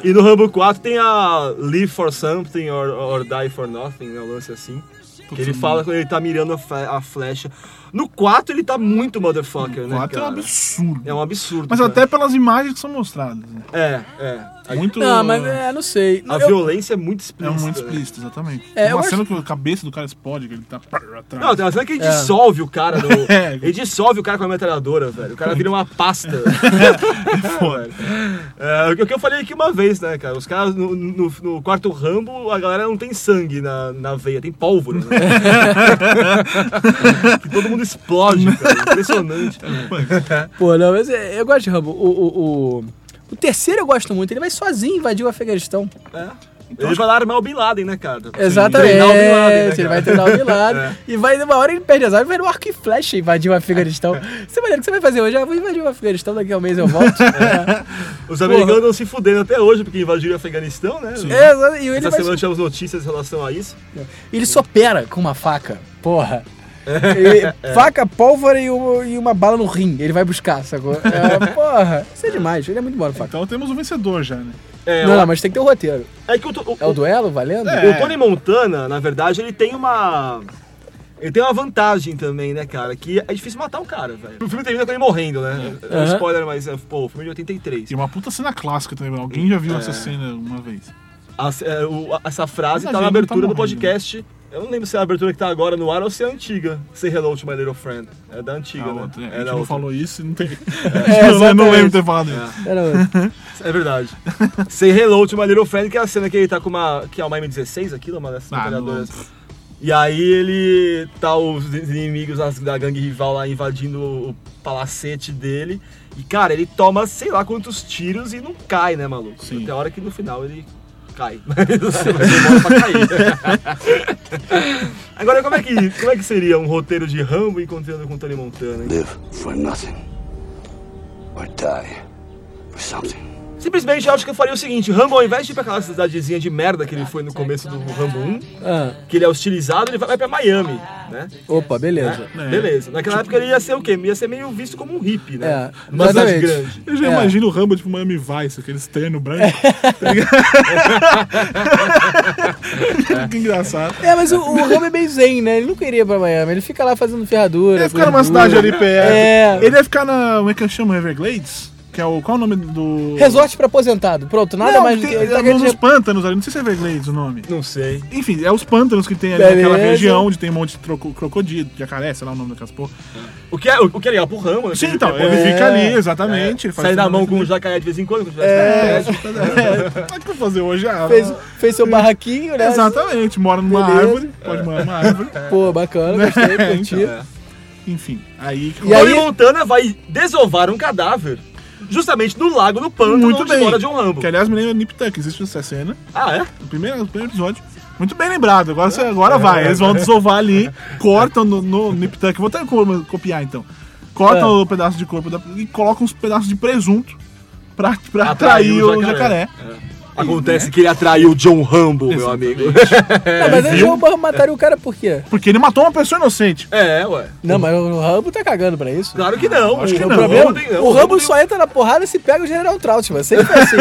[SPEAKER 5] E no Rambo 4 tem a Live for Something or, or Die for Nothing, né? Um lance assim. Que ele fala quando ele tá mirando a, fe- a flecha. No 4 ele tá muito motherfucker, né?
[SPEAKER 6] 4 é um
[SPEAKER 5] cara?
[SPEAKER 6] absurdo.
[SPEAKER 5] É um absurdo.
[SPEAKER 6] Mas
[SPEAKER 5] cara.
[SPEAKER 6] até pelas imagens que são mostradas. né?
[SPEAKER 5] É, é.
[SPEAKER 6] Muito.
[SPEAKER 7] não sei.
[SPEAKER 5] A violência é muito
[SPEAKER 6] É
[SPEAKER 5] explícita.
[SPEAKER 6] muito
[SPEAKER 5] né?
[SPEAKER 6] explícito, exatamente.
[SPEAKER 7] É,
[SPEAKER 6] É, uma
[SPEAKER 7] eu
[SPEAKER 6] cena que a cabeça do cara explode, que ele tá prrr, atrás.
[SPEAKER 5] Não, tem uma cena que ele dissolve o cara no.
[SPEAKER 6] É.
[SPEAKER 5] Ele dissolve o cara com a metralhadora, velho. O cara vira uma pasta.
[SPEAKER 6] foda.
[SPEAKER 5] É, o que eu falei aqui uma vez, né, cara? Os caras no, no- no quarto Rambo, a galera não tem sangue na, na veia, tem pólvora. Né? que todo mundo explode, cara. Impressionante.
[SPEAKER 7] Então, Pô, não, mas é- eu gosto de Rambo. O, o, o, o terceiro eu gosto muito. Ele vai sozinho invadir o Afeganistão.
[SPEAKER 5] Ele vai lá armar o Bin Laden, né, cara?
[SPEAKER 7] Exatamente.
[SPEAKER 5] Treinar o Bin Laden, né,
[SPEAKER 7] ele
[SPEAKER 5] cara?
[SPEAKER 7] vai treinar o Bin Laden.
[SPEAKER 5] É.
[SPEAKER 7] E vai, numa hora ele perde as armas, vai no arco e flecha invadir o Afeganistão. Você maneiro, o que você vai fazer hoje? Ah, vou invadir o Afeganistão, daqui a um mês eu volto.
[SPEAKER 5] É. Os americanos estão se fudendo até hoje porque invadiram o Afeganistão, né?
[SPEAKER 7] É, exato, e ele,
[SPEAKER 5] Essa
[SPEAKER 7] vai,
[SPEAKER 5] semana tivemos notícias em relação a isso.
[SPEAKER 7] ele sopera com uma faca. Porra.
[SPEAKER 5] É.
[SPEAKER 7] E- faca, pólvora e, uma- e uma bala no rim. Ele vai buscar, sacou? É, porra, isso é demais. Ele é muito bom na faca.
[SPEAKER 6] Então temos o vencedor já, né?
[SPEAKER 5] É,
[SPEAKER 7] Não,
[SPEAKER 5] o-
[SPEAKER 7] não, mas tem que ter o roteiro.
[SPEAKER 5] é que o, to- o-
[SPEAKER 7] É o duelo, valendo?
[SPEAKER 5] O Tony Montana, na verdade, ele tem uma. Ele tem uma vantagem também, né, cara? Que é difícil matar o cara, velho. O filme termina com ele morrendo, né? É um
[SPEAKER 7] Aham.
[SPEAKER 5] spoiler, mas, é, pô, o filme de 83.
[SPEAKER 6] E uma puta cena clássica também. Alguém já viu essa cena uma vez.
[SPEAKER 5] A- é, o- a- essa frase
[SPEAKER 6] Mas a
[SPEAKER 5] tá na
[SPEAKER 6] gente não tá
[SPEAKER 5] abertura do
[SPEAKER 6] morrendo.
[SPEAKER 5] podcast Eu não lembro se é a abertura que tá agora no ar ou se é a antiga. Say Hello to My Little Friend. É da antiga,
[SPEAKER 6] A
[SPEAKER 5] né?
[SPEAKER 6] Ah, outra, a
[SPEAKER 5] é
[SPEAKER 6] gente
[SPEAKER 5] da
[SPEAKER 6] não
[SPEAKER 5] outra.
[SPEAKER 6] falou isso e não tem. eu
[SPEAKER 7] É,
[SPEAKER 6] não
[SPEAKER 7] exatamente.
[SPEAKER 6] lembro de ter falado isso.
[SPEAKER 7] Era outra.
[SPEAKER 5] É verdade. Say Hello to My Little Friend, que é a cena que ele tá com uma. Que é uma M16 aquilo, uma dessas
[SPEAKER 6] Ah,
[SPEAKER 5] metralhadoras. E aí ele tá os inimigos das- da gangue rival lá invadindo o palacete dele. E cara, ele toma sei lá quantos tiros e não cai, né, maluco?
[SPEAKER 6] Sim.
[SPEAKER 5] Até a hora que no final ele cai. Mas demora pra cair. Agora, como é, que, como é que seria um roteiro de Rambo encontrando com Tony Montana? hein?
[SPEAKER 2] Live for nothing. Or die for something.
[SPEAKER 5] Simplesmente eu acho que eu faria o seguinte: Rambo, ao invés de ir pra aquela cidadezinha de merda que ele foi no começo do Rambo 1,
[SPEAKER 7] Ah,
[SPEAKER 5] que ele é hostilizado, ele vai pra Miami, né?
[SPEAKER 7] opa, beleza.
[SPEAKER 5] É. Beleza. Naquela época ele ia ser o quê? Ia ser meio visto como um hippie, né?
[SPEAKER 7] É,
[SPEAKER 5] Uma cidade
[SPEAKER 7] exatamente.
[SPEAKER 5] grande.
[SPEAKER 6] Eu já
[SPEAKER 7] É.
[SPEAKER 6] imagino o Rambo, tipo Miami Vice, aqueles terno branco. tá que engraçado.
[SPEAKER 7] É, mas o, o Rambo é bem zen, né? Ele não queria ir pra Miami. Ele fica lá fazendo ferradura.
[SPEAKER 6] Ele ia ficar numa
[SPEAKER 7] gordura.
[SPEAKER 6] cidade ali perto.
[SPEAKER 7] É.
[SPEAKER 6] Ele ia ficar na. Como é que chama? Everglades? Que é o. Qual é o nome do.
[SPEAKER 7] Resorte pra aposentado. Pronto, nada
[SPEAKER 6] Não,
[SPEAKER 7] mais.
[SPEAKER 6] Tem,
[SPEAKER 7] ele tá
[SPEAKER 6] é,
[SPEAKER 7] querendo-
[SPEAKER 6] nos pântanos ali. Não sei se é Everglades o nome.
[SPEAKER 5] Não sei.
[SPEAKER 6] Enfim, é os pântanos que tem ali
[SPEAKER 7] Beleza.
[SPEAKER 6] naquela região onde tem um monte de troco- crocodilo, jacaré, sei lá o nome daquelas porra.
[SPEAKER 5] O que é, o, o que é legal pro Rambo, né?
[SPEAKER 6] Sim,
[SPEAKER 5] Ele-
[SPEAKER 6] então,
[SPEAKER 5] ele-
[SPEAKER 6] ele
[SPEAKER 5] é,
[SPEAKER 6] fica ali,
[SPEAKER 5] é,
[SPEAKER 6] exatamente. ele faz
[SPEAKER 5] Sai na
[SPEAKER 6] tudo
[SPEAKER 5] mão
[SPEAKER 6] muito
[SPEAKER 5] com um
[SPEAKER 6] bem.
[SPEAKER 5] jacaré de vez em quando, quando tiver cidade grande.
[SPEAKER 6] É, o que eu vou fazer hoje? Ah,
[SPEAKER 7] Fez, fez seu barraquinho, né?
[SPEAKER 6] Exatamente, mora numa
[SPEAKER 7] Beleza.
[SPEAKER 6] árvore, pode morar numa árvore.
[SPEAKER 7] Pô, bacana, gostei,
[SPEAKER 6] É,
[SPEAKER 7] curti.
[SPEAKER 6] então, Enfim, aí que
[SPEAKER 7] E
[SPEAKER 5] Tony
[SPEAKER 7] aí-
[SPEAKER 5] Montana vai desovar um cadáver justamente no lago do pântano
[SPEAKER 6] Muito
[SPEAKER 5] onde
[SPEAKER 6] bem.
[SPEAKER 5] mora John Rambo.
[SPEAKER 6] Que é- aliás me lembra Nip Tuck, existe essa cena,
[SPEAKER 5] Ah, é?
[SPEAKER 6] no primeiro, no primeiro episódio. Muito bem lembrado, agora, você- agora vai. Eles vão desovar ali, cortam no, no Nip Tuck. Vou até co- copiar então. Cortam o pedaço de corpo da- e colocam uns pedaços de presunto pra, pra atrair o jacaré.
[SPEAKER 5] Acontece
[SPEAKER 6] né?
[SPEAKER 5] que ele atraiu John Rambo, meu amigo.
[SPEAKER 7] Não, mas eles
[SPEAKER 6] é. viu?
[SPEAKER 7] vão matar o cara por quê?
[SPEAKER 6] Porque ele matou uma pessoa inocente.
[SPEAKER 5] É, ué.
[SPEAKER 7] Não, mas o Rambo tá cagando pra isso.
[SPEAKER 5] Claro que não.
[SPEAKER 6] acho
[SPEAKER 5] o
[SPEAKER 6] que Uhum. não.
[SPEAKER 5] Rambo
[SPEAKER 7] Problema?
[SPEAKER 5] tem- não,
[SPEAKER 7] o Rambo
[SPEAKER 5] tem-
[SPEAKER 6] um-
[SPEAKER 7] só entra na porrada e se pega o General Trautmann. Sempre foi assim.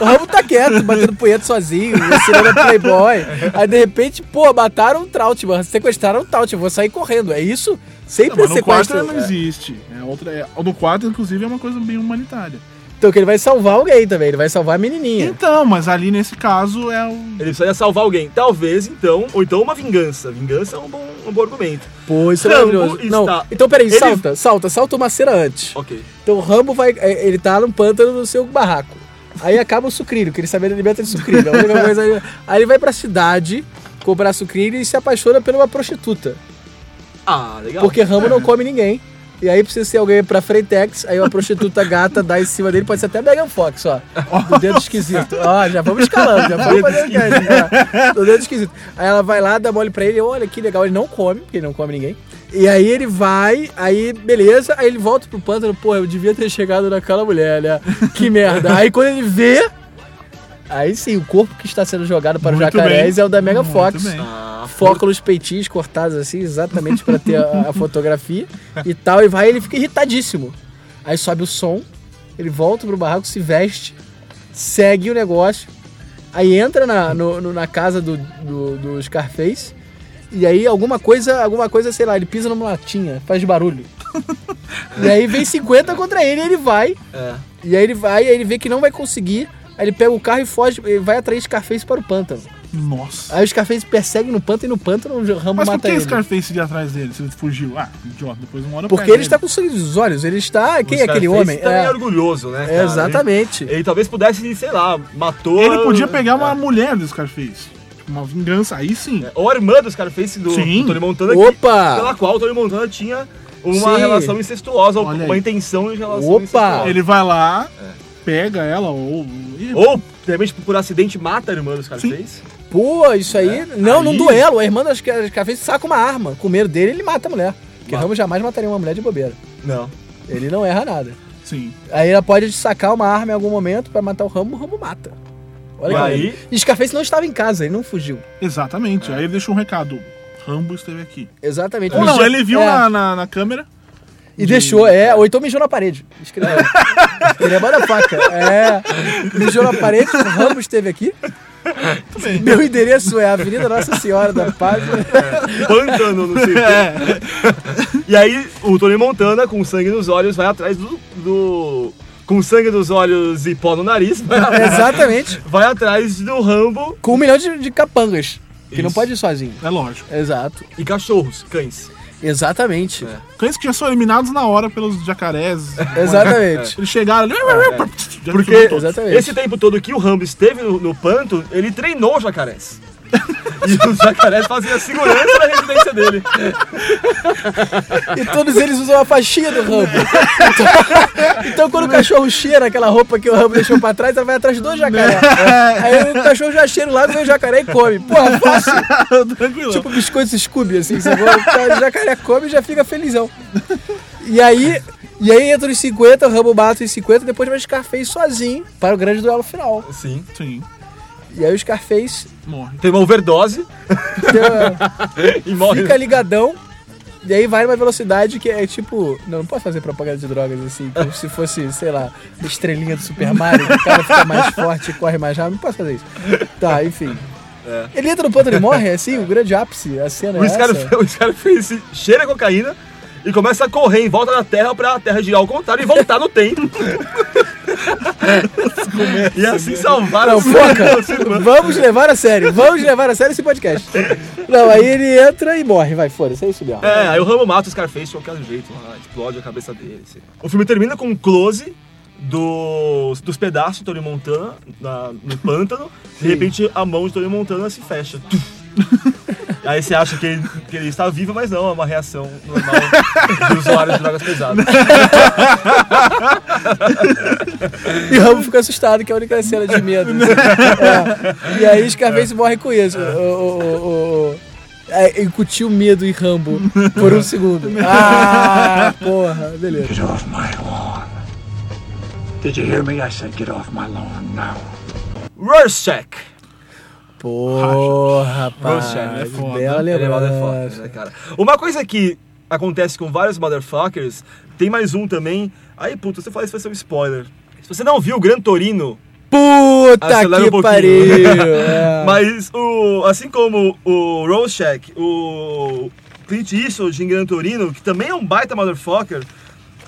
[SPEAKER 7] O Rambo tá quieto, batendo punheta sozinho, ensinando Playboy. Aí, de repente, pô, mataram o Trautmann, sequestraram o Trautmann, vou sair correndo. É isso?
[SPEAKER 6] Não,
[SPEAKER 7] Sempre é
[SPEAKER 6] mas no 4
[SPEAKER 7] sequestro.
[SPEAKER 6] não existe. É outra, é, no 4, inclusive, é uma coisa bem humanitária.
[SPEAKER 7] Então, que ele vai salvar alguém também, ele vai salvar a menininha.
[SPEAKER 6] Então, mas ali nesse caso é o.
[SPEAKER 5] um- Ele precisaria salvar alguém. Talvez, então, ou então uma vingança. Vingança é um bom, um bom argumento.
[SPEAKER 7] Pô, isso é
[SPEAKER 5] Rambo
[SPEAKER 7] maravilhoso. Não,
[SPEAKER 5] está-
[SPEAKER 7] então, peraí,
[SPEAKER 5] Ele-
[SPEAKER 7] salta, salta, salta uma cena antes.
[SPEAKER 5] Ok.
[SPEAKER 7] Então o Rambo vai. é, Ele tá no pântano no seu barraco. Aí acaba o sucrilho, que ele sabe ele alimenta de sucrilho. é A única coisa- aí, ele vai pra cidade comprar sucrilho e se apaixona por uma prostituta.
[SPEAKER 5] Ah, legal.
[SPEAKER 7] Porque Rambo não come ninguém. E aí precisa ser alguém pra Freitex, aí uma prostituta gata dá em cima dele, pode ser até Megan Fox, ó. Do dedo esquisito. Ó, já vamos escalando, já vamos fazendo teste. ó, Do dedo esquisito. Aí ela vai lá, dá mole pra ele, olha que legal, ele não come, porque ele não come ninguém. E aí ele vai, aí beleza, aí ele volta pro pântano, pô, eu devia ter chegado naquela mulher, né? Que merda. Aí quando ele vê, aí sim, o corpo que está sendo jogado para os
[SPEAKER 6] Muito
[SPEAKER 7] jacarés
[SPEAKER 6] bem.
[SPEAKER 7] é o da Megan
[SPEAKER 6] Muito
[SPEAKER 7] Fox.
[SPEAKER 6] bem.
[SPEAKER 7] Fóculos peitis cortados assim, exatamente pra ter a, a fotografia e tal. E vai, ele fica irritadíssimo. Aí sobe o som, ele volta pro barraco, se veste, segue o negócio. Aí entra na, no- no- na casa do, do, do Scarface. E aí alguma coisa, alguma coisa, sei lá, ele pisa numa latinha, faz barulho. e aí vem 50 contra ele e ele vai.
[SPEAKER 5] É.
[SPEAKER 7] E aí ele vai, aí ele vê que não vai conseguir. Aí ele pega o carro e foge, ele vai atrair Scarface para o pântano.
[SPEAKER 6] Nossa.
[SPEAKER 7] Aí o Scarface persegue no pântano e no pântano o Rambo
[SPEAKER 6] Mas por
[SPEAKER 7] mata
[SPEAKER 6] que
[SPEAKER 7] ele.
[SPEAKER 6] esse cara fez de atrás dele? Se ele fugiu? Ah, idiota, depois uma hora eu
[SPEAKER 7] Porque
[SPEAKER 6] pego
[SPEAKER 7] ele tá está com sangue nos olhos, ele está... Quem é aquele homem?
[SPEAKER 5] Ele também é
[SPEAKER 7] É,
[SPEAKER 5] orgulhoso, né?
[SPEAKER 7] é,
[SPEAKER 5] cara?
[SPEAKER 7] exatamente.
[SPEAKER 5] Ele, ele talvez pudesse, sei lá, matou.
[SPEAKER 6] Ele podia pegar
[SPEAKER 7] É.
[SPEAKER 6] uma mulher do Scarface. Tipo, Uma vingança, aí sim.
[SPEAKER 5] Ou a irmã do Scarface do
[SPEAKER 6] Sim.
[SPEAKER 5] Tony Montana, que-
[SPEAKER 7] Opa!
[SPEAKER 5] pela qual o Tony Montana tinha uma
[SPEAKER 7] Sim.
[SPEAKER 5] relação incestuosa, ou
[SPEAKER 6] Olha
[SPEAKER 5] uma
[SPEAKER 6] aí.
[SPEAKER 5] intenção de relação
[SPEAKER 7] Opa!
[SPEAKER 5] incestuosa.
[SPEAKER 6] Ele vai lá,
[SPEAKER 7] É.
[SPEAKER 6] pega ela ou. Ih,
[SPEAKER 5] Ou, de repente, por acidente, mata a irmã do Scarface.
[SPEAKER 7] Pô, isso aí...
[SPEAKER 5] É.
[SPEAKER 7] Não, num
[SPEAKER 6] Aí-
[SPEAKER 7] duelo. A irmã do Scar- Scarface saca uma arma. Com medo dele, ele mata a mulher. Porque Rambo jamais mataria uma mulher de bobeira.
[SPEAKER 5] Não.
[SPEAKER 7] Ele não erra nada.
[SPEAKER 6] Sim.
[SPEAKER 7] Aí ela pode sacar uma arma em algum momento pra matar o Rambo, o Rambo mata. Olha que
[SPEAKER 5] Aí-
[SPEAKER 7] maneiro. E Scarface não estava em casa, ele não fugiu. É.
[SPEAKER 6] Exatamente. Aí ele deixou um recado. Rambo esteve aqui.
[SPEAKER 7] Exatamente.
[SPEAKER 6] Ou não,
[SPEAKER 7] Mijou-
[SPEAKER 6] ele viu
[SPEAKER 7] é,
[SPEAKER 6] na, na, na câmera.
[SPEAKER 7] E deixou, é. Ou então mijou na parede. Escreveu. Escreveu na faca. É. Mijou na parede, o Ramos esteve aqui. Meu endereço é Avenida Nossa Senhora da Paz.
[SPEAKER 5] pântano no circo. E aí o Tony Montana, com sangue nos olhos, vai atrás do. do- com sangue nos olhos e pó no nariz, vai,
[SPEAKER 7] Exatamente.
[SPEAKER 5] vai atrás do Rambo
[SPEAKER 7] Com um milhão de, de capangas. Porque não
[SPEAKER 5] Isso.
[SPEAKER 7] pode ir sozinho.
[SPEAKER 6] É lógico.
[SPEAKER 7] Exato.
[SPEAKER 5] E cachorros, cães.
[SPEAKER 7] Exatamente.
[SPEAKER 6] Cães que já são eliminados na hora pelos jacarés.
[SPEAKER 7] Exatamente.
[SPEAKER 6] Eles chegaram
[SPEAKER 7] É,
[SPEAKER 6] ali. já
[SPEAKER 5] Porque
[SPEAKER 6] derrubou todos.
[SPEAKER 7] Exatamente.
[SPEAKER 5] esse tempo todo que o Rambo esteve no, no panto, ele treinou os jacarés. e os jacarés faziam a segurança da residência dele.
[SPEAKER 7] E todos eles usam a faixinha do Rambo. Então, então quando o cachorro cheira aquela roupa que o Rambo deixou pra trás, ela vai atrás do jacaré. Aí o cachorro já cheira lá, vem o jacaré e come. Porra, fácil.
[SPEAKER 6] Tranquilo.
[SPEAKER 7] Tipo biscoito Scooby, assim. Você bota, o jacaré come e já fica felizão. E aí, e aí entra os 50, o Rambo bate os 50, depois vai Scarface sozinho para o grande duelo final.
[SPEAKER 5] Sim.
[SPEAKER 6] Sim,
[SPEAKER 7] E aí o Scarface
[SPEAKER 6] morre.
[SPEAKER 5] Teve uma overdose
[SPEAKER 7] fica-
[SPEAKER 5] e morre.
[SPEAKER 7] fica ligadão. E aí vai numa velocidade que é tipo. Não, não posso fazer propaganda de drogas assim, como se fosse, sei lá, estrelinha do Super Mario, que o cara fica mais forte e corre mais rápido. Não posso fazer isso. Tá, enfim. Ele entra no ponto e morre, assim, o grande ápice, a cena é
[SPEAKER 5] O
[SPEAKER 7] essa.
[SPEAKER 5] Scarface, o Scarface cheira a cocaína e começa a correr em volta da terra pra terra girar ao contrário e voltar no tempo.
[SPEAKER 7] É,
[SPEAKER 5] e assim salvar
[SPEAKER 7] né? Não,
[SPEAKER 5] a
[SPEAKER 7] foca! Vamos levar a sério, vamos levar a sério esse podcast. Não, aí ele entra e morre, vai, foda-se, é isso mesmo.
[SPEAKER 5] É, aí o Rambo mata o Scarface de qualquer jeito, lá, explode a cabeça dele. assim. O filme termina com um close dos, dos pedaços de Tony Montana na- no pântano, de repente a mão de Tony Montana se fecha. Tuf. Aí você acha que ele, que ele está vivo, mas não, é uma reação normal de usuário de drogas pesadas.
[SPEAKER 7] E o Rambo fica assustado, que é a única cena de medo. assim. É. E aí Scarface morre com isso.
[SPEAKER 5] É.
[SPEAKER 7] O, o, o, o- é, incutiu medo em Rambo por um segundo. Ah, porra, beleza.
[SPEAKER 2] Get off my lawn. Did you hear me? I said get off my lawn now.
[SPEAKER 5] Rorschach.
[SPEAKER 7] Porra, rapaz.
[SPEAKER 5] Rorschach, é
[SPEAKER 6] foda.
[SPEAKER 7] né? Bela
[SPEAKER 5] Ele é mal de foto,
[SPEAKER 7] lembrança.
[SPEAKER 5] né, cara? Uma coisa que acontece com vários motherfuckers, tem mais um também. Aí, puta, você fala isso vai ser um spoiler. Se você não viu o Gran Torino,
[SPEAKER 7] Puta
[SPEAKER 5] Acelera Ah, um
[SPEAKER 7] que
[SPEAKER 5] pouquinho.
[SPEAKER 7] Tá pariu. É.
[SPEAKER 5] mas o, assim como o Rorschach, o Clint Eastwood em Gran Torino, que também é um baita motherfucker,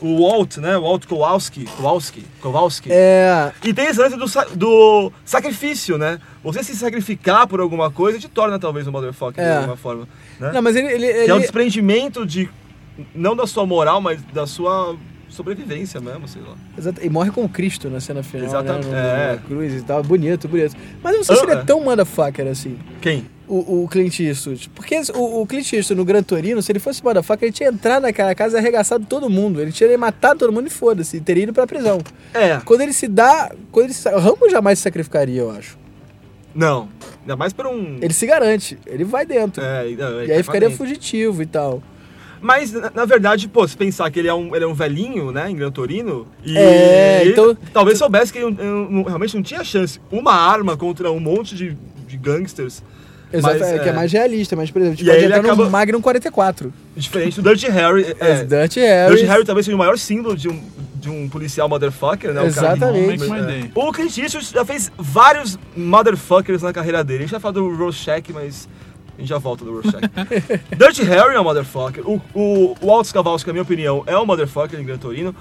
[SPEAKER 5] o Walt, né? O Walt Kowalski, Kowalski, Kowalski.
[SPEAKER 7] É,
[SPEAKER 5] E tem esse lance do, sa- do sacrifício, né? Você se sacrificar por alguma coisa te torna talvez um motherfucker
[SPEAKER 7] É.
[SPEAKER 5] de alguma forma. Né?
[SPEAKER 7] Não, mas ele. ele,
[SPEAKER 5] Que é o
[SPEAKER 7] ele-
[SPEAKER 5] desprendimento de. Não da sua moral, mas da sua sobrevivência mesmo, sei lá.
[SPEAKER 7] Exato, E morre com Cristo na cena final,
[SPEAKER 5] Exatamente,
[SPEAKER 7] né? no-
[SPEAKER 5] é.
[SPEAKER 7] Na cruz e tal. Bonito, bonito. Mas eu não sei se
[SPEAKER 5] Ah,
[SPEAKER 7] ele é
[SPEAKER 5] é.
[SPEAKER 7] tão motherfucker assim.
[SPEAKER 5] Quem?
[SPEAKER 7] o, o Clint Eastwood. Porque esse- o, o Clint Eastwood no Gran Torino, se ele fosse motherfucker, ele tinha entrado naquela casa e arregaçado todo mundo. Ele tinha matado todo mundo e foda-se, e teria ido pra prisão.
[SPEAKER 5] É.
[SPEAKER 7] Quando ele se dá. Quando ele se, o Rambo jamais se sacrificaria, eu acho.
[SPEAKER 5] Não. Ainda mais por um.
[SPEAKER 7] Ele se garante, ele vai dentro.
[SPEAKER 5] É, não, é
[SPEAKER 7] E aí ficaria
[SPEAKER 5] claramente.
[SPEAKER 7] fugitivo e tal.
[SPEAKER 5] Mas, na, na verdade, pô, se pensar que ele é um, ele é um velhinho, né, em Gran Torino, e
[SPEAKER 7] É,
[SPEAKER 5] ele
[SPEAKER 7] então-
[SPEAKER 5] talvez soubesse que ele não- não- realmente não tinha chance. Uma arma contra um monte de, de gangsters,
[SPEAKER 7] Exato,
[SPEAKER 5] Mas,
[SPEAKER 7] é, que é
[SPEAKER 5] é.
[SPEAKER 7] mais realista, mas, por exemplo, a gente
[SPEAKER 5] E aí
[SPEAKER 7] pode
[SPEAKER 5] ele
[SPEAKER 7] entrar no
[SPEAKER 5] acaba-
[SPEAKER 7] Magnum 44.
[SPEAKER 5] diferente do Dirty Harry.
[SPEAKER 7] É.
[SPEAKER 5] É,
[SPEAKER 7] Dante
[SPEAKER 5] Dirty
[SPEAKER 7] Harry.
[SPEAKER 5] Harry talvez seja o maior símbolo de um, de um policial motherfucker, né? o cara que-
[SPEAKER 7] Exatamente.
[SPEAKER 6] Make my day.
[SPEAKER 5] O Clint Eastwood já fez vários motherfuckers na carreira dele. A gente já falou do Rorschach, mas a gente já volta do Rorschach. Dirty Harry é um motherfucker. O, o, o Altos Cavalos, que na minha opinião, é um motherfucker em Gran Torino.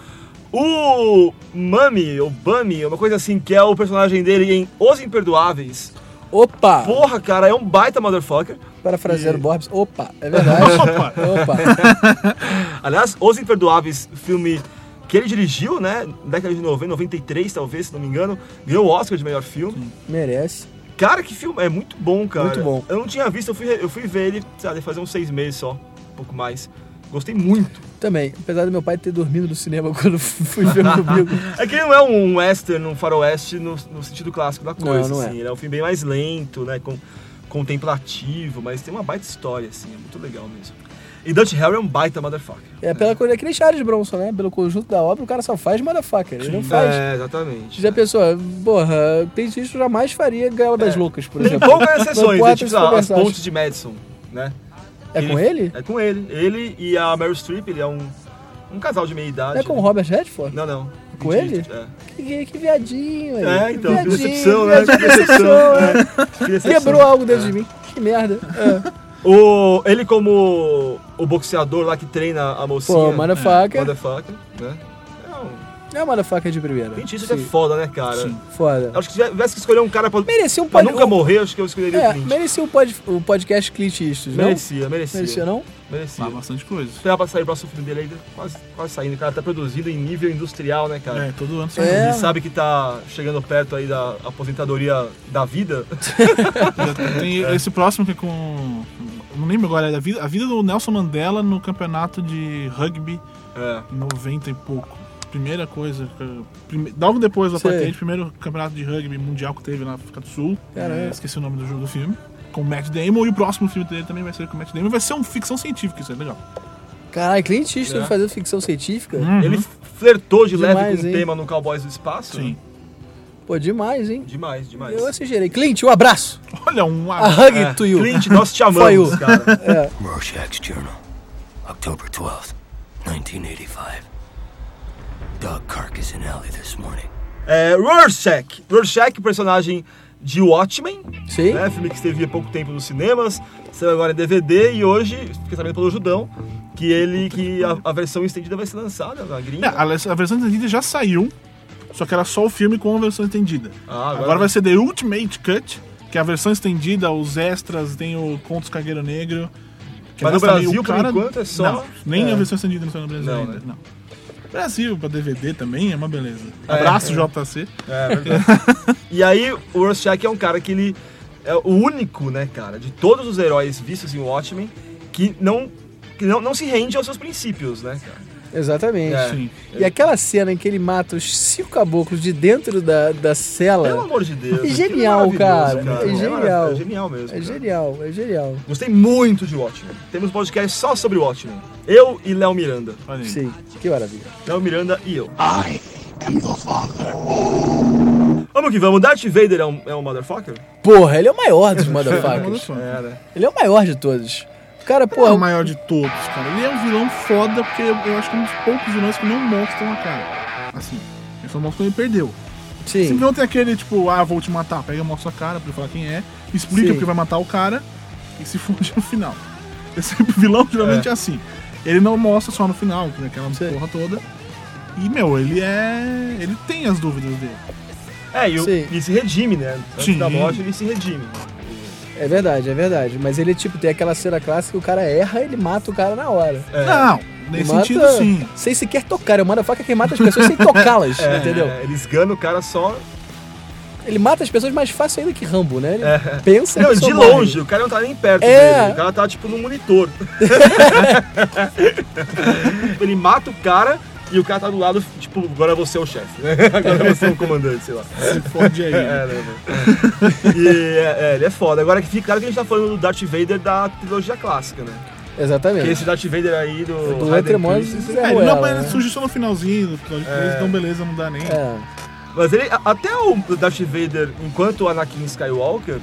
[SPEAKER 5] O Mami, ou Bami, uma coisa assim, que é o personagem dele em Os Imperdoáveis.
[SPEAKER 7] Opa!
[SPEAKER 5] Porra, cara, é um baita motherfucker.
[SPEAKER 7] Parafraseando Borbs. Opa, é verdade.
[SPEAKER 6] Opa.
[SPEAKER 7] Opa.
[SPEAKER 5] Aliás, Os Imperdoáveis, filme que ele dirigiu, né? Década de 90, 93, talvez, se não me engano. Ganhou o Oscar de melhor filme.
[SPEAKER 7] Merece.
[SPEAKER 5] Cara, que filme. É muito bom, cara.
[SPEAKER 7] Muito bom.
[SPEAKER 5] Eu não tinha visto, eu fui, eu fui ver ele, sabe, fazer uns seis meses só. Um pouco mais. Gostei muito.
[SPEAKER 7] Também, apesar do meu pai ter dormido no cinema quando fui ver comigo.
[SPEAKER 5] É que ele não é um western, um faroeste no, no sentido clássico da coisa,
[SPEAKER 7] não é.
[SPEAKER 5] assim. Ele é um filme bem mais lento, né? Com, contemplativo, mas tem uma baita história, assim. É muito legal mesmo. E Dutch Harry é um baita motherfucker.
[SPEAKER 7] É pela coisa, é que nem Charles Bronson, né? Pelo conjunto da obra, o cara só faz motherfucker, ele não faz.
[SPEAKER 5] É, exatamente.
[SPEAKER 7] Já pensou, porra, tem isso jamais faria Gaiola
[SPEAKER 5] É.
[SPEAKER 7] das Loucas, por
[SPEAKER 5] Tem
[SPEAKER 7] exemplo.
[SPEAKER 5] poucas
[SPEAKER 7] Não
[SPEAKER 5] exceções, né?
[SPEAKER 7] importa
[SPEAKER 5] tipo,
[SPEAKER 7] se
[SPEAKER 5] sei lá, as
[SPEAKER 7] conversar.
[SPEAKER 5] pontes de Madison, né?
[SPEAKER 7] É com ele?
[SPEAKER 5] É com ele. Ele e a Meryl Streep, ele é um, um casal de meia idade.
[SPEAKER 7] Não é com o Robert Redford?
[SPEAKER 5] Não, não.
[SPEAKER 7] Com ele?
[SPEAKER 5] É.
[SPEAKER 7] Que, que viadinho, aí.
[SPEAKER 5] É, então, que
[SPEAKER 7] viadinho,
[SPEAKER 5] decepção, né? Que
[SPEAKER 7] viadinho,
[SPEAKER 5] decepção,
[SPEAKER 7] decepção,
[SPEAKER 5] né?
[SPEAKER 7] é.
[SPEAKER 5] Que decepção.
[SPEAKER 7] Quebrou algo dentro de mim. Que merda. É.
[SPEAKER 5] O, ele como o boxeador lá que treina a mocinha.
[SPEAKER 7] Pô, motherfucker.
[SPEAKER 5] Motherfucker, né? É um
[SPEAKER 7] É uma faca de primeira.
[SPEAKER 5] Clintista é
[SPEAKER 7] Sim.
[SPEAKER 5] foda, né, cara?
[SPEAKER 7] Foda.
[SPEAKER 5] Acho que se tivesse que escolher um cara pra,
[SPEAKER 7] Merecia um
[SPEAKER 5] pra
[SPEAKER 7] pod-
[SPEAKER 5] nunca
[SPEAKER 7] um-
[SPEAKER 5] morrer, acho que eu escolheria o
[SPEAKER 7] É,
[SPEAKER 5] Clint.
[SPEAKER 7] merecia o, pod... o podcast Clint Eastwood, não?
[SPEAKER 5] Merecia, merecia.
[SPEAKER 7] Merecia, não?
[SPEAKER 5] Merecia.
[SPEAKER 6] Dá bastante coisa.
[SPEAKER 5] Esperava pra sair o próximo filme dele aí, quase, quase saindo. O cara tá produzindo em nível industrial, né, cara?
[SPEAKER 6] É, todo ano sai.
[SPEAKER 7] É.
[SPEAKER 5] Ele sabe que tá chegando perto aí da aposentadoria da vida.
[SPEAKER 6] Já Tem esse próximo que é com. Não lembro agora, é a vida, a vida do Nelson Mandela no campeonato de rugby
[SPEAKER 5] É.
[SPEAKER 6] em 90 e pouco. Primeira coisa. que- prime- logo depois do
[SPEAKER 7] Sei.
[SPEAKER 6] apartheid, primeiro campeonato de rugby mundial que teve na África do Sul.
[SPEAKER 7] Caralho.
[SPEAKER 6] É, esqueci o nome do jogo do filme. Com o Matt Damon e o próximo filme dele também vai ser com o Matt Damon. Vai ser um ficção científica, isso é legal.
[SPEAKER 7] Caralho, Clint Eastwood
[SPEAKER 5] É. Hum.
[SPEAKER 7] fazendo ficção científica?
[SPEAKER 5] Ele flertou de leve
[SPEAKER 7] Demais,
[SPEAKER 5] com o
[SPEAKER 7] hein?
[SPEAKER 5] tema no Cowboys do Espaço.
[SPEAKER 6] Sim.
[SPEAKER 7] Pô, demais, hein?
[SPEAKER 5] Demais, demais.
[SPEAKER 7] Eu assistirei. Clint, um abraço.
[SPEAKER 6] Olha, um
[SPEAKER 7] A
[SPEAKER 6] ar-
[SPEAKER 7] hug
[SPEAKER 5] É,
[SPEAKER 7] to you.
[SPEAKER 5] Clint, nós te
[SPEAKER 7] Foi
[SPEAKER 5] amamos,
[SPEAKER 7] o-
[SPEAKER 5] cara.
[SPEAKER 2] Rorschach's Journal, October 12th, 1985. Dog carcass in alley this morning.
[SPEAKER 5] É, Rorschach. Rorschach, personagem de Watchmen,
[SPEAKER 7] Sim.
[SPEAKER 5] né? Filme que esteve há pouco tempo nos cinemas, saiu agora em DVD e hoje, fiquei sabendo pelo Judão, que ele, que a, a versão estendida vai ser lançada na
[SPEAKER 6] É,
[SPEAKER 5] gringa.
[SPEAKER 6] a, a versão estendida já saiu, só que era só o filme com a versão estendida.
[SPEAKER 5] Ah, agora-
[SPEAKER 6] agora, vai ser The Ultimate Cut, que é a versão estendida, os extras, tem o Contos Cagueiro Negro. que
[SPEAKER 5] Mas no
[SPEAKER 6] mostra também
[SPEAKER 5] Brasil,
[SPEAKER 6] o
[SPEAKER 5] por enquanto, é só-
[SPEAKER 6] Não, nem
[SPEAKER 5] é.
[SPEAKER 6] a versão estendida não saiu no Brasil
[SPEAKER 5] Não,
[SPEAKER 6] ainda.
[SPEAKER 5] né?
[SPEAKER 6] Não. Brasil, pra DVD também, é uma beleza.
[SPEAKER 5] É,
[SPEAKER 6] Abraço,
[SPEAKER 5] é.
[SPEAKER 6] JC.
[SPEAKER 5] É, verdade. e aí, o Rorschach é um cara que ele é o único, né, cara, de todos os heróis vistos em Watchmen, que não, que não, não se rende aos seus princípios, né, cara?
[SPEAKER 7] Exatamente.
[SPEAKER 5] É.
[SPEAKER 6] Sim.
[SPEAKER 7] E aquela cena em que ele mata os cinco caboclos de dentro da, da cela.
[SPEAKER 5] Pelo amor de Deus.
[SPEAKER 7] É
[SPEAKER 5] aquilo
[SPEAKER 7] genial,
[SPEAKER 5] maravilhoso,
[SPEAKER 7] cara. É
[SPEAKER 5] maravilhoso,
[SPEAKER 7] genial.
[SPEAKER 5] É genial mesmo.
[SPEAKER 7] É
[SPEAKER 5] cara.
[SPEAKER 7] genial, é genial.
[SPEAKER 5] Gostei muito de Watchmen. Temos um podcast só sobre Watchmen. Eu e Léo Miranda.
[SPEAKER 6] Olha aí.
[SPEAKER 7] Sim, que maravilha.
[SPEAKER 5] Léo Miranda e eu. I am the father. Vamos que vamos. Darth Vader é um, é um motherfucker?
[SPEAKER 7] Porra, ele é o maior dos motherfuckers.
[SPEAKER 6] Olha só.
[SPEAKER 5] né?
[SPEAKER 7] ele é o maior de todos. O cara,
[SPEAKER 6] Pô, é
[SPEAKER 7] porra,
[SPEAKER 6] o maior de todos, cara. Ele é um vilão foda, porque eu acho que é um dos poucos vilões que não mostram a cara. Assim, ele só mostra quando ele perdeu.
[SPEAKER 7] sim.
[SPEAKER 6] Simplesmente tem aquele tipo, ah, vou te matar. Pega, mostra a cara pra ele falar quem é, explica
[SPEAKER 7] Sim.
[SPEAKER 6] porque vai matar o cara e se funde no final. Esse vilão geralmente é, assim. Ele não mostra só no final, que é aquela
[SPEAKER 7] Sim.
[SPEAKER 6] porra toda. E, meu, ele é. Ele tem as dúvidas dele.
[SPEAKER 5] É, e o-
[SPEAKER 7] Sim.
[SPEAKER 5] ele se redime, né? Antes
[SPEAKER 6] Sim.
[SPEAKER 5] da morte ele se redime.
[SPEAKER 7] É verdade, é verdade. Mas ele, tipo, tem aquela cena clássica que o cara erra, ele mata o cara na hora.
[SPEAKER 5] É.
[SPEAKER 6] Não, nesse
[SPEAKER 7] Ele mata
[SPEAKER 6] sentido sim.
[SPEAKER 7] Sem sequer tocar. É o motherfucker que mata as pessoas sem tocá-las,
[SPEAKER 5] É,
[SPEAKER 7] entendeu?
[SPEAKER 5] é, ele esgana o cara só.
[SPEAKER 7] Ele mata as pessoas mais fácil ainda que Rambo, né? Ele
[SPEAKER 5] É.
[SPEAKER 7] pensa e a
[SPEAKER 5] Não,
[SPEAKER 7] pessoa
[SPEAKER 5] de
[SPEAKER 7] morre.
[SPEAKER 5] longe, o cara não tá nem perto
[SPEAKER 7] É.
[SPEAKER 5] dele. O cara tá tipo no monitor. ele mata o cara e o cara tá do lado, tipo, agora você é o chefe, né? Agora você é o comandante, sei lá.
[SPEAKER 6] Se fode aí.
[SPEAKER 5] É, né, mano? E é, é, ele é foda. Agora que fica claro que a gente tá falando do Darth Vader da trilogia clássica, né?
[SPEAKER 7] Exatamente.
[SPEAKER 5] Porque esse Darth Vader aí do.
[SPEAKER 7] É. Do
[SPEAKER 5] Hayden
[SPEAKER 7] Antremose
[SPEAKER 5] Christensen-
[SPEAKER 6] É, ele não, mas
[SPEAKER 7] né?
[SPEAKER 6] ele surgiu só no finalzinho do episódio três, então beleza, não dá nem.
[SPEAKER 7] É.
[SPEAKER 5] Mas ele, a- até o Darth Vader, enquanto o Anakin Skywalker,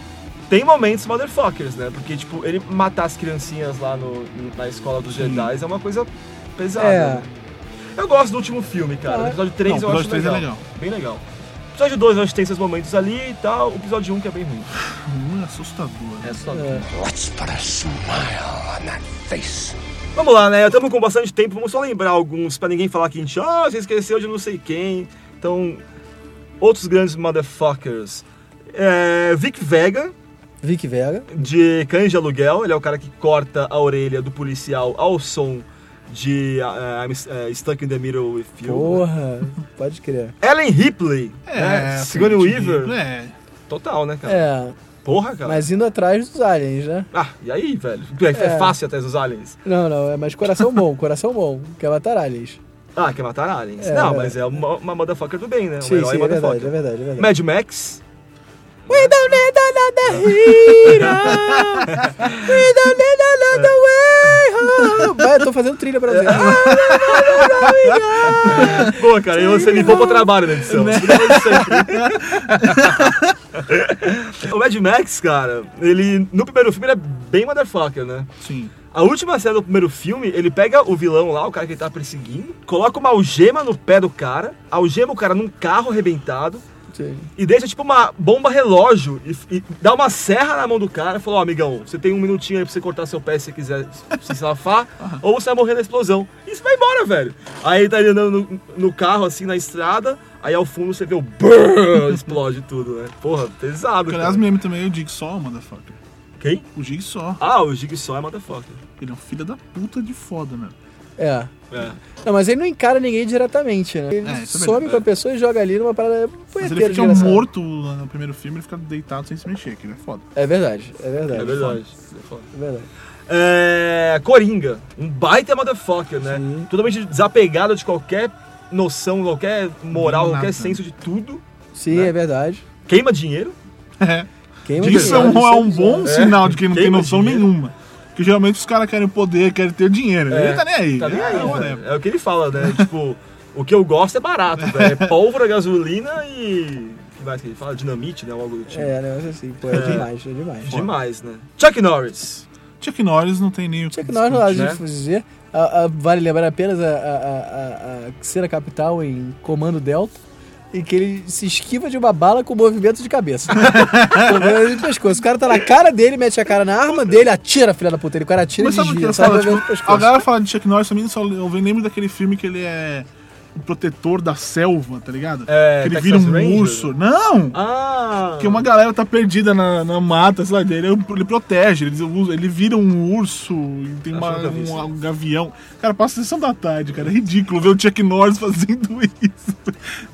[SPEAKER 5] tem momentos motherfuckers, né? Porque, tipo, ele matar as criancinhas lá no, na escola dos Jedi é uma coisa pesada.
[SPEAKER 7] É.
[SPEAKER 5] né? Eu gosto do último filme, cara. O episódio 3 eu
[SPEAKER 6] Não, o
[SPEAKER 5] acho
[SPEAKER 6] episódio
[SPEAKER 5] legal.
[SPEAKER 6] três é
[SPEAKER 5] Bem legal. O episódio 2 eu acho que tem seus momentos ali e tal. O episódio 1 que é bem ruim.
[SPEAKER 6] Hum, assustador.
[SPEAKER 5] É só.
[SPEAKER 2] Let's put a smile on that face.
[SPEAKER 5] Vamos lá, né? Estamos com bastante tempo, vamos só lembrar alguns pra ninguém falar que a gente, ah, você esqueceu de não sei quem. Então, outros grandes motherfuckers. É, Vic Vega,
[SPEAKER 7] Vic Vega.
[SPEAKER 5] de Cães de Aluguel, ele é o cara que corta a orelha do policial ao som de ah, ah, I'm eh, Stuck in the Middle with You.
[SPEAKER 7] Porra, É, pode crer.
[SPEAKER 5] Ellen Ripley, né? Sigourney
[SPEAKER 6] Fred
[SPEAKER 5] Weaver.
[SPEAKER 6] Weaver, assim, É.
[SPEAKER 5] Total, né, cara?
[SPEAKER 7] É,
[SPEAKER 5] Porra, cara.
[SPEAKER 7] mas indo atrás dos aliens, né?
[SPEAKER 5] Ah, e aí, velho? É,
[SPEAKER 7] É.
[SPEAKER 5] fácil atrás dos aliens.
[SPEAKER 7] Não, não, é mas coração bom, coração bom. Quer matar aliens.
[SPEAKER 5] Ah, quer matar aliens.
[SPEAKER 7] É,
[SPEAKER 5] Não,
[SPEAKER 7] é.
[SPEAKER 5] mas é uma, uma motherfucker do bem, né? Um
[SPEAKER 7] sim,
[SPEAKER 5] herói
[SPEAKER 7] sim, é
[SPEAKER 5] motherfucker.
[SPEAKER 7] verdade, é verdade, é verdade.
[SPEAKER 5] Mad Max,
[SPEAKER 7] We don't need another hero. We don't need another way home. Vai, eu tô fazendo trilha
[SPEAKER 5] É.
[SPEAKER 7] pra você.
[SPEAKER 5] Pô, cara, eu, você me poupa trabalho na edição. é o Mad Max, cara, ele no primeiro filme ele é bem motherfucker, né?
[SPEAKER 6] Sim.
[SPEAKER 5] A última cena do primeiro filme, ele pega o vilão lá, o cara que ele tá perseguindo, coloca uma algema no pé do cara, algema o cara num carro arrebentado, E deixa tipo uma bomba relógio e, e dá uma serra na mão do cara e fala, ó, amigão, você tem um minutinho aí pra você cortar seu pé se você quiser se safar, ou você vai morrer na explosão. E você vai embora, velho. Aí ele tá ali andando no, no carro, assim, na estrada, aí ao fundo você vê o brrr, explode tudo, né? Porra, pesado,
[SPEAKER 6] Porque, aliás,
[SPEAKER 5] cara.
[SPEAKER 6] meme também é o Jigsaw, motherfucker.
[SPEAKER 5] Quem?
[SPEAKER 6] O Jigsaw.
[SPEAKER 5] Ah, o Jigsaw é motherfucker.
[SPEAKER 6] Ele é um filho da puta de foda, meu.
[SPEAKER 7] É.
[SPEAKER 5] É.
[SPEAKER 7] Não, mas ele não encara ninguém diretamente, né? Ele
[SPEAKER 6] É, isso é
[SPEAKER 7] some
[SPEAKER 6] verdade.
[SPEAKER 7] com a pessoa e joga ali numa
[SPEAKER 6] Mas
[SPEAKER 7] parada punheteira.
[SPEAKER 6] ele fica
[SPEAKER 7] desgraçado.
[SPEAKER 6] morto lá no primeiro filme, ele fica deitado sem se mexer, que ele é foda.
[SPEAKER 7] É verdade, é verdade.
[SPEAKER 5] É verdade. É foda.
[SPEAKER 7] é verdade.
[SPEAKER 5] É, Coringa, um baita motherfucker, né? Totalmente desapegado de qualquer noção, qualquer moral,
[SPEAKER 6] Nada.
[SPEAKER 5] qualquer senso de tudo.
[SPEAKER 7] Sim,
[SPEAKER 6] Né?
[SPEAKER 7] é verdade.
[SPEAKER 5] Queima dinheiro.
[SPEAKER 6] É.
[SPEAKER 7] Quem vai
[SPEAKER 6] Isso é um,
[SPEAKER 7] ganhar?
[SPEAKER 6] é um bom sinal de quem não
[SPEAKER 5] Quem
[SPEAKER 6] tem
[SPEAKER 5] tem
[SPEAKER 6] noção
[SPEAKER 5] dinheiro?
[SPEAKER 6] nenhuma. Porque geralmente os caras querem poder, querem ter dinheiro.
[SPEAKER 5] É,
[SPEAKER 6] Ele tá nem aí.
[SPEAKER 5] Tá nem
[SPEAKER 6] É,
[SPEAKER 5] aí,
[SPEAKER 6] whatever.
[SPEAKER 5] né? É o que ele fala, né? tipo, o que eu gosto é barato, velho. É pólvora, gasolina e. O que mais que ele fala? Dinamite, né? Ou algo do tipo.
[SPEAKER 7] É, negócio assim, pô, é, demais, é demais.
[SPEAKER 5] Demais, né? Chuck Norris.
[SPEAKER 6] Chuck Norris não tem nem o que
[SPEAKER 7] Chuck Norris, a
[SPEAKER 6] discutir.
[SPEAKER 7] gente
[SPEAKER 5] né?
[SPEAKER 7] for dizer, a- a- vale lembrar apenas a, a, a, a, a Cera Capital em Comando Delta, em que ele se esquiva de uma bala com movimento de cabeça. Com movimento de pescoço. O cara tá na cara dele, mete a cara na arma dele, atira, filha da puta. Ele, o cara atira
[SPEAKER 6] Mas
[SPEAKER 7] e
[SPEAKER 6] sabe o que
[SPEAKER 7] desvia,
[SPEAKER 6] eu
[SPEAKER 7] sabe?
[SPEAKER 6] falo?
[SPEAKER 7] Movimento de
[SPEAKER 6] Tipo, a
[SPEAKER 7] pescoço.
[SPEAKER 6] galera fala de Chuck Norris, pra mim só eu lembro daquele filme que ele é o protetor da selva, tá ligado?
[SPEAKER 5] É,
[SPEAKER 6] que ele
[SPEAKER 5] Texas
[SPEAKER 6] vira um
[SPEAKER 5] Ranger?
[SPEAKER 6] urso. Não!
[SPEAKER 5] Ah!
[SPEAKER 6] Porque uma galera tá perdida na, na mata, sei lá, ele, ele protege, ele, usa- ele vira um urso, ele tem
[SPEAKER 5] Acho
[SPEAKER 6] uma-
[SPEAKER 5] que eu nunca vi
[SPEAKER 6] um,
[SPEAKER 5] isso.
[SPEAKER 6] um gavião. Cara, passa a sessão da tarde, cara. É ridículo ver o Chuck Norris fazendo isso.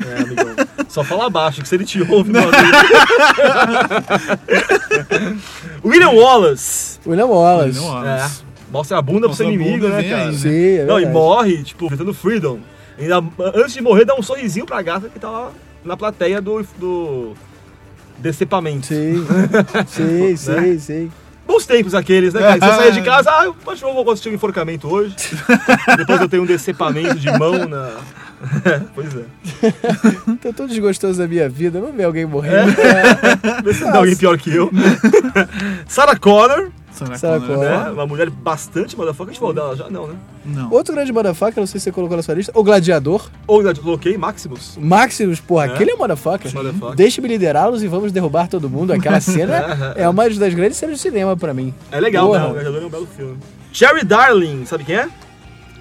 [SPEAKER 5] É, amigão. Só fala baixo, que se ele te ouve, meu amigo. William Wallace.
[SPEAKER 7] William Wallace.
[SPEAKER 6] Não,
[SPEAKER 5] É.
[SPEAKER 6] nossa.
[SPEAKER 5] Mostra a bunda pro seu
[SPEAKER 6] Mostra a
[SPEAKER 5] inimigo,
[SPEAKER 6] bunda e
[SPEAKER 5] né,
[SPEAKER 6] vem
[SPEAKER 5] cara?
[SPEAKER 6] aí,
[SPEAKER 7] Sim, é
[SPEAKER 5] Não, e
[SPEAKER 7] verdade.
[SPEAKER 5] morre, tipo, enfrentando Freedom. Ainda, antes de morrer, dá um sorrisinho pra gata que tá lá na plateia do, do decepamento.
[SPEAKER 7] Sim, sim,
[SPEAKER 5] Né?
[SPEAKER 7] sim, sim.
[SPEAKER 5] Bons tempos aqueles, né, cara? Você saía de casa, ah, eu acho que eu vou assistir um enforcamento hoje. Depois eu tenho um decepamento de mão na... pois é.
[SPEAKER 7] Tô todo desgostoso da minha vida, vamos ver alguém morrendo.
[SPEAKER 5] Vê se dá alguém pior que eu. Sarah Connor,
[SPEAKER 6] Sarah
[SPEAKER 7] Sarah
[SPEAKER 6] Connor,
[SPEAKER 7] Connor.
[SPEAKER 6] né?
[SPEAKER 5] né? Uma mulher bastante motherfucker. A gente falou dela já, não, né?
[SPEAKER 6] Não.
[SPEAKER 7] Outro grande motherfucker, não sei se você colocou na sua lista, o Gladiador.
[SPEAKER 5] Ou eu coloquei Maximus.
[SPEAKER 7] Maximus, porra,
[SPEAKER 5] É?
[SPEAKER 7] aquele é um motherfucker.
[SPEAKER 5] Motherfucker.
[SPEAKER 7] Deixe-me liderá-los e vamos derrubar todo mundo. Aquela cena é uma das grandes cenas de cinema pra mim.
[SPEAKER 5] É legal,
[SPEAKER 7] Porra.
[SPEAKER 5] né? O Gladiador é um belo filme. Sherry Darling, sabe quem é?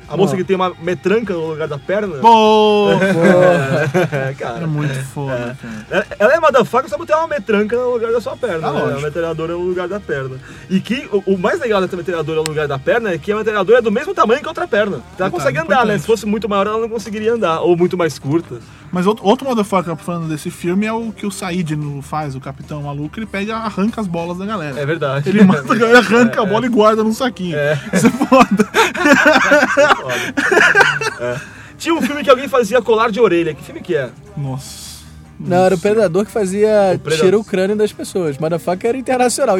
[SPEAKER 5] A moça que tem uma metranca no lugar da perna.
[SPEAKER 6] Pô!
[SPEAKER 5] é,
[SPEAKER 6] É
[SPEAKER 5] cara.
[SPEAKER 6] muito foda, cara.
[SPEAKER 5] Ela- Ela é motherfucker só pra ter uma metranca no lugar da sua perna.
[SPEAKER 6] Ah,
[SPEAKER 5] né?
[SPEAKER 6] lógico.
[SPEAKER 5] A metralhadora é no lugar da perna. E que o, o mais legal dessa metralhadora no lugar da perna é que a metralhadora é do mesmo tamanho que a outra perna. Então ela
[SPEAKER 6] Detalhe
[SPEAKER 5] consegue andar, né?
[SPEAKER 6] importante.
[SPEAKER 5] Se fosse muito maior, ela não conseguiria andar. Ou muito mais curta.
[SPEAKER 6] Mas outro, outro motherfucker falando desse filme é o que o Said no- faz, o capitão maluco, ele pega e arranca as bolas da galera.
[SPEAKER 5] É verdade.
[SPEAKER 6] Ele mata a galera, arranca a bola e guarda num saquinho. Isso é foda.
[SPEAKER 5] Tinha um filme que alguém fazia colar de orelha. Que filme que é?
[SPEAKER 6] Nossa.
[SPEAKER 7] Não, era o Predador que fazia
[SPEAKER 5] O Predador.
[SPEAKER 7] tira o crânio das pessoas. Motherfucker era internacional,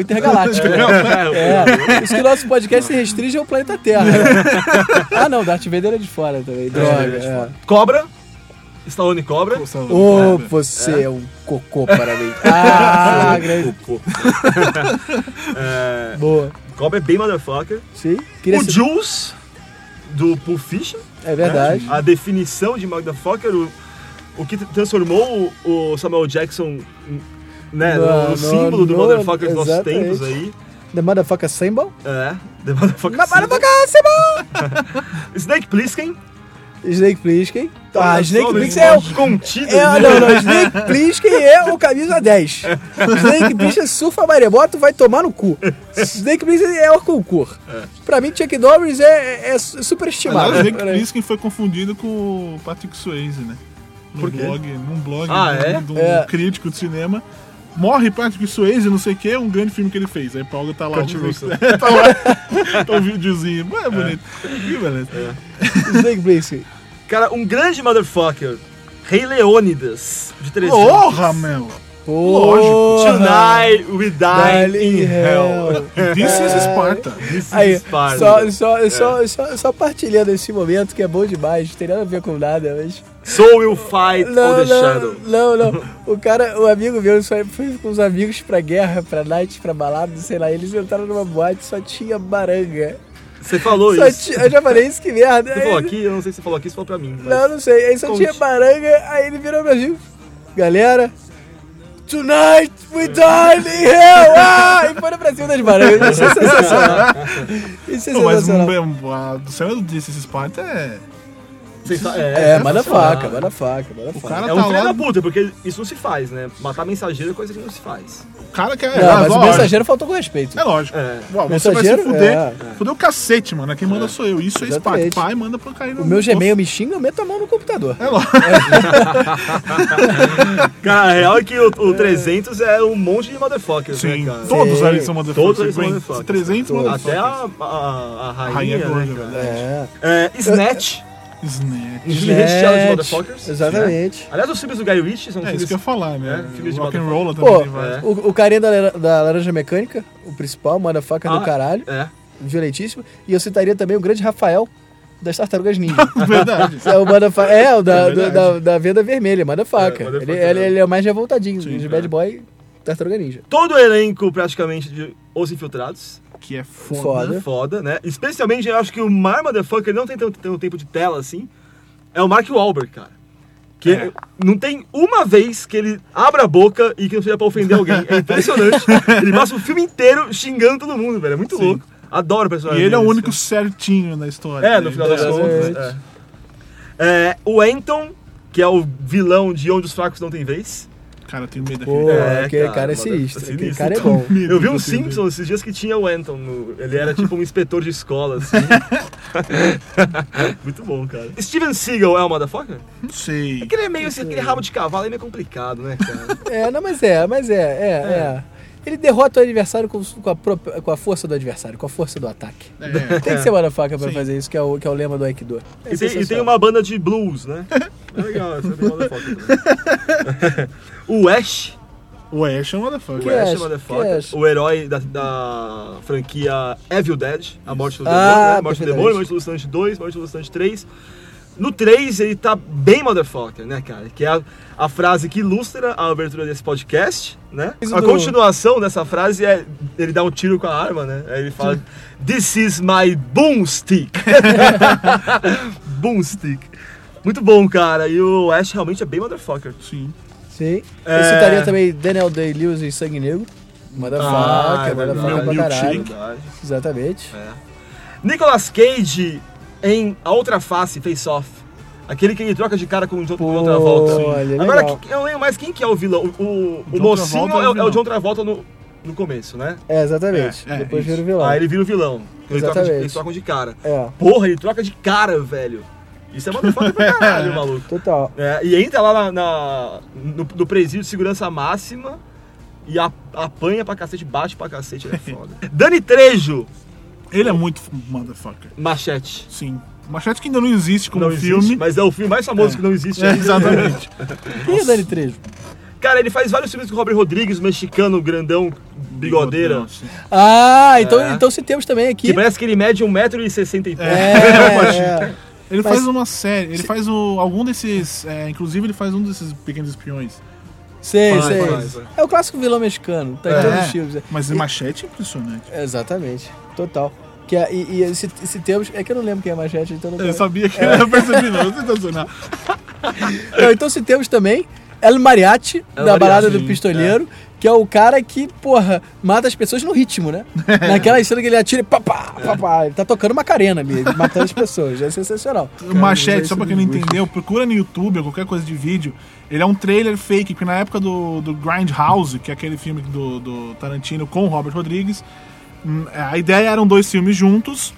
[SPEAKER 7] intergaláctico. É, isso que o nosso podcast se restringe ao planeta Terra. né? ah, não, Darth Vader é de fora também.
[SPEAKER 5] Vader é de
[SPEAKER 7] Droga.
[SPEAKER 5] Cobra. Stallone Cobra.
[SPEAKER 7] É. Ô, você é um cocô para mim. Ah, grande.
[SPEAKER 5] Cocô. é,
[SPEAKER 7] Boa.
[SPEAKER 5] Cobra é bem motherfucker.
[SPEAKER 7] Sim, queria
[SPEAKER 5] O
[SPEAKER 7] ser-
[SPEAKER 5] Jules, do Pulp Fiction.
[SPEAKER 7] É verdade.
[SPEAKER 5] A definição de motherfucker, o, o que transformou o, o Samuel Jackson né, no,
[SPEAKER 7] No-
[SPEAKER 5] no símbolo do
[SPEAKER 7] no-
[SPEAKER 5] motherfucker dos nossos
[SPEAKER 7] exatamente.
[SPEAKER 5] tempos aí.
[SPEAKER 7] The Motherfucker Symbol.
[SPEAKER 5] É, The Motherfucker.
[SPEAKER 7] The
[SPEAKER 5] Symbol.
[SPEAKER 7] Motherfucker Symbol.
[SPEAKER 5] Snake Plissken.
[SPEAKER 7] Snake Plissken. Ah, Snake Plissken é o...
[SPEAKER 5] Plissken contido. né?
[SPEAKER 7] É, não, não, Snake Plissken é o camisa 10. Snake Plissken é surfa a maremoto, vai tomar no cu. Snake Plissken é o concur. Pra mim, Chuck Norris é, é, é
[SPEAKER 6] Aliás,
[SPEAKER 7] superestimado.
[SPEAKER 6] o Jake
[SPEAKER 7] Peraí.
[SPEAKER 6] Plissken foi confundido com o Patrick Swayze, né? Num
[SPEAKER 5] Por quê?
[SPEAKER 6] blog, num blog
[SPEAKER 5] Ah,
[SPEAKER 6] de, um-
[SPEAKER 5] é?
[SPEAKER 6] de um
[SPEAKER 7] É.
[SPEAKER 6] crítico de cinema. Morre Patrick Swayze, não sei o que, é um grande filme que ele fez. Aí Paulo tá lá,
[SPEAKER 5] Kurt Russell.
[SPEAKER 6] tá lá, tá um videozinho. Ué, é bonito. Que beleza.
[SPEAKER 7] É. Snake Plissken.
[SPEAKER 5] Cara, um grande motherfucker. Rei Leônidas, de 300.
[SPEAKER 6] Porra, meu!
[SPEAKER 5] Tonight we die in hell.
[SPEAKER 7] É.
[SPEAKER 6] This is Sparta.
[SPEAKER 5] This is
[SPEAKER 7] Aí,
[SPEAKER 5] Sparta.
[SPEAKER 7] só, só,
[SPEAKER 5] É.
[SPEAKER 7] só, só, só partilhando esse momento que é bom demais, não tem nada a ver com nada, mas.
[SPEAKER 5] So will fight on
[SPEAKER 7] Não,
[SPEAKER 5] the
[SPEAKER 7] não,
[SPEAKER 5] shadow.
[SPEAKER 7] não, não. O cara, o amigo meu, só foi com os amigos pra guerra, pra night, pra balada, sei lá. Eles entraram numa boate, só tinha baranga.
[SPEAKER 5] Você falou
[SPEAKER 7] Só
[SPEAKER 5] isso.
[SPEAKER 7] ti- eu já falei isso, que merda.
[SPEAKER 5] Você falou
[SPEAKER 7] Aí-
[SPEAKER 5] aqui, eu não sei se você falou aqui, você falou pra mim. mas-
[SPEAKER 7] Não, não sei. Aí só
[SPEAKER 5] Conte.
[SPEAKER 7] tinha baranga, aí ele virou pra mim. galera. Tonight we died in hell! Ah! E foi no Brasil das Barangas. Isso é sensacional. Isso é
[SPEAKER 6] Não, mas
[SPEAKER 7] sensacional.
[SPEAKER 6] um- a do céu desse Spot é.
[SPEAKER 7] É, manda faca, manda faca, manda faca.
[SPEAKER 6] cara
[SPEAKER 5] é
[SPEAKER 6] tá
[SPEAKER 5] um filho
[SPEAKER 6] lá-
[SPEAKER 5] da puta, porque isso não se faz, né? Matar mensageiro é coisa que não se faz.
[SPEAKER 6] O cara que é.
[SPEAKER 7] Não, mas o
[SPEAKER 6] lógico.
[SPEAKER 7] mensageiro faltou com respeito.
[SPEAKER 6] É lógico.
[SPEAKER 5] É.
[SPEAKER 6] Uau, você vai se
[SPEAKER 7] Mensageiro?
[SPEAKER 6] fuder.
[SPEAKER 7] É.
[SPEAKER 6] Fuder o cacete, mano. Quem manda sou eu. Isso é Spot.
[SPEAKER 7] Exatamente.
[SPEAKER 6] Pai, manda pra cair no.
[SPEAKER 7] O meu
[SPEAKER 6] no-
[SPEAKER 7] Gmail me xinga, eu meto a mão no computador.
[SPEAKER 6] É lógico.
[SPEAKER 5] Cara, a real é que o, o 300 é um monte de motherfuckers,
[SPEAKER 6] Sim,
[SPEAKER 5] né, cara?
[SPEAKER 6] todos
[SPEAKER 7] Sim.
[SPEAKER 6] ali são motherfuckers.
[SPEAKER 5] Todos ali são
[SPEAKER 6] Gwen.
[SPEAKER 5] motherfuckers.
[SPEAKER 6] 300
[SPEAKER 5] Até
[SPEAKER 6] motherfuckers.
[SPEAKER 5] a, a, a rainha,
[SPEAKER 6] Rainha
[SPEAKER 5] né,
[SPEAKER 6] gorda,
[SPEAKER 5] cara?
[SPEAKER 6] verdade.
[SPEAKER 7] É.
[SPEAKER 5] É, Snatch,
[SPEAKER 6] Snatch.
[SPEAKER 5] um filme recheado de
[SPEAKER 7] Snatch,
[SPEAKER 5] motherfuckers.
[SPEAKER 7] Exatamente.
[SPEAKER 5] né? Aliás, os filmes do Guy Ritchie são
[SPEAKER 6] É
[SPEAKER 5] filmes...
[SPEAKER 6] isso que eu ia falar, né?
[SPEAKER 5] É, filmes de
[SPEAKER 6] Rock and Roll também.
[SPEAKER 7] Pô,
[SPEAKER 6] tem vários.
[SPEAKER 7] o, o carinha da, lara- da Laranja Mecânica, o principal, manda faca
[SPEAKER 5] Ah,
[SPEAKER 7] do caralho,
[SPEAKER 5] É.
[SPEAKER 7] violentíssimo. E eu citaria também o grande Rafael das Tartarugas Ninja.
[SPEAKER 6] Verdade.
[SPEAKER 7] É o, manda fa- é, o da,
[SPEAKER 5] É
[SPEAKER 7] do-
[SPEAKER 5] verdade.
[SPEAKER 7] da, da venda vermelha, manda faca.
[SPEAKER 5] É, manda
[SPEAKER 7] ele,
[SPEAKER 5] faca,
[SPEAKER 7] ele-
[SPEAKER 5] é.
[SPEAKER 7] ele é o mais revoltadinho de
[SPEAKER 5] é.
[SPEAKER 7] Bad Boy Tartaruga Ninja.
[SPEAKER 5] Todo o elenco, praticamente, de Os Infiltrados.
[SPEAKER 6] Que é foda.
[SPEAKER 7] Foda.
[SPEAKER 5] É foda, né? Especialmente, eu acho que o Mar Motherfucker ele não tem tanto, tanto tempo de tela assim. É o Mark Wahlberg, cara. Que
[SPEAKER 6] É.
[SPEAKER 5] não tem uma vez que ele abra a boca e que não seja pra ofender alguém. É impressionante. ele passa o filme inteiro xingando todo mundo, velho. É muito
[SPEAKER 6] Sim.
[SPEAKER 5] louco. Adoro o personagem.
[SPEAKER 6] E ele é o
[SPEAKER 5] dele,
[SPEAKER 6] único
[SPEAKER 5] assim.
[SPEAKER 6] certinho na história.
[SPEAKER 5] É, no
[SPEAKER 6] dele.
[SPEAKER 5] final das
[SPEAKER 7] É,
[SPEAKER 5] contas. É.
[SPEAKER 7] exatamente.
[SPEAKER 5] É, o Anton, que é o vilão de Onde os Fracos Não Tem Vez.
[SPEAKER 6] Cara, eu tenho medo
[SPEAKER 7] Pô,
[SPEAKER 6] daquele.
[SPEAKER 5] É,
[SPEAKER 7] aquele
[SPEAKER 5] cara,
[SPEAKER 7] cara é
[SPEAKER 5] mano,
[SPEAKER 7] sinistro.
[SPEAKER 5] tá
[SPEAKER 7] Aquele
[SPEAKER 5] sinistro.
[SPEAKER 7] cara é bom.
[SPEAKER 5] Eu vi
[SPEAKER 6] um
[SPEAKER 5] um Simpson esses dias que tinha o Anton. no- Ele era tipo um inspetor de escola, assim. Muito bom, cara. Steven Seagal é o motherfucker?
[SPEAKER 6] Não sei.
[SPEAKER 5] Aquele é meio assim, aquele rabo de cavalo é meio complicado, né, cara?
[SPEAKER 7] É, não, mas é, mas é, é, é. Ele derrota o adversário com, com a, prop- com a força do adversário, com a força do ataque.
[SPEAKER 6] É.
[SPEAKER 7] Tem que ser motherfucker faca pra
[SPEAKER 6] Sim.
[SPEAKER 7] fazer isso, que é o, que é o lema do Aikido. É
[SPEAKER 5] E tem, e tem
[SPEAKER 7] sensacional.
[SPEAKER 5] uma banda de blues, né? É legal, essa é bem motherfucker. também. o Ash,
[SPEAKER 6] O Ash é um motherfucker.
[SPEAKER 5] o
[SPEAKER 7] Que
[SPEAKER 5] Ash, é
[SPEAKER 7] Ash? Que Ash?
[SPEAKER 5] motherfucker. O herói da, da franquia Evil Dead, A Morte do
[SPEAKER 7] Ah,
[SPEAKER 5] Demônio, né? Morte do
[SPEAKER 7] perfeitamente.
[SPEAKER 5] Demônio, Morte do Lucente 2, Morte do Lucente 3. No 3 ele tá bem motherfucker, né, cara? Que é a, a frase que ilustra a abertura desse podcast, né?
[SPEAKER 7] Isso
[SPEAKER 5] A
[SPEAKER 7] do-
[SPEAKER 5] continuação dessa frase é ele dá um tiro com a arma, né? Aí ele fala: This is my boomstick. boomstick. Muito bom, cara. E o Ash realmente é bem motherfucker.
[SPEAKER 6] Sim.
[SPEAKER 7] Sim.
[SPEAKER 5] É.
[SPEAKER 7] Eu citaria também Daniel Day-Lewis em Sangue Negro. Manda faca,
[SPEAKER 5] é
[SPEAKER 7] manda
[SPEAKER 5] verdade.
[SPEAKER 7] faca pra
[SPEAKER 6] Meu
[SPEAKER 7] caralho.
[SPEAKER 6] milkshake.
[SPEAKER 7] Exatamente.
[SPEAKER 5] Nicolas Cage em A Outra Face, Face Off. Aquele que ele troca de cara com o John
[SPEAKER 7] Pô,
[SPEAKER 5] John Travolta.
[SPEAKER 7] olha,
[SPEAKER 5] Agora,
[SPEAKER 7] legal.
[SPEAKER 5] que- eu lembro mais quem que é o vilão. O, o- o
[SPEAKER 6] John
[SPEAKER 5] mocinho
[SPEAKER 6] Travolta
[SPEAKER 5] é,
[SPEAKER 6] é o
[SPEAKER 5] o- é o
[SPEAKER 6] vilão.
[SPEAKER 5] John Travolta no, no começo, né?
[SPEAKER 7] É, exatamente.
[SPEAKER 6] É, é,
[SPEAKER 7] Depois
[SPEAKER 6] isso.
[SPEAKER 7] vira o vilão.
[SPEAKER 5] Aí ele vira o vilão. Ele troca de,
[SPEAKER 7] Exatamente.
[SPEAKER 5] eles trocam de cara.
[SPEAKER 7] É,
[SPEAKER 5] Porra, ele troca de cara, velho. Isso é motherfucker pra caralho, maluco.
[SPEAKER 7] total.
[SPEAKER 5] É, e entra lá na, na- no, no presídio de segurança máxima e a- apanha pra cacete, bate pra cacete, ele é foda. Dani Trejo,
[SPEAKER 6] Ele é muito f- motherfucker.
[SPEAKER 5] machete.
[SPEAKER 6] Sim. Machete que ainda não existe como
[SPEAKER 5] não
[SPEAKER 6] filme.
[SPEAKER 5] existe, mas é o filme mais famoso que não existe.
[SPEAKER 6] É,
[SPEAKER 5] ainda.
[SPEAKER 6] exatamente.
[SPEAKER 7] Quem é Dani Trejo?
[SPEAKER 5] Cara, ele faz vários filmes com o Robert Rodrigues, mexicano, grandão, bigodeira.
[SPEAKER 6] Nossa.
[SPEAKER 7] Ah, então,
[SPEAKER 5] É.
[SPEAKER 7] então citemos também aqui.
[SPEAKER 5] Que parece que ele mede 1,63m.
[SPEAKER 7] É,
[SPEAKER 5] É.
[SPEAKER 7] é,
[SPEAKER 6] Ele
[SPEAKER 7] Mas-
[SPEAKER 6] faz uma série. Ele faz o, algum desses. é, inclusive, ele faz um desses pequenos espiões.
[SPEAKER 7] Sei,
[SPEAKER 5] Faz,
[SPEAKER 7] sei.
[SPEAKER 5] faz, faz.
[SPEAKER 7] É o clássico vilão mexicano. Tá em
[SPEAKER 5] É.
[SPEAKER 7] todos os filmes.
[SPEAKER 6] Mas o machete é impressionante.
[SPEAKER 7] Exatamente. Total. Que é, e, e se, se temos. É que eu não lembro quem é Machete, então não
[SPEAKER 6] Eu
[SPEAKER 7] quero-
[SPEAKER 6] sabia que ele ia perceber, tá não. Sensacional.
[SPEAKER 7] Não, então se temos também El Mariachi, da
[SPEAKER 5] Mariachi,
[SPEAKER 7] balada do
[SPEAKER 5] sim,
[SPEAKER 7] pistoleiro, que é o cara que, porra, mata as pessoas no ritmo, né? Naquela cena que ele atira e
[SPEAKER 5] É.
[SPEAKER 7] papá, papá. Ele tá tocando Macarena mesmo, matando as pessoas. É sensacional.
[SPEAKER 6] Machete,
[SPEAKER 7] é
[SPEAKER 6] só pra
[SPEAKER 7] isso
[SPEAKER 6] quem não
[SPEAKER 7] mesmo.
[SPEAKER 6] entendeu, procura no YouTube ou qualquer coisa de vídeo. Ele é um trailer fake, porque na época do, do Grindhouse, que é aquele filme do, do Tarantino com o Robert Rodrigues, hum, a ideia eram dois filmes juntos.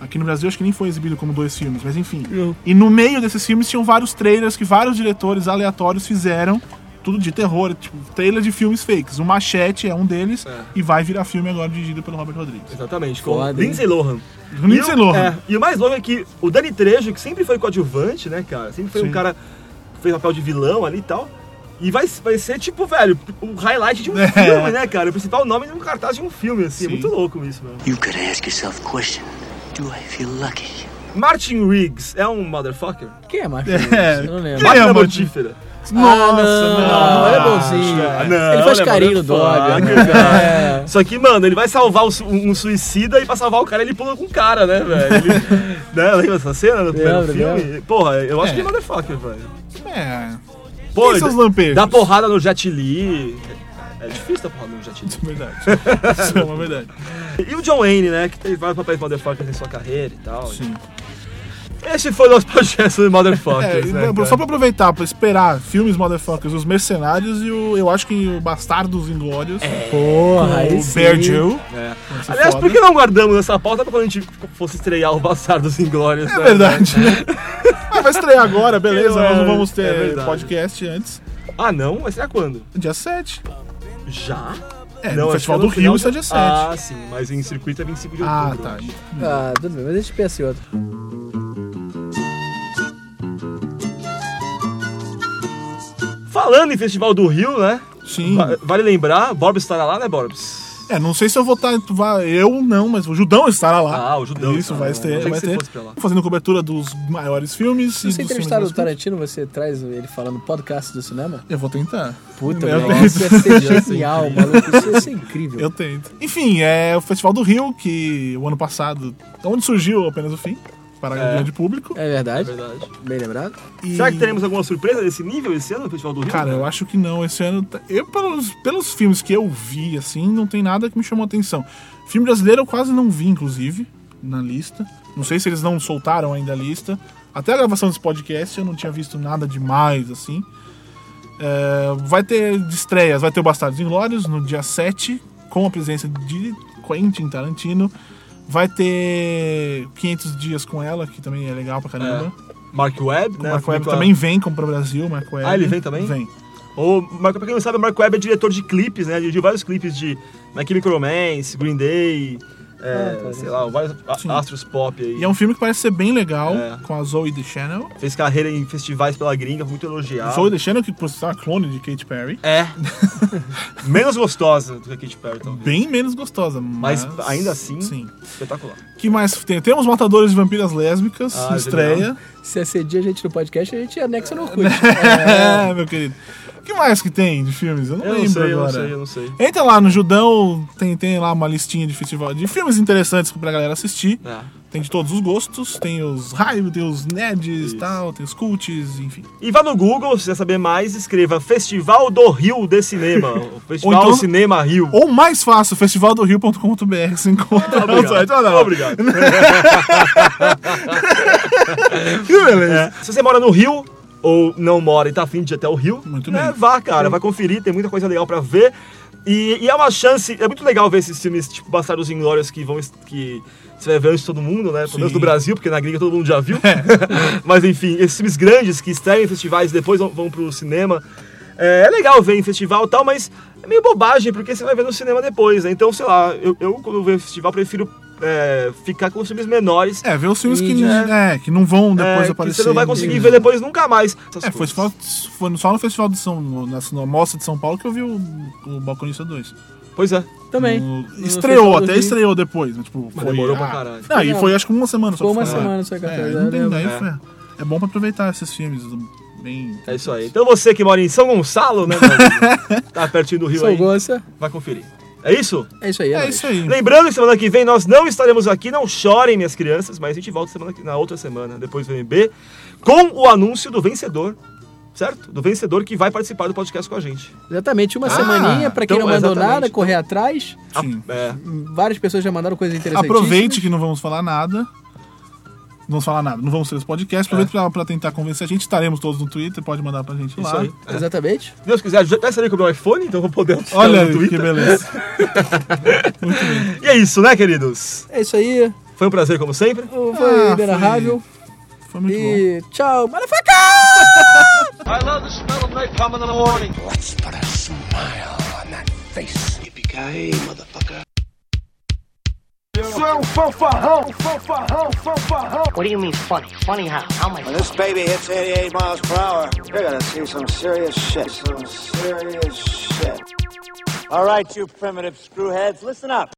[SPEAKER 6] Aqui no Brasil acho que nem foi exibido como dois filmes, mas enfim. E no meio desses filmes tinham vários trailers que vários diretores aleatórios fizeram, tudo de terror, tipo, trailer de filmes fakes. O Machete é um deles e vai virar filme agora dirigido pelo Robert Rodrigues.
[SPEAKER 5] Exatamente, com
[SPEAKER 7] Foda, hein?
[SPEAKER 5] Lindsay Lohan.
[SPEAKER 6] O Lindsay
[SPEAKER 5] E o-
[SPEAKER 6] Lohan.
[SPEAKER 5] é, e o mais louco é que o Dani Trejo, que sempre foi coadjuvante, né, cara? Sempre foi um
[SPEAKER 6] Sim.
[SPEAKER 5] cara que fez papel de vilão ali e tal. E vai, vai ser, tipo, velho, o highlight de
[SPEAKER 6] É.
[SPEAKER 5] um filme, né, cara? O principal nome de um cartaz de um filme, assim. É
[SPEAKER 6] Sim.
[SPEAKER 5] muito louco isso, mano.
[SPEAKER 2] You gotta ask yourself the question do I feel lucky?
[SPEAKER 5] Martin Riggs é um motherfucker?
[SPEAKER 7] Quem é Machete?
[SPEAKER 6] É.
[SPEAKER 7] Eu não lembro.
[SPEAKER 5] Máquina
[SPEAKER 6] Martin.
[SPEAKER 5] mortífera.
[SPEAKER 7] Ah, não, não, ele é bonzinho.
[SPEAKER 5] não,
[SPEAKER 7] ele faz
[SPEAKER 5] ele é
[SPEAKER 7] carinho no
[SPEAKER 5] motherfucker,
[SPEAKER 7] dog.
[SPEAKER 5] cara.
[SPEAKER 7] É.
[SPEAKER 5] Só que, mano, ele vai salvar o su- um, um suicida e pra salvar o cara ele pula com o cara, né, velho? Ele- né, lembra essa cena do primeiro
[SPEAKER 7] Lembro,
[SPEAKER 5] filme? Porra, eu acho
[SPEAKER 6] É.
[SPEAKER 5] que ele é motherfucker, velho.
[SPEAKER 6] É.
[SPEAKER 5] Pô,
[SPEAKER 6] E seus lampejos?
[SPEAKER 5] Dá porrada no Jet Li. É difícil dar porrada no Jet Li.
[SPEAKER 6] Verdade. Isso é uma verdade.
[SPEAKER 5] E o John Wayne, né? Que teve vários papéis motherfuckers em sua carreira e tal. Sim. Esse foi o nosso podcast sobre
[SPEAKER 6] É,
[SPEAKER 5] motherfuckers.
[SPEAKER 6] e
[SPEAKER 5] né,
[SPEAKER 6] pra-
[SPEAKER 5] cara?
[SPEAKER 6] só pra aproveitar, pra esperar filmes motherfuckers, Os Mercenários e o, eu acho que o Bastardos Inglórios.
[SPEAKER 11] Porra,
[SPEAKER 6] com
[SPEAKER 11] aí
[SPEAKER 6] O
[SPEAKER 11] sim.
[SPEAKER 6] Bergil.
[SPEAKER 5] É.
[SPEAKER 6] Vai ser
[SPEAKER 5] Aliás,
[SPEAKER 6] foda.
[SPEAKER 5] por que não guardamos essa pauta pra quando a gente fosse estrear o Bastardo dos Inglórios? né,
[SPEAKER 6] É verdade. ah, vai estrear agora, beleza.
[SPEAKER 5] É,
[SPEAKER 6] Nós não vamos
[SPEAKER 5] é
[SPEAKER 6] ter
[SPEAKER 5] verdade.
[SPEAKER 6] podcast antes.
[SPEAKER 5] Ah, não? Vai estrear quando?
[SPEAKER 6] Dia 7.
[SPEAKER 5] Já?
[SPEAKER 6] É,
[SPEAKER 5] acho
[SPEAKER 6] no Festival
[SPEAKER 5] que
[SPEAKER 6] do
[SPEAKER 5] no final
[SPEAKER 6] Rio isso é
[SPEAKER 5] de-
[SPEAKER 6] dia 7.
[SPEAKER 5] Ah, sim, mas em circuito é 25 de
[SPEAKER 6] Ah,
[SPEAKER 5] outubro.
[SPEAKER 6] tá.
[SPEAKER 11] Ah, tudo bem, mas deixa eu pensar em outro.
[SPEAKER 5] Falando em Festival do Rio, né?
[SPEAKER 6] Sim.
[SPEAKER 5] Va- Vale lembrar, Borbs estará lá, né, Borbs?
[SPEAKER 6] É, não sei se eu vou estar. Eu não, mas o Judão estará lá.
[SPEAKER 5] Ah, o Judão
[SPEAKER 6] Isso,
[SPEAKER 5] estará
[SPEAKER 6] vai
[SPEAKER 5] lá.
[SPEAKER 6] ter.
[SPEAKER 5] Achei que
[SPEAKER 6] Vai
[SPEAKER 5] você
[SPEAKER 6] ter
[SPEAKER 5] fosse pra lá.
[SPEAKER 6] fazendo cobertura dos maiores filmes. e
[SPEAKER 11] Se você
[SPEAKER 6] dos filmes
[SPEAKER 11] entrevistar
[SPEAKER 6] mais
[SPEAKER 11] o Tarantino, você traz ele falando podcast do cinema?
[SPEAKER 6] Eu vou tentar.
[SPEAKER 11] Puta,
[SPEAKER 6] Eu
[SPEAKER 11] mano, isso ia ser
[SPEAKER 6] tento.
[SPEAKER 11] genial, maluco. Isso ia ser incrível.
[SPEAKER 6] assim. Eu tento. Enfim, é o Festival do Rio, que o ano passado. Onde surgiu apenas o fim, para o grande público.
[SPEAKER 11] É verdade,
[SPEAKER 5] Verdade.
[SPEAKER 11] bem lembrado.
[SPEAKER 6] E-
[SPEAKER 5] Será que teremos alguma surpresa desse nível esse ano no Festival do Rio?
[SPEAKER 6] Cara, eu acho que não. Esse ano. tá- Eu, pelos, pelos filmes que eu vi, assim, não tem nada que me chamou atenção. Filme brasileiro eu quase não vi, inclusive, na lista. Não sei se eles não soltaram ainda a lista. Até a gravação desse podcast eu não tinha visto nada demais, assim. É, vai ter estreias, vai ter o Bastardos Inglórios no dia 7, com a presença de Quentin Tarantino. Vai ter 500 Dias com ela, que também é legal pra caramba.
[SPEAKER 5] Mark Webb,
[SPEAKER 6] O
[SPEAKER 5] né?
[SPEAKER 6] Mark Webb
[SPEAKER 5] Fica-
[SPEAKER 6] também vem como pro Brasil, Mark Webb.
[SPEAKER 5] Ah, ele vem também?
[SPEAKER 6] Vem.
[SPEAKER 5] O Marco, pra quem não sabe, o Marco Webb é diretor de clipes, né? Dirigiu vários clipes de My Chemical Romance, Green Day, é, sei lá, vários a-
[SPEAKER 6] Ah, tá, Sim.
[SPEAKER 5] astros pop aí.
[SPEAKER 6] E é um filme que parece ser bem legal,
[SPEAKER 5] É.
[SPEAKER 6] com a Zoe The Channel.
[SPEAKER 5] Fez carreira em festivais pela gringa, muito elogiado.
[SPEAKER 6] Zoe The Channel, que por sinal é uma clone de Katy Perry.
[SPEAKER 5] É. Menos gostosa do que a Katy Perry, talvez.
[SPEAKER 6] Bem menos gostosa, mas...
[SPEAKER 5] Mas ainda assim,
[SPEAKER 6] Sim.
[SPEAKER 5] espetacular.
[SPEAKER 6] que mais tem? Temos Matadores de Vampiras Lésbicas,
[SPEAKER 5] Ah,
[SPEAKER 6] estreia.
[SPEAKER 5] genial.
[SPEAKER 11] Se acedia a gente no podcast, a gente anexa no Orkut.
[SPEAKER 6] É, meu querido. que mais que tem de filmes? Eu não
[SPEAKER 5] Eu
[SPEAKER 6] lembro
[SPEAKER 5] não sei, eu não
[SPEAKER 6] agora.
[SPEAKER 5] sei, eu não sei.
[SPEAKER 6] Entra lá no Judão, tem, tem lá uma listinha de festival de filmes interessantes pra galera assistir.
[SPEAKER 5] É.
[SPEAKER 6] Tem de todos os gostos, tem os raios, tem os nerds e tal, tem os cults, enfim.
[SPEAKER 5] E vá no Google, se quiser saber mais, escreva Festival do Rio de Cinema. o Festival
[SPEAKER 6] então-
[SPEAKER 5] Cinema Rio.
[SPEAKER 6] Ou mais fácil, festivaldorio.com.br se encontra no site. Ah, não.
[SPEAKER 5] Então, Obrigado. É. Se você mora no Rio ou não mora e tá afim de ir até o Rio,
[SPEAKER 6] Muito
[SPEAKER 5] né,
[SPEAKER 6] bem.
[SPEAKER 5] vá, cara, vai conferir, tem muita coisa legal pra ver. E, e é uma chance, é muito legal ver esses filmes tipo Bastardos Inglórios que vão est- que você vai ver antes de todo mundo, né? Pelo menos
[SPEAKER 6] Sim.
[SPEAKER 5] do
[SPEAKER 6] É.
[SPEAKER 5] Brasil, porque na gringa todo mundo já viu. Mas enfim, esses filmes grandes que estreiam em festivais e depois vão, vão pro cinema. É, é legal ver em festival e tal, mas é meio bobagem, porque você vai ver no cinema depois, né? Então, sei lá, eu, eu quando vejo festival prefiro é, ficar com os filmes menores.
[SPEAKER 6] É, ver os filmes que,
[SPEAKER 5] Indie,
[SPEAKER 6] é, que não vão depois
[SPEAKER 5] é,
[SPEAKER 6] aparecer. né?
[SPEAKER 5] Que você não vai conseguir ver depois nunca mais. essas
[SPEAKER 6] É, foi
[SPEAKER 5] coisas.
[SPEAKER 6] só, foi só no Festival de São na, na Mostra de São Paulo que eu vi o, o Balconista 2.
[SPEAKER 5] Pois é.
[SPEAKER 11] Também.
[SPEAKER 6] No-
[SPEAKER 11] No
[SPEAKER 6] estreou,
[SPEAKER 11] Festival do
[SPEAKER 6] até
[SPEAKER 11] Rio.
[SPEAKER 6] estreou depois. né, Tipo, foi,
[SPEAKER 5] demorou pra caralho.
[SPEAKER 6] Não, e
[SPEAKER 11] Não,
[SPEAKER 6] foi acho que uma semana só.
[SPEAKER 11] foi
[SPEAKER 6] pra
[SPEAKER 11] uma
[SPEAKER 6] falar.
[SPEAKER 11] semana só que
[SPEAKER 6] é,
[SPEAKER 11] atrás,
[SPEAKER 6] não tem
[SPEAKER 11] né?
[SPEAKER 6] daí,
[SPEAKER 5] É.
[SPEAKER 6] foi- é bom pra aproveitar esses filmes hum, bem...
[SPEAKER 5] É isso aí. Então você que mora em São Gonçalo, né? meu amigo? tá pertinho do Rio
[SPEAKER 11] Só
[SPEAKER 5] aí,
[SPEAKER 11] gosta.
[SPEAKER 5] vai conferir. É isso?
[SPEAKER 11] É isso aí,
[SPEAKER 6] É
[SPEAKER 11] nóis.
[SPEAKER 6] isso aí.
[SPEAKER 5] Lembrando que semana que vem nós não estaremos aqui, não chorem, minhas crianças, mas a gente volta semana que- na outra semana, depois do MB, com o anúncio do vencedor. Certo? Do vencedor que vai participar do podcast com a gente.
[SPEAKER 11] Exatamente, uma
[SPEAKER 6] Ah,
[SPEAKER 11] semaninha pra quem
[SPEAKER 5] então,
[SPEAKER 11] não mandou
[SPEAKER 5] exatamente.
[SPEAKER 11] nada, correr atrás.
[SPEAKER 6] Sim.
[SPEAKER 5] É.
[SPEAKER 11] Várias pessoas já mandaram coisas interessantes.
[SPEAKER 6] Aproveite que não vamos falar nada. Não vamos falar nada, não vamos ter esse podcast. Aproveite pra, pra tentar convencer a gente. Estaremos todos no Twitter, pode mandar pra gente
[SPEAKER 5] Isso
[SPEAKER 6] lá.
[SPEAKER 5] aí.
[SPEAKER 11] Exatamente.
[SPEAKER 5] Se Deus quiser, já até saber com o meu iPhone, então vou poder anunciar
[SPEAKER 6] Olha
[SPEAKER 5] no
[SPEAKER 6] aí, que
[SPEAKER 5] Twitter.
[SPEAKER 6] beleza.
[SPEAKER 5] E é isso, né, queridos?
[SPEAKER 11] É isso aí.
[SPEAKER 5] Foi um prazer, como sempre.
[SPEAKER 11] Foi
[SPEAKER 6] Ah,
[SPEAKER 11] inenarrável.
[SPEAKER 6] Foi muito bom.
[SPEAKER 11] E tchau. Motherfucker!
[SPEAKER 1] I love the smell of napalm in the morning.
[SPEAKER 2] Let's put a smile on that face. Yippee-ki-yay, motherfucker.
[SPEAKER 9] Isso é um fanfarrão, fanfarrão, fanfarrão.
[SPEAKER 4] What do you mean funny? Funny how? How am I
[SPEAKER 3] When this baby hits 88 miles per hour, you're gonna see some serious shit. Some serious shit. All right, you primitive screwheads, listen up.